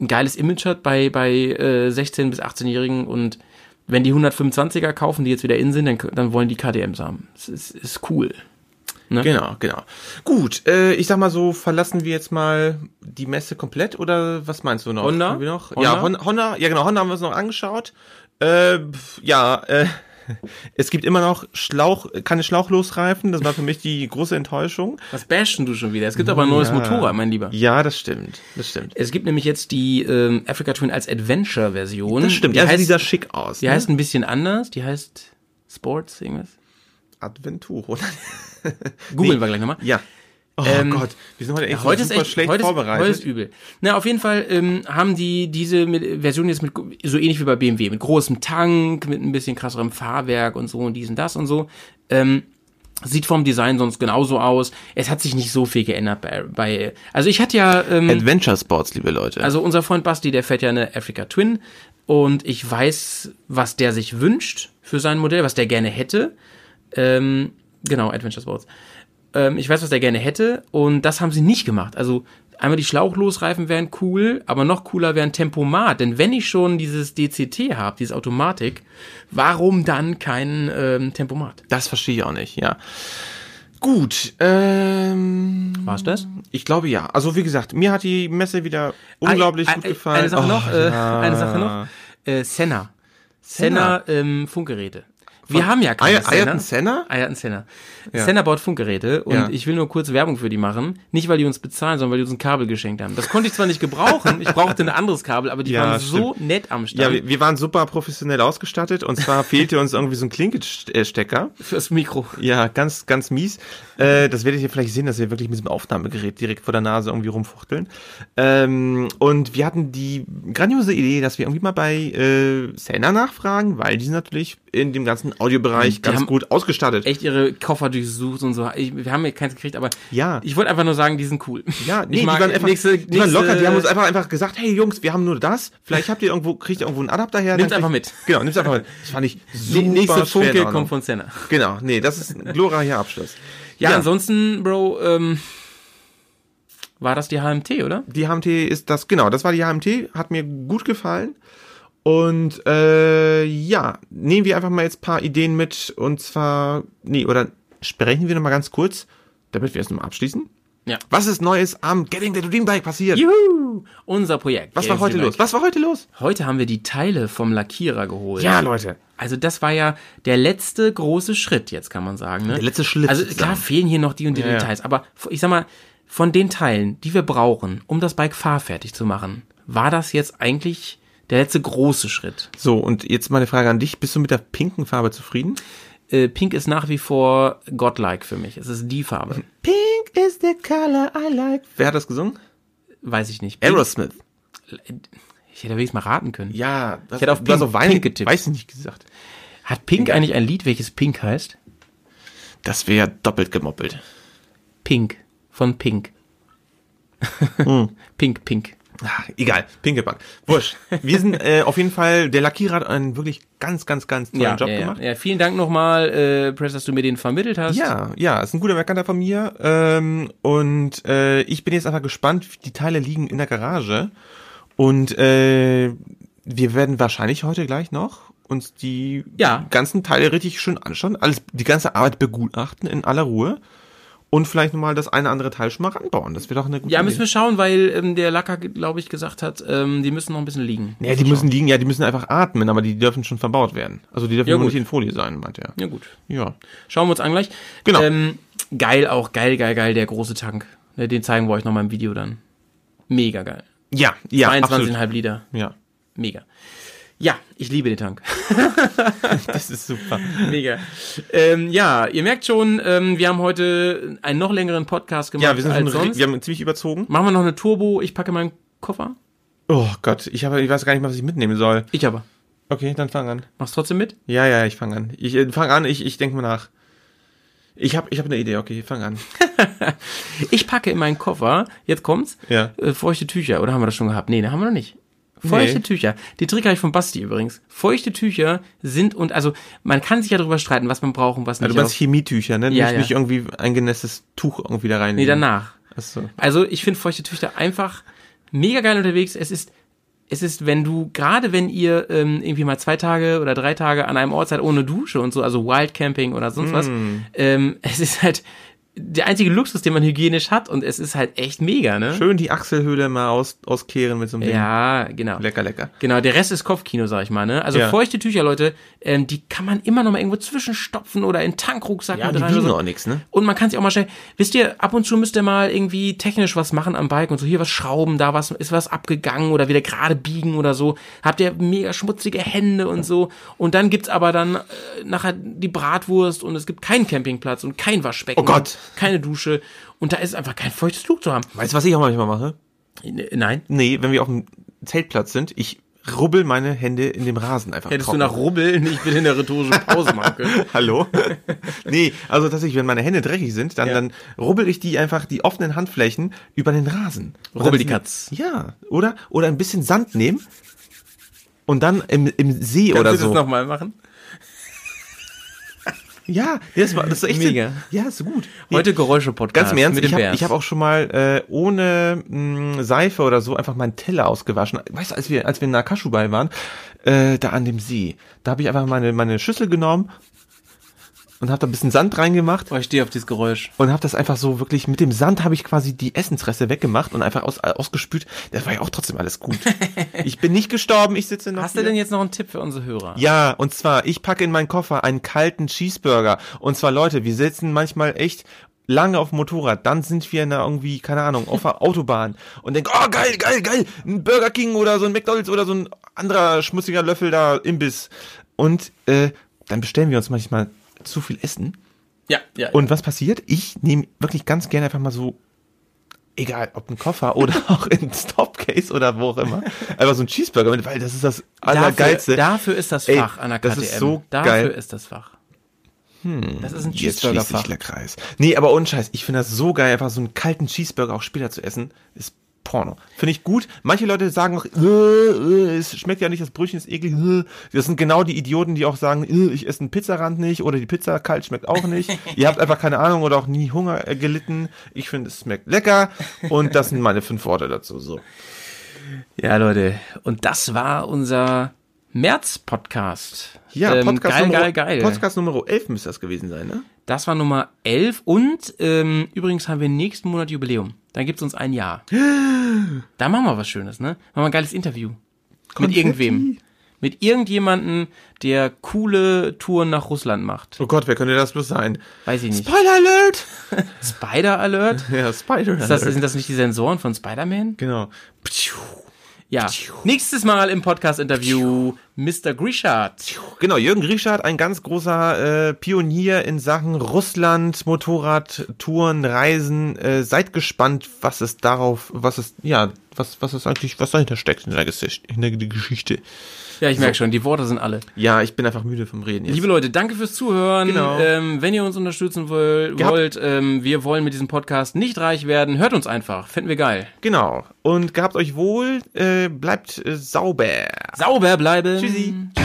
Speaker 1: ein geiles Image hat bei, bei äh, 16- bis 18-Jährigen und wenn die 125er kaufen, die jetzt wieder in sind, dann, dann wollen die KTMs haben. Das ist, ist cool.
Speaker 2: Genau, genau. Gut, äh, ich sag mal so, verlassen wir jetzt mal die Messe komplett oder was meinst du noch?
Speaker 1: Honda?
Speaker 2: Haben Wir noch?
Speaker 1: Honda?
Speaker 2: Ja, Honda, Honda, ja genau, Honda haben wir uns noch angeschaut. Äh, pf, ja, äh, es gibt immer noch Schlauch, keine Schlauchlosreifen, das war für mich die große Enttäuschung.
Speaker 1: Was bashen du schon wieder? Es gibt aber ein neues Motorrad, mein Lieber.
Speaker 2: Ja, das stimmt, das stimmt.
Speaker 1: Es gibt nämlich jetzt die ähm, Africa Twin als Adventure-Version.
Speaker 2: Das stimmt,
Speaker 1: Die
Speaker 2: ja, sieht
Speaker 1: heißt-
Speaker 2: dieser schick aus.
Speaker 1: Die
Speaker 2: ne?
Speaker 1: heißt ein bisschen anders. Die heißt Sports, irgendwas.
Speaker 2: Adventuro.
Speaker 1: Googeln
Speaker 2: Nee.
Speaker 1: wir gleich nochmal.
Speaker 2: Ja. Oh
Speaker 1: Ähm,
Speaker 2: Gott, wir sind heute echt
Speaker 1: Heute ist
Speaker 2: super
Speaker 1: echt
Speaker 2: schlecht
Speaker 1: heute ist,
Speaker 2: vorbereitet.
Speaker 1: Heute ist übel. Na, auf jeden Fall ähm, haben die diese mit, Version jetzt mit so ähnlich wie bei BMW mit großem Tank, mit ein bisschen krasserem Fahrwerk und so und dies und das und so. Ähm, sieht vom Design sonst genauso aus. Es hat sich nicht so viel geändert bei, bei also ich hatte ja ähm,
Speaker 2: Adventure Sports, liebe Leute.
Speaker 1: Also unser Freund Basti, der fährt ja eine Africa Twin und ich weiß, was der sich wünscht für sein Modell, was der gerne hätte. Ähm, genau, Adventure Sports. Ähm, ich weiß, was der gerne hätte und das haben sie nicht gemacht. Also einmal die Schlauchlosreifen wären cool, aber noch cooler wären Tempomat. Denn wenn ich schon dieses DCT habe, dieses Automatik, warum dann kein ähm, Tempomat?
Speaker 2: das verstehe ich auch nicht, ja. Gut, ähm,
Speaker 1: War's das?
Speaker 2: Ich glaube ja. Also wie gesagt, mir hat die Messe wieder unglaublich
Speaker 1: Ah,
Speaker 2: gut
Speaker 1: äh,
Speaker 2: gefallen.
Speaker 1: Eine Sache
Speaker 2: Oh,
Speaker 1: noch, äh,
Speaker 2: ja.
Speaker 1: eine Sache noch. Äh, Senna. Senna, ähm, Funkgeräte. Wir haben ja keine
Speaker 2: Ay- Ah, Ayrton Senna?
Speaker 1: Ayrton Senna. Senna baut Funkgeräte und
Speaker 2: Ja.
Speaker 1: ich will nur kurz Werbung für die machen. Nicht, weil die uns bezahlen, sondern weil die uns ein Kabel geschenkt haben. Das konnte ich zwar nicht gebrauchen, ich brauchte ein anderes Kabel, aber die
Speaker 2: Ja,
Speaker 1: waren so nett am Start.
Speaker 2: Ja, wir, wir waren super professionell ausgestattet und zwar fehlte uns irgendwie so ein Klinkenstecker.
Speaker 1: fürs Mikro.
Speaker 2: Ja, ganz, ganz mies. Äh, das werdet ihr vielleicht sehen, dass wir wirklich mit dem Aufnahmegerät direkt vor der Nase irgendwie rumfuchteln. Ähm, und wir hatten die grandiose Idee, dass wir irgendwie mal bei äh, Senna nachfragen, weil die sind natürlich in dem ganzen Audiobereich ganz
Speaker 1: haben
Speaker 2: gut ausgestattet.
Speaker 1: Echt ihre Koffer durchsucht und so. Ich, wir haben ja keins gekriegt, aber
Speaker 2: Ja.
Speaker 1: ich wollte einfach nur sagen, die sind cool.
Speaker 2: Ja, nee,
Speaker 1: ich mag,
Speaker 2: die waren einfach
Speaker 1: nächste,
Speaker 2: die waren
Speaker 1: nächste-
Speaker 2: locker, die haben uns einfach, einfach gesagt, hey Jungs, wir haben nur das, vielleicht habt ihr irgendwo, kriegt ihr irgendwo einen Adapter her.
Speaker 1: Nimm's
Speaker 2: dann kriegt-
Speaker 1: einfach mit.
Speaker 2: Genau, nimm's einfach mit. Das fand ich
Speaker 1: die
Speaker 2: super
Speaker 1: nächste
Speaker 2: schwer in
Speaker 1: Funke
Speaker 2: Ordnung.
Speaker 1: kommt von Senna.
Speaker 2: Genau, nee, das ist ein glorreicher Abschluss.
Speaker 1: Ja,
Speaker 2: Ja.
Speaker 1: ansonsten, Bro, ähm, war das die HMT, oder?
Speaker 2: Die HMT ist das, genau, das war die HMT, hat mir gut gefallen. Und äh, ja, nehmen wir einfach mal jetzt ein paar Ideen mit und zwar, nee, oder sprechen wir nochmal ganz kurz, damit wir es nochmal abschließen.
Speaker 1: Ja.
Speaker 2: Was ist Neues am Getting the Dream Bike passiert?
Speaker 1: Juhu! Unser Projekt.
Speaker 2: Was war heute los? Was war heute los?
Speaker 1: Heute haben wir die Teile vom Lackierer geholt.
Speaker 2: Leute.
Speaker 1: Also das war ja der letzte große Schritt, jetzt kann man sagen. Ne?
Speaker 2: Der letzte Schliff
Speaker 1: Also klar
Speaker 2: sozusagen.
Speaker 1: fehlen hier noch die und die
Speaker 2: ja.
Speaker 1: Details, aber ich sag mal, von den Teilen, die wir brauchen, um das Bike fahrfertig zu machen, war das jetzt eigentlich der letzte große Schritt.
Speaker 2: So, und jetzt meine Frage an dich. Bist du mit der pinken Farbe zufrieden?
Speaker 1: Äh, Pink ist nach wie vor godlike für mich. Es ist die
Speaker 2: Mhm.
Speaker 1: Farbe.
Speaker 2: Pink is the color I like. Wer hat das gesungen?
Speaker 1: Weiß ich nicht. Pink,
Speaker 2: Aerosmith.
Speaker 1: ich hätte wenigstens mal raten können.
Speaker 2: Ja, das,
Speaker 1: hätte auf
Speaker 2: du hast
Speaker 1: Pink-
Speaker 2: auf Wein
Speaker 1: Pink getippt.
Speaker 2: Weiß ich nicht gesagt.
Speaker 1: Hat Pink eigentlich ein Lied, welches Pink heißt?
Speaker 2: Das wäre doppelt gemoppelt.
Speaker 1: Pink. Von Pink. Hm. Pink, Pink.
Speaker 2: Ach, Ah, egal, pinke Bank. Wurscht. Wir sind äh, auf jeden Fall, der Lackierer hat einen wirklich ganz, ganz, ganz tollen Job
Speaker 1: ja,
Speaker 2: gemacht.
Speaker 1: Ja. ja, vielen Dank nochmal, äh, Press, dass du mir den vermittelt hast.
Speaker 2: Ja, ja, ist ein guter Merkanter von mir. Ähm, und äh, ich bin jetzt einfach gespannt. Die Teile liegen in der Garage. Und äh, wir werden wahrscheinlich heute gleich noch uns die
Speaker 1: Ja.
Speaker 2: ganzen Teile richtig schön anschauen. Alles, die ganze Arbeit begutachten in aller Ruhe. Und vielleicht nochmal das eine andere Teil schon mal ranbauen. Das wäre doch eine gute
Speaker 1: Ja,
Speaker 2: Idee.
Speaker 1: müssen wir schauen, weil ähm, der Lacker, glaube ich, gesagt hat, ähm, die müssen noch ein bisschen liegen.
Speaker 2: ja, die müssen liegen, ja, die müssen einfach atmen, aber die dürfen schon verbaut werden. Also die dürfen
Speaker 1: Ja,
Speaker 2: nur
Speaker 1: gut.
Speaker 2: nicht in Folie sein, meint er.
Speaker 1: Ja, gut.
Speaker 2: Ja.
Speaker 1: Schauen wir uns an gleich.
Speaker 2: Genau.
Speaker 1: Ähm, geil auch, geil, geil, geil, der große Tank. Ne, Den zeigen wir euch nochmal im Video dann. Mega geil.
Speaker 2: Ja, ja,
Speaker 1: 22,5
Speaker 2: absolut.
Speaker 1: Liter.
Speaker 2: Ja,
Speaker 1: Mega. Ja, ich liebe den Tank.
Speaker 2: das ist super.
Speaker 1: Mega. ähm, ja, ihr merkt schon, ähm, wir haben heute einen noch längeren Podcast gemacht
Speaker 2: Ja, wir sind schon,
Speaker 1: als
Speaker 2: ri-
Speaker 1: sonst.
Speaker 2: wir haben ziemlich überzogen.
Speaker 1: Machen wir noch eine Turbo. Ich packe meinen Koffer.
Speaker 2: Oh Gott, ich, habe, ich weiß gar nicht mal, was ich mitnehmen soll.
Speaker 1: Ich aber.
Speaker 2: Okay, dann fang an.
Speaker 1: Machst trotzdem mit?
Speaker 2: Ja, ja, ich fang an. Ich äh, fang an, ich, ich denke mal nach. Ich habe ich hab eine Idee, okay, fang an.
Speaker 1: Ich packe in meinen Koffer, jetzt kommt's,
Speaker 2: Ja.
Speaker 1: äh, feuchte Tücher. Oder haben wir das schon gehabt? Nee, ne, haben wir noch nicht. Feuchte
Speaker 2: Nee.
Speaker 1: Tücher. Den Trick habe ich von Basti übrigens. Feuchte Tücher sind und also man kann sich ja darüber streiten, was man braucht und was nicht.
Speaker 2: Also du meinst
Speaker 1: aber-
Speaker 2: Chemietücher, ne?
Speaker 1: Ja,
Speaker 2: nicht,
Speaker 1: ja.
Speaker 2: nicht irgendwie ein genässtes Tuch irgendwie da rein.
Speaker 1: nee, danach.
Speaker 2: Achso.
Speaker 1: Also ich finde feuchte Tücher einfach mega geil unterwegs. Es ist, es ist, wenn du, gerade wenn ihr ähm, irgendwie mal zwei Tage oder drei Tage an einem Ort seid ohne Dusche und so, also Wildcamping oder sonst was,
Speaker 2: Mm.
Speaker 1: ähm, es ist halt der einzige Luxus, den man hygienisch hat und es ist halt echt mega, ne?
Speaker 2: Schön die Achselhöhle mal aus, auskehren mit so einem
Speaker 1: Ja, genau.
Speaker 2: Ding. Lecker, Ah, lecker.
Speaker 1: Genau, der Rest ist Kopfkino, sag ich mal, ne? Also
Speaker 2: Ja.
Speaker 1: feuchte Tücher, Leute, ähm, die kann man immer noch mal irgendwo zwischenstopfen oder in einen Tankrucksack mit rein. oder so.
Speaker 2: nichts, ne?
Speaker 1: Und man kann sich auch mal schnell, wisst ihr, ab und zu müsst ihr mal irgendwie technisch was machen am Bike und so hier was schrauben, da was, ist was abgegangen oder wieder gerade biegen oder so. Habt ihr mega schmutzige Hände und so. Und dann gibt's aber dann äh, nachher die Bratwurst und es gibt keinen Campingplatz und kein Waschbecken.
Speaker 2: Oh Gott.
Speaker 1: und Keine Dusche. Und da ist einfach kein feuchtes Tuch zu haben.
Speaker 2: Weißt du, was ich auch manchmal mache?
Speaker 1: N- Nein.
Speaker 2: Nee, wenn wir auf dem Zeltplatz sind, ich rubbel meine Hände in dem Rasen einfach
Speaker 1: Hättest
Speaker 2: trocken.
Speaker 1: du nach Rubbel nicht bitte eine rhetorische Pause machen können.
Speaker 2: Hallo? nee, also tatsächlich, wenn meine Hände dreckig sind, dann, dann rubbel ich die einfach, die offenen Handflächen, über den Rasen. Und
Speaker 1: Rubbel die
Speaker 2: dann-
Speaker 1: Katz.
Speaker 2: Ja, oder? Oder ein bisschen Sand nehmen und dann im, im See oder so.
Speaker 1: nochmal machen?
Speaker 2: ja, das war das ist echt
Speaker 1: Mega.
Speaker 2: Ja, ist gut.
Speaker 1: Heute Geräusche-Podcast.
Speaker 2: Ganz im Ernst,
Speaker 1: mit dem
Speaker 2: ich habe
Speaker 1: Bärs.
Speaker 2: hab auch schon mal äh, ohne mh, Seife oder so einfach meinen Teller ausgewaschen. Weißt du, als wir, als wir in Nakashu bei waren, äh, da an dem See, da habe ich einfach meine, meine Schüssel genommen und habe da ein bisschen Sand reingemacht
Speaker 1: Oh, ich stehe auf dieses Geräusch.
Speaker 2: und habe das einfach so wirklich, mit dem Sand habe ich quasi die Essensreste weggemacht und einfach aus, äh, ausgespült. Das war ja auch trotzdem alles gut. ich bin nicht gestorben, ich sitze noch
Speaker 1: Hast du
Speaker 2: hier.
Speaker 1: denn jetzt noch einen Tipp für unsere Hörer?
Speaker 2: Ja, und zwar, ich packe in meinen Koffer einen kalten Cheeseburger. Und zwar, Leute, wir sitzen manchmal echt lange auf dem Motorrad, dann sind wir in einer irgendwie, keine Ahnung, auf der Autobahn und denken, oh geil, geil, geil, ein Burger King oder so ein McDonalds oder so ein anderer schmutziger Löffel da Imbiss. Und äh, dann bestellen wir uns manchmal zu viel Essen.
Speaker 1: ja, ja.
Speaker 2: Und was passiert? Ich nehme wirklich ganz gerne einfach mal so, egal, ob ein Koffer oder auch ein Stopcase oder wo auch immer, einfach so ein Cheeseburger mit, weil das ist das Allergeilste.
Speaker 1: Dafür, dafür ist das
Speaker 2: Ey,
Speaker 1: Fach an der KTM.
Speaker 2: das ist so
Speaker 1: dafür
Speaker 2: geil. Hm,
Speaker 1: ist das Fach. das ist ein
Speaker 2: Jetzt schließt sich
Speaker 1: Cheeseburger-Fach.
Speaker 2: der Kreis. Nee, aber ohne Scheiß, ich finde das so geil, einfach so einen kalten Cheeseburger auch später zu essen, ist Porno. Finde ich gut. Manche Leute sagen auch, äh, äh, es schmeckt ja nicht, das Brötchen ist eklig. Äh. Das sind genau die Idioten, die auch sagen, äh, ich esse einen Pizzarand nicht oder die Pizza kalt schmeckt auch nicht. Ihr habt einfach keine Ahnung oder auch nie Hunger äh, gelitten. Ich finde, es schmeckt lecker und das sind meine fünf Worte dazu. So.
Speaker 1: Ja, Leute. Und das war unser März-Podcast.
Speaker 2: Ja,
Speaker 1: Ähm,
Speaker 2: Podcast,
Speaker 1: geil,
Speaker 2: Nummer,
Speaker 1: geil, geil.
Speaker 2: Podcast Nummer 11 müsste das gewesen sein, ne?
Speaker 1: Das war Nummer 11. Und ähm, übrigens haben wir nächsten Monat Jubiläum. Dann gibt's uns ein Jahr. da machen wir was Schönes, ne? Machen wir ein geiles Interview. Mit irgendwem. Mit irgendjemandem, der coole Touren nach Russland macht.
Speaker 2: Oh Gott, wer könnte das bloß sein?
Speaker 1: Weiß ich nicht.
Speaker 2: Spoiler Alert!
Speaker 1: Spider Alert?
Speaker 2: Ja, Spider Alert.
Speaker 1: Ist das, sind das nicht die Sensoren von Spider-Man?
Speaker 2: genau.
Speaker 1: Ja. Nächstes Mal im Podcast-Interview Mr. Grishard.
Speaker 2: Genau, Jürgen Richard, ein ganz großer äh, Pionier in Sachen Russland, Motorrad, Touren, Reisen. Äh, seid gespannt, was es darauf, was es, ja, was, was es eigentlich, was dahinter steckt in der, Gesicht, in der Geschichte.
Speaker 1: Ja, ich merke schon, die Worte sind alle.
Speaker 2: Ja, ich bin einfach müde vom Reden jetzt.
Speaker 1: Liebe Leute, danke fürs Zuhören.
Speaker 2: Genau.
Speaker 1: Ähm, wenn ihr uns unterstützen woll
Speaker 2: Gehabt.
Speaker 1: wollt, ähm, wir wollen mit diesem Podcast nicht reich werden. Hört uns einfach. Finden wir geil.
Speaker 2: genau. Und gehabt euch wohl, äh, bleibt äh, sauber.
Speaker 1: Sauber bleiben.
Speaker 2: Tschüssi.
Speaker 1: Tschüss.